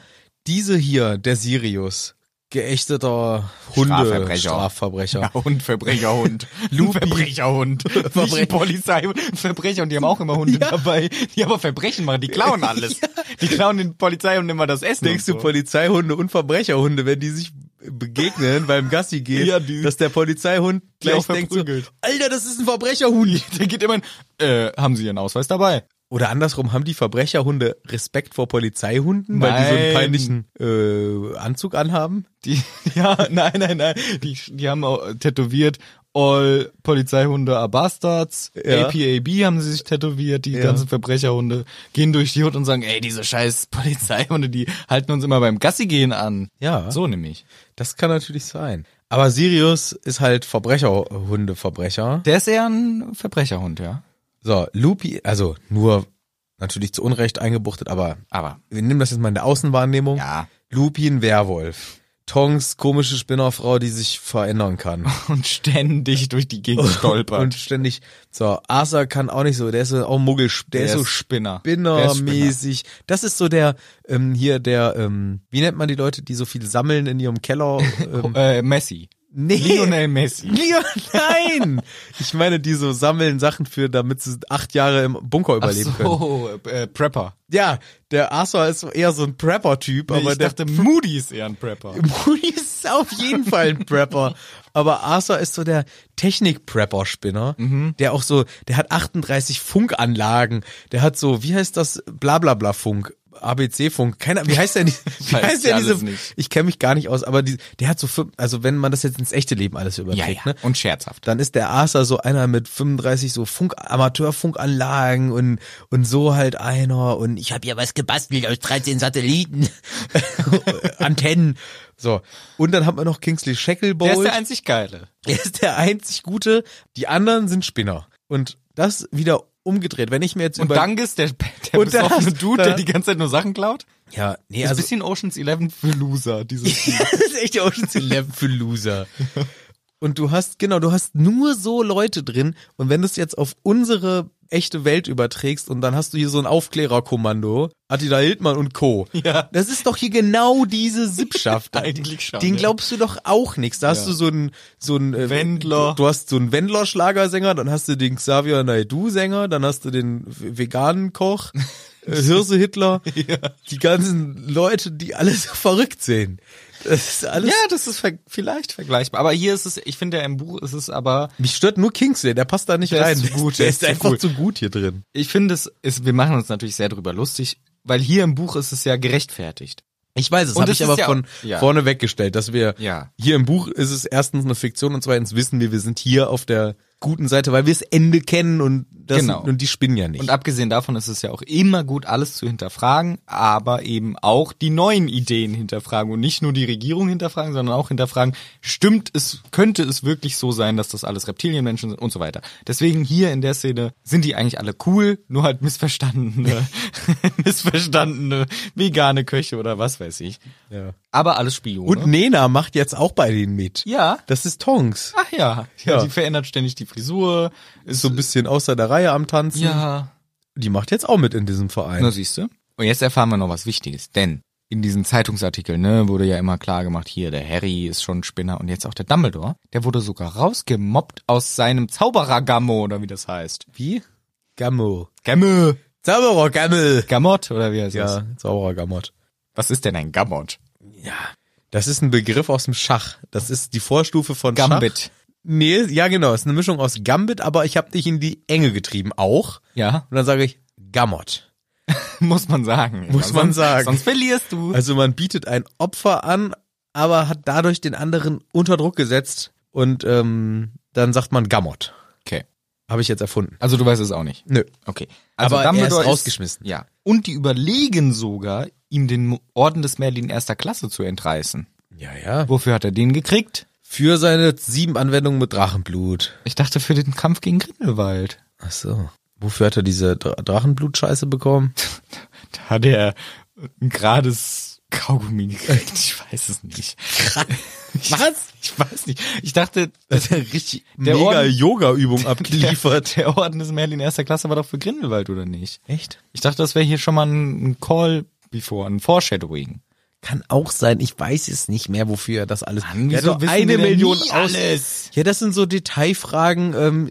diese hier, der Sirius, geächteter Hunde Strafverbrecher. Strafverbrecher. Ja, Hund, Verbrecherhund. Lupi. Verbrecherhund. Verbrecher. Verbre- Nicht Polizei, Verbrecher. Und die haben auch immer Hunde dabei, die aber Verbrechen machen. Die klauen alles. Die klauen den Polizei und immer das Essen. Denkst und du, Polizeihunde und Verbrecherhunde, wenn die sich begegnen beim Gassi gehen, Ja, die- dass der Polizeihund Die auch gleich denkt so, verprügelt. Alter, das ist ein Verbrecherhund. Der geht immer in, äh, haben sie ihren Ausweis dabei? Oder andersrum, haben die Verbrecherhunde Respekt vor Polizeihunden, weil die so einen Nein. peinlichen äh, Anzug anhaben? Die, ja, nein, nein, nein. Die, die haben auch äh, tätowiert All Polizeihunde are Bastards. Ja. APAB haben sie sich tätowiert. Die ganzen Verbrecherhunde gehen durch die Hut und sagen, ey, diese scheiß Polizeihunde, die halten uns immer beim Gassi gehen an. Ja. So nämlich. Das kann natürlich sein. Aber Sirius ist halt Verbrecherhundeverbrecher. Der ist eher ein Verbrecherhund, ja. So, Lupi, also nur natürlich zu Unrecht eingebuchtet, aber Aber wir nehmen das jetzt mal in der Außenwahrnehmung. ja. Lupi ein Werwolf. Tongs komische Spinnerfrau, die sich verändern kann. Und ständig durch die Gegend stolpert. Und ständig, so, Arthur kann auch nicht so, der ist so auch Muggel, der, ist so Spinner. Der ist Spinner. spinnermäßig. Das ist so der, ähm, hier der, ähm, wie nennt man die Leute, die so viel sammeln in ihrem Keller? Ähm, Äh, Messi. nee. Lionel Messi. Leon, nein! Ich meine, die so sammeln Sachen für, damit sie acht Jahre im Bunker überleben können. so, äh, Prepper. Ja, der Arthur ist eher so ein Prepper-Typ, Nee, aber ich der dachte, Moody ist eher ein Prepper. Moody ist auf jeden Fall ein Prepper. Aber Arthur ist so der Technik-Prepper-Spinner, Mhm. der auch so, der hat 38 Funkanlagen, der hat so, wie heißt das, Blablabla-Funk, ABC-Funk, keiner, wie heißt der, nicht- wie Weiß heißt ich der diese, alles nicht. ich kenne mich gar nicht aus, aber die, der hat so, fünf- also wenn man das jetzt ins echte Leben alles überträgt, ne? Und scherzhaft. dann ist der Arthur so einer mit 35 so Funk Amateurfunkanlagen und und so halt einer und ich habe ja was gebastelt aus 13 Satelliten Antennen so und dann haben wir noch Kingsley Shacklebolt Der ist der einzig Geile. er ist der einzig gute die anderen sind Spinner und das wieder umgedreht wenn ich mir jetzt Und über Danges, der, der Und der besoffene hat- Dude, der- der die ganze Zeit nur Sachen klaut. ja nee Ist ein also bisschen Ocean's Eleven für Loser, dieses Spiel. das ist echt Ocean's Eleven für Loser. Und du hast, genau, du hast nur so Leute drin. Und wenn du es jetzt auf unsere echte Welt überträgst und dann hast du hier so ein Aufklärerkommando, Attila Hildmann und Co. Ja. Das ist doch hier genau diese Sippschaft. Eigentlich schon, Den ja. glaubst du doch auch nichts. Da hast Ja. du so einen, so einen, äh, Wendler. Du hast so einen Wendler-Schlagersänger, dann hast du den Xavier Naidu-Sänger, dann hast du den v- veganen Koch, äh, Hirse-Hitler, die ganzen Leute, die alle so verrückt sehen. Das ist alles. Ja, das ist ver vielleicht vergleichbar. Aber hier ist es, ich finde, im Buch ist es aber, Mich stört nur Kingsley, der passt da nicht Der ist rein. zu gut, der der ist, ist zu einfach gut. zu gut hier drin. ich finde es ist, wir machen uns natürlich sehr drüber lustig, weil hier im Buch ist es ja gerechtfertigt. Ich weiß, das Und habe das ich aber ist ja- von ja. vorne weggestellt, dass wir Ja. hier im Buch ist es erstens eine Fiktion und zweitens wissen wir, wir sind hier auf der guten Seite, weil wir das Ende kennen und das Genau. und die spinnen ja nicht. Und abgesehen davon ist es ja auch immer gut, alles zu hinterfragen, aber eben auch die neuen Ideen hinterfragen und nicht nur die Regierung hinterfragen, sondern auch hinterfragen, stimmt es, könnte es wirklich so sein, dass das alles Reptilienmenschen sind und so weiter. Deswegen hier in der Szene sind die eigentlich alle cool, nur halt missverstandene, missverstandene vegane Köche oder was weiß ich. Ja. Aber alles Spione. Und Nena macht jetzt auch bei denen mit. ja. Das ist Tongs. Ach ja. Ja. ja. Die verändert ständig die Frisur. Ist so ein bisschen außer der Reihe am Tanzen. Ja. Die macht jetzt auch mit in diesem Verein. Na, siehst du. Und jetzt erfahren wir noch was Wichtiges, denn in diesen Zeitungsartikeln ne, wurde ja immer klar gemacht, hier der Harry ist schon ein Spinner und jetzt auch der Dumbledore, der wurde sogar rausgemobbt aus seinem Zauberergammo oder wie das heißt. Wie? Gammo. Gamme. Zauberer Gammel. Gamot oder wie heißt das? Ja, Zauberer Gamot. Was ist denn ein Gamot? Das ist ein Begriff aus dem Schach. Das ist die Vorstufe von Schach. Gambit. Nee, ja genau, ist eine Mischung aus Gambit, aber ich habe dich in die Enge getrieben auch. Ja, Und dann sage ich Gamot. muss man sagen. Muss man sonst, sagen. Sonst verlierst du. Also man bietet ein Opfer an, aber hat dadurch den anderen unter Druck gesetzt und ähm, dann sagt man Gamot. Okay. Habe ich jetzt erfunden. Also du weißt es auch nicht. Nö. Okay. Also Aber er ist rausgeschmissen. ja. Und die überlegen sogar, ihm den Orden des Merlin erster Klasse zu entreißen. Ja, ja. Wofür hat er den gekriegt? Für seine sieben Anwendungen mit Drachenblut. Ich dachte für den Kampf gegen Grindelwald. Ach so. Wofür hat er diese Dra Drachenblut-Scheiße bekommen? Da hat er ein gerades Kaugummi gekriegt. Ich weiß es nicht. Ich, Was? Ich weiß nicht. Ich dachte, Dass er richtig Der mega Orden- Yoga-Übung abgeliefert. der Orden des Merlin erster Klasse war doch für Grindelwald, oder nicht? Echt? Ich dachte, das wäre hier schon mal ein, ein Call before, ein Foreshadowing. Kann auch sein. Ich weiß es nicht mehr, wofür er das alles. Mann, Der hat wieso doch wissen wir eine denn Million nie aus. alles? Ja, das sind so Detailfragen. Ähm,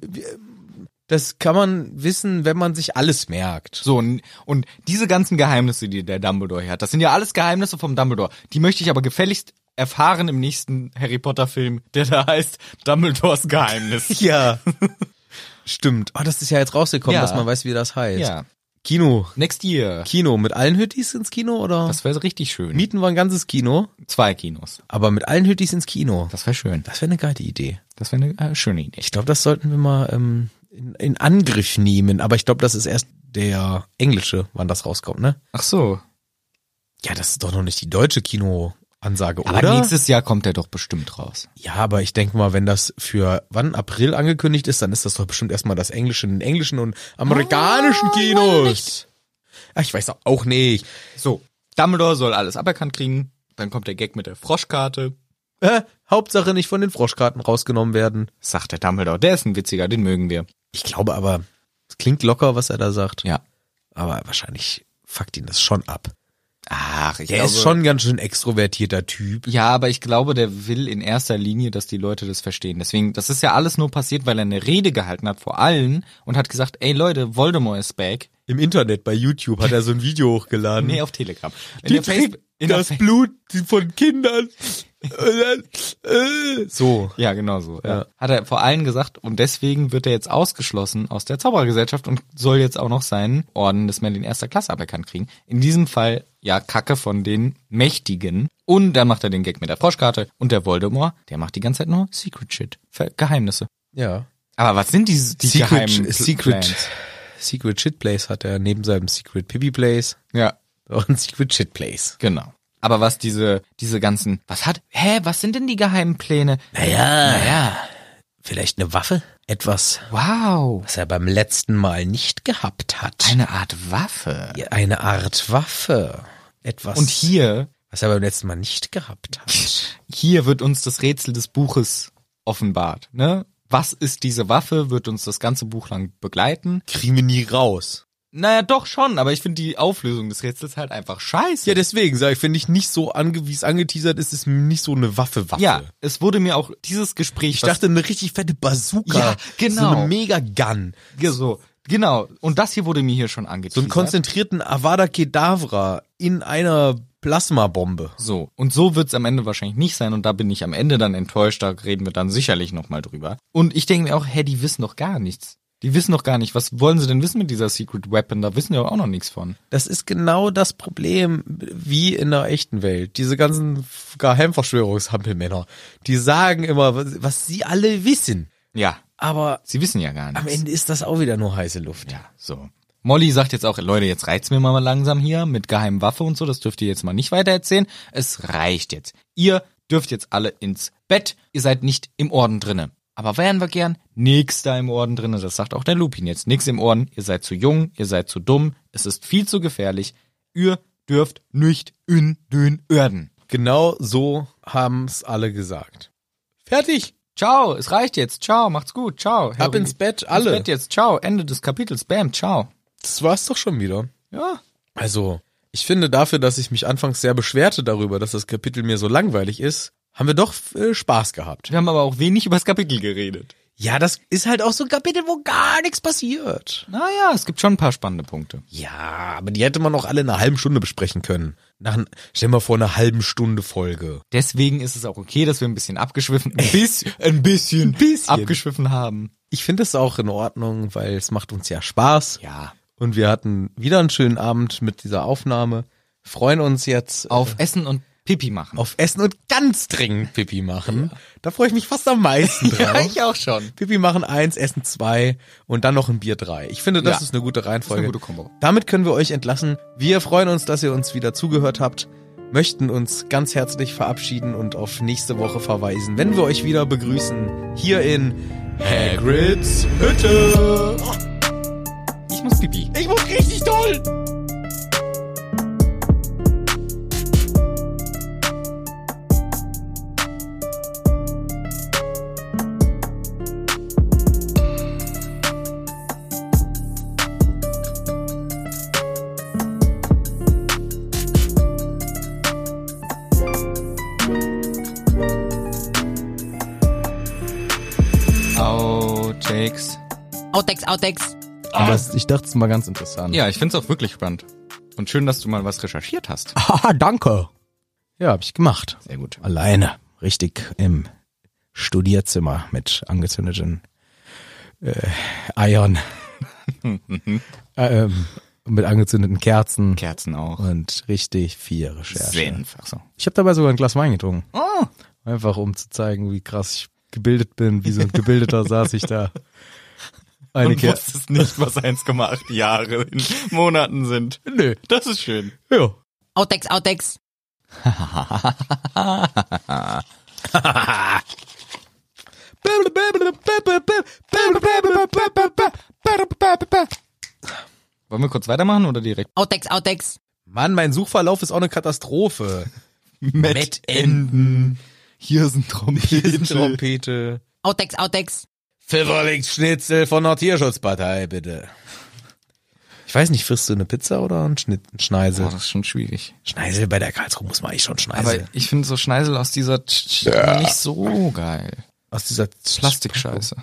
das kann man wissen, wenn man sich alles merkt. So, n- und diese ganzen Geheimnisse, die der Dumbledore hier hat, das sind ja alles Geheimnisse vom Dumbledore. Die möchte ich aber gefälligst erfahren im nächsten Harry Potter Film, der da heißt Dumbledores Geheimnis. Ja. Stimmt. Oh, das ist ja jetzt rausgekommen, Ja. dass man weiß, wie das heißt. ja. Kino. Next year. Kino. Mit allen Hüttis ins Kino oder? Das wäre richtig schön. Mieten wir ein ganzes Kino, Zwei Kinos. aber mit allen Hüttis ins Kino. Das wäre schön. Das wäre eine geile Idee. Das wäre eine äh, schöne Idee. Ich glaube, das sollten wir mal ähm, in, in Angriff nehmen. Aber ich glaube, das ist erst der englische, wann das rauskommt, ne? Ach so. Ja, das ist doch noch nicht die deutsche Kinoansage, Aber oder? nächstes Jahr kommt der doch bestimmt raus. ja, aber ich denke mal, wenn das für wann April angekündigt ist, dann ist das doch bestimmt erstmal das Englische in den englischen und Ah, amerikanischen Kinos. Ach, ich weiß auch nicht. So, Dumbledore soll alles aberkannt kriegen. Dann kommt der Gag mit der Froschkarte. Äh, Hauptsache nicht von den Froschkarten rausgenommen werden. Sagt der Dumbledore, der ist ein witziger, den mögen wir. Ich glaube aber, es klingt locker, was er da sagt. Ja. Aber wahrscheinlich fuckt ihn das schon ab. Ach, ich Der ist schon ein ganz schön extrovertierter Typ. Ja, aber ich glaube, der will in erster Linie, dass die Leute das verstehen. Deswegen, das ist ja alles nur passiert, weil er eine Rede gehalten hat vor allen und hat gesagt, ey Leute, Voldemort ist back. Im Internet bei YouTube hat er so ein Video hochgeladen. Nee, auf Telegram. In die der Face- trinken in der das Fa- Blut von Kindern. Und dann, äh, so. Ja, genau so. Ja. Ja. Hat er vor allen gesagt und deswegen wird er jetzt ausgeschlossen aus der Zauberergesellschaft und soll jetzt auch noch seinen Orden des Merlin erster Klasse aberkannt kriegen. In diesem Fall ja Kacke von den Mächtigen. Und dann macht er den Gag mit der Froschkarte und der Voldemort, der macht die ganze Zeit nur Secret Shit, Ver- Geheimnisse. Ja. Aber was sind die, die Secret, geheimen Secret, Plans? Secret Shit Place hat er neben seinem Secret Pippi Place Ja, auch ein Secret Shit Place. genau. Aber was diese, diese ganzen, was hat, hä, was sind denn die geheimen Pläne? Äh, Naja. Naja. Vielleicht eine Waffe? Etwas, Wow. was er beim letzten Mal nicht gehabt hat. Eine Art Waffe. Ja, eine Art Waffe. Etwas, Und hier, was er beim letzten Mal nicht gehabt hat. hier wird uns das Rätsel des Buches offenbart, ne? Was ist diese Waffe? Wird uns das ganze Buch lang begleiten? Kriegen wir nie raus. Naja, doch schon, aber ich finde die Auflösung des Rätsels halt einfach scheiße. Ja, deswegen sage ich, finde ich nicht so, ange, wie es angeteasert ist, ist nicht so eine Waffe-Waffe. ja, es wurde mir auch dieses Gespräch, Ich dachte, eine richtig fette Bazooka. Ja, genau. So eine Mega-Gun. Ja, so, genau. Und das hier wurde mir hier schon So einen angeteasert. konzentrierten Avada Kedavra in einer Plasmabombe. So, und so wird's am Ende wahrscheinlich nicht sein und da bin ich am Ende dann enttäuscht, da reden wir dann sicherlich nochmal drüber. Und ich denke mir auch, hä, die wissen doch gar nichts. Die wissen doch gar nicht, was wollen sie denn wissen mit dieser Secret Weapon, da wissen wir auch noch nichts von. Das ist genau das Problem, wie in der echten Welt. Diese ganzen Geheimverschwörungshampelmänner, die sagen immer, was, was sie alle wissen. Ja, Aber sie wissen ja gar nichts. am Ende ist das auch wieder nur heiße Luft. Ja, so. Molly sagt jetzt auch, Leute, jetzt reizt mir mal langsam hier mit geheimen Waffe und so, das dürft ihr jetzt mal nicht weiter erzählen. Es reicht jetzt. Ihr dürft jetzt alle ins Bett. Ihr seid nicht im Orden drinne. Aber wären wir gern? Nix da im Orden drinne, das sagt auch der Lupin jetzt. Nix im Orden, ihr seid zu jung, ihr seid zu dumm, es ist viel zu gefährlich. Ihr dürft nicht in den Orden. Genau so haben's alle gesagt. Fertig. Ciao, es reicht jetzt. Ciao, macht's gut. Ciao. Ab Harry. ins Bett, alle. Ins Bett jetzt. Ciao. Ende des Kapitels. Bam. Ciao. Das war's doch schon wieder. Ja. Also, ich finde dafür, dass ich mich anfangs sehr beschwerte darüber, dass das Kapitel mir so langweilig ist, haben wir doch äh, Spaß gehabt. Wir haben aber auch wenig über das Kapitel geredet. Ja, das ist halt auch so ein Kapitel, wo gar nichts passiert. Naja, es gibt schon ein paar spannende Punkte. Ja, aber die hätte man auch alle in einer halben Stunde besprechen können. Nach, stell mal vor, einer halben Stunde Folge. Deswegen ist es auch okay, dass wir ein bisschen abgeschwiffen, ein bisschen, ein bisschen, bisschen. abgeschwiffen haben. Ich finde es auch in Ordnung, weil es macht uns ja Spaß. Ja. Und wir hatten wieder einen schönen Abend mit dieser Aufnahme. Freuen uns jetzt Auf Essen und Pipi machen. auf Essen und ganz dringend Pipi machen. Da freue ich mich fast am meisten drauf. auch schon. Pipi machen eins, Essen zwei und dann noch ein Bier drei. Ich finde, das Ja. ist eine gute Reihenfolge. Das ist eine gute Kombo. Damit können wir euch entlassen. Wir freuen uns, dass ihr uns wieder zugehört habt, möchten uns ganz herzlich verabschieden und auf nächste Woche verweisen, wenn wir euch wieder begrüßen hier in Hagrids Hütte. Ich muss Pipi. Ich muss richtig doll. Outtakes. Outtakes, Outtakes. Aber es- ich dachte es ist mal ganz interessant. Ja, ich find's auch wirklich spannend. Und schön, dass du mal was recherchiert hast. Haha, danke. Ja, habe ich gemacht. Sehr gut. Alleine. Richtig im Studierzimmer mit angezündeten äh, Eiern. äh, ähm, mit angezündeten Kerzen. Kerzen auch. und richtig viel Recherche. Sehr einfach so. Ich habe dabei sogar ein Glas Wein getrunken. Einfach um zu zeigen, wie krass ich gebildet bin. Wie so ein Gebildeter saß ich da. Eine Und Kerze. wusstest nicht, was 1,8 Jahre in Monaten sind. Nö. Das ist schön. Ja. Outtakes, Outtakes. Wollen wir kurz weitermachen oder direkt? Outtakes, Outtakes. Mann, mein Suchverlauf ist auch eine Katastrophe. Met Enden. Hier sind Trompeten. Trompete. Outtakes, Outtakes. Pfifferlingsschnitzel von der Tierschutzpartei, bitte. Ich weiß nicht, frisst du eine Pizza oder einen, Schnitt, einen Schneisel? Boah, das ist schon schwierig. Schneisel bei der Karlsruhe muss man eigentlich schon Aber Schneisel. ich finde so Schneisel aus dieser Tsch- Tsch- nicht so geil. Aus dieser Plastikscheiße.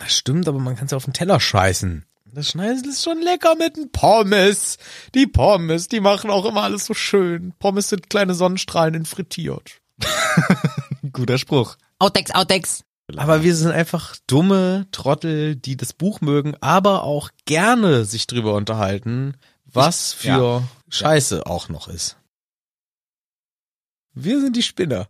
Das stimmt, aber man kann es auf den Teller scheißen. Das Schneisel ist schon lecker mit den Pommes. Die Pommes, die machen auch immer alles so schön. Pommes sind kleine Sonnenstrahlen in frittiert. Guter Spruch. Outtakes, Outtakes. Aber wir sind einfach dumme Trottel, die das Buch mögen, aber auch gerne sich drüber unterhalten, was für Ja. Scheiße auch noch ist. Wir sind die Spinner.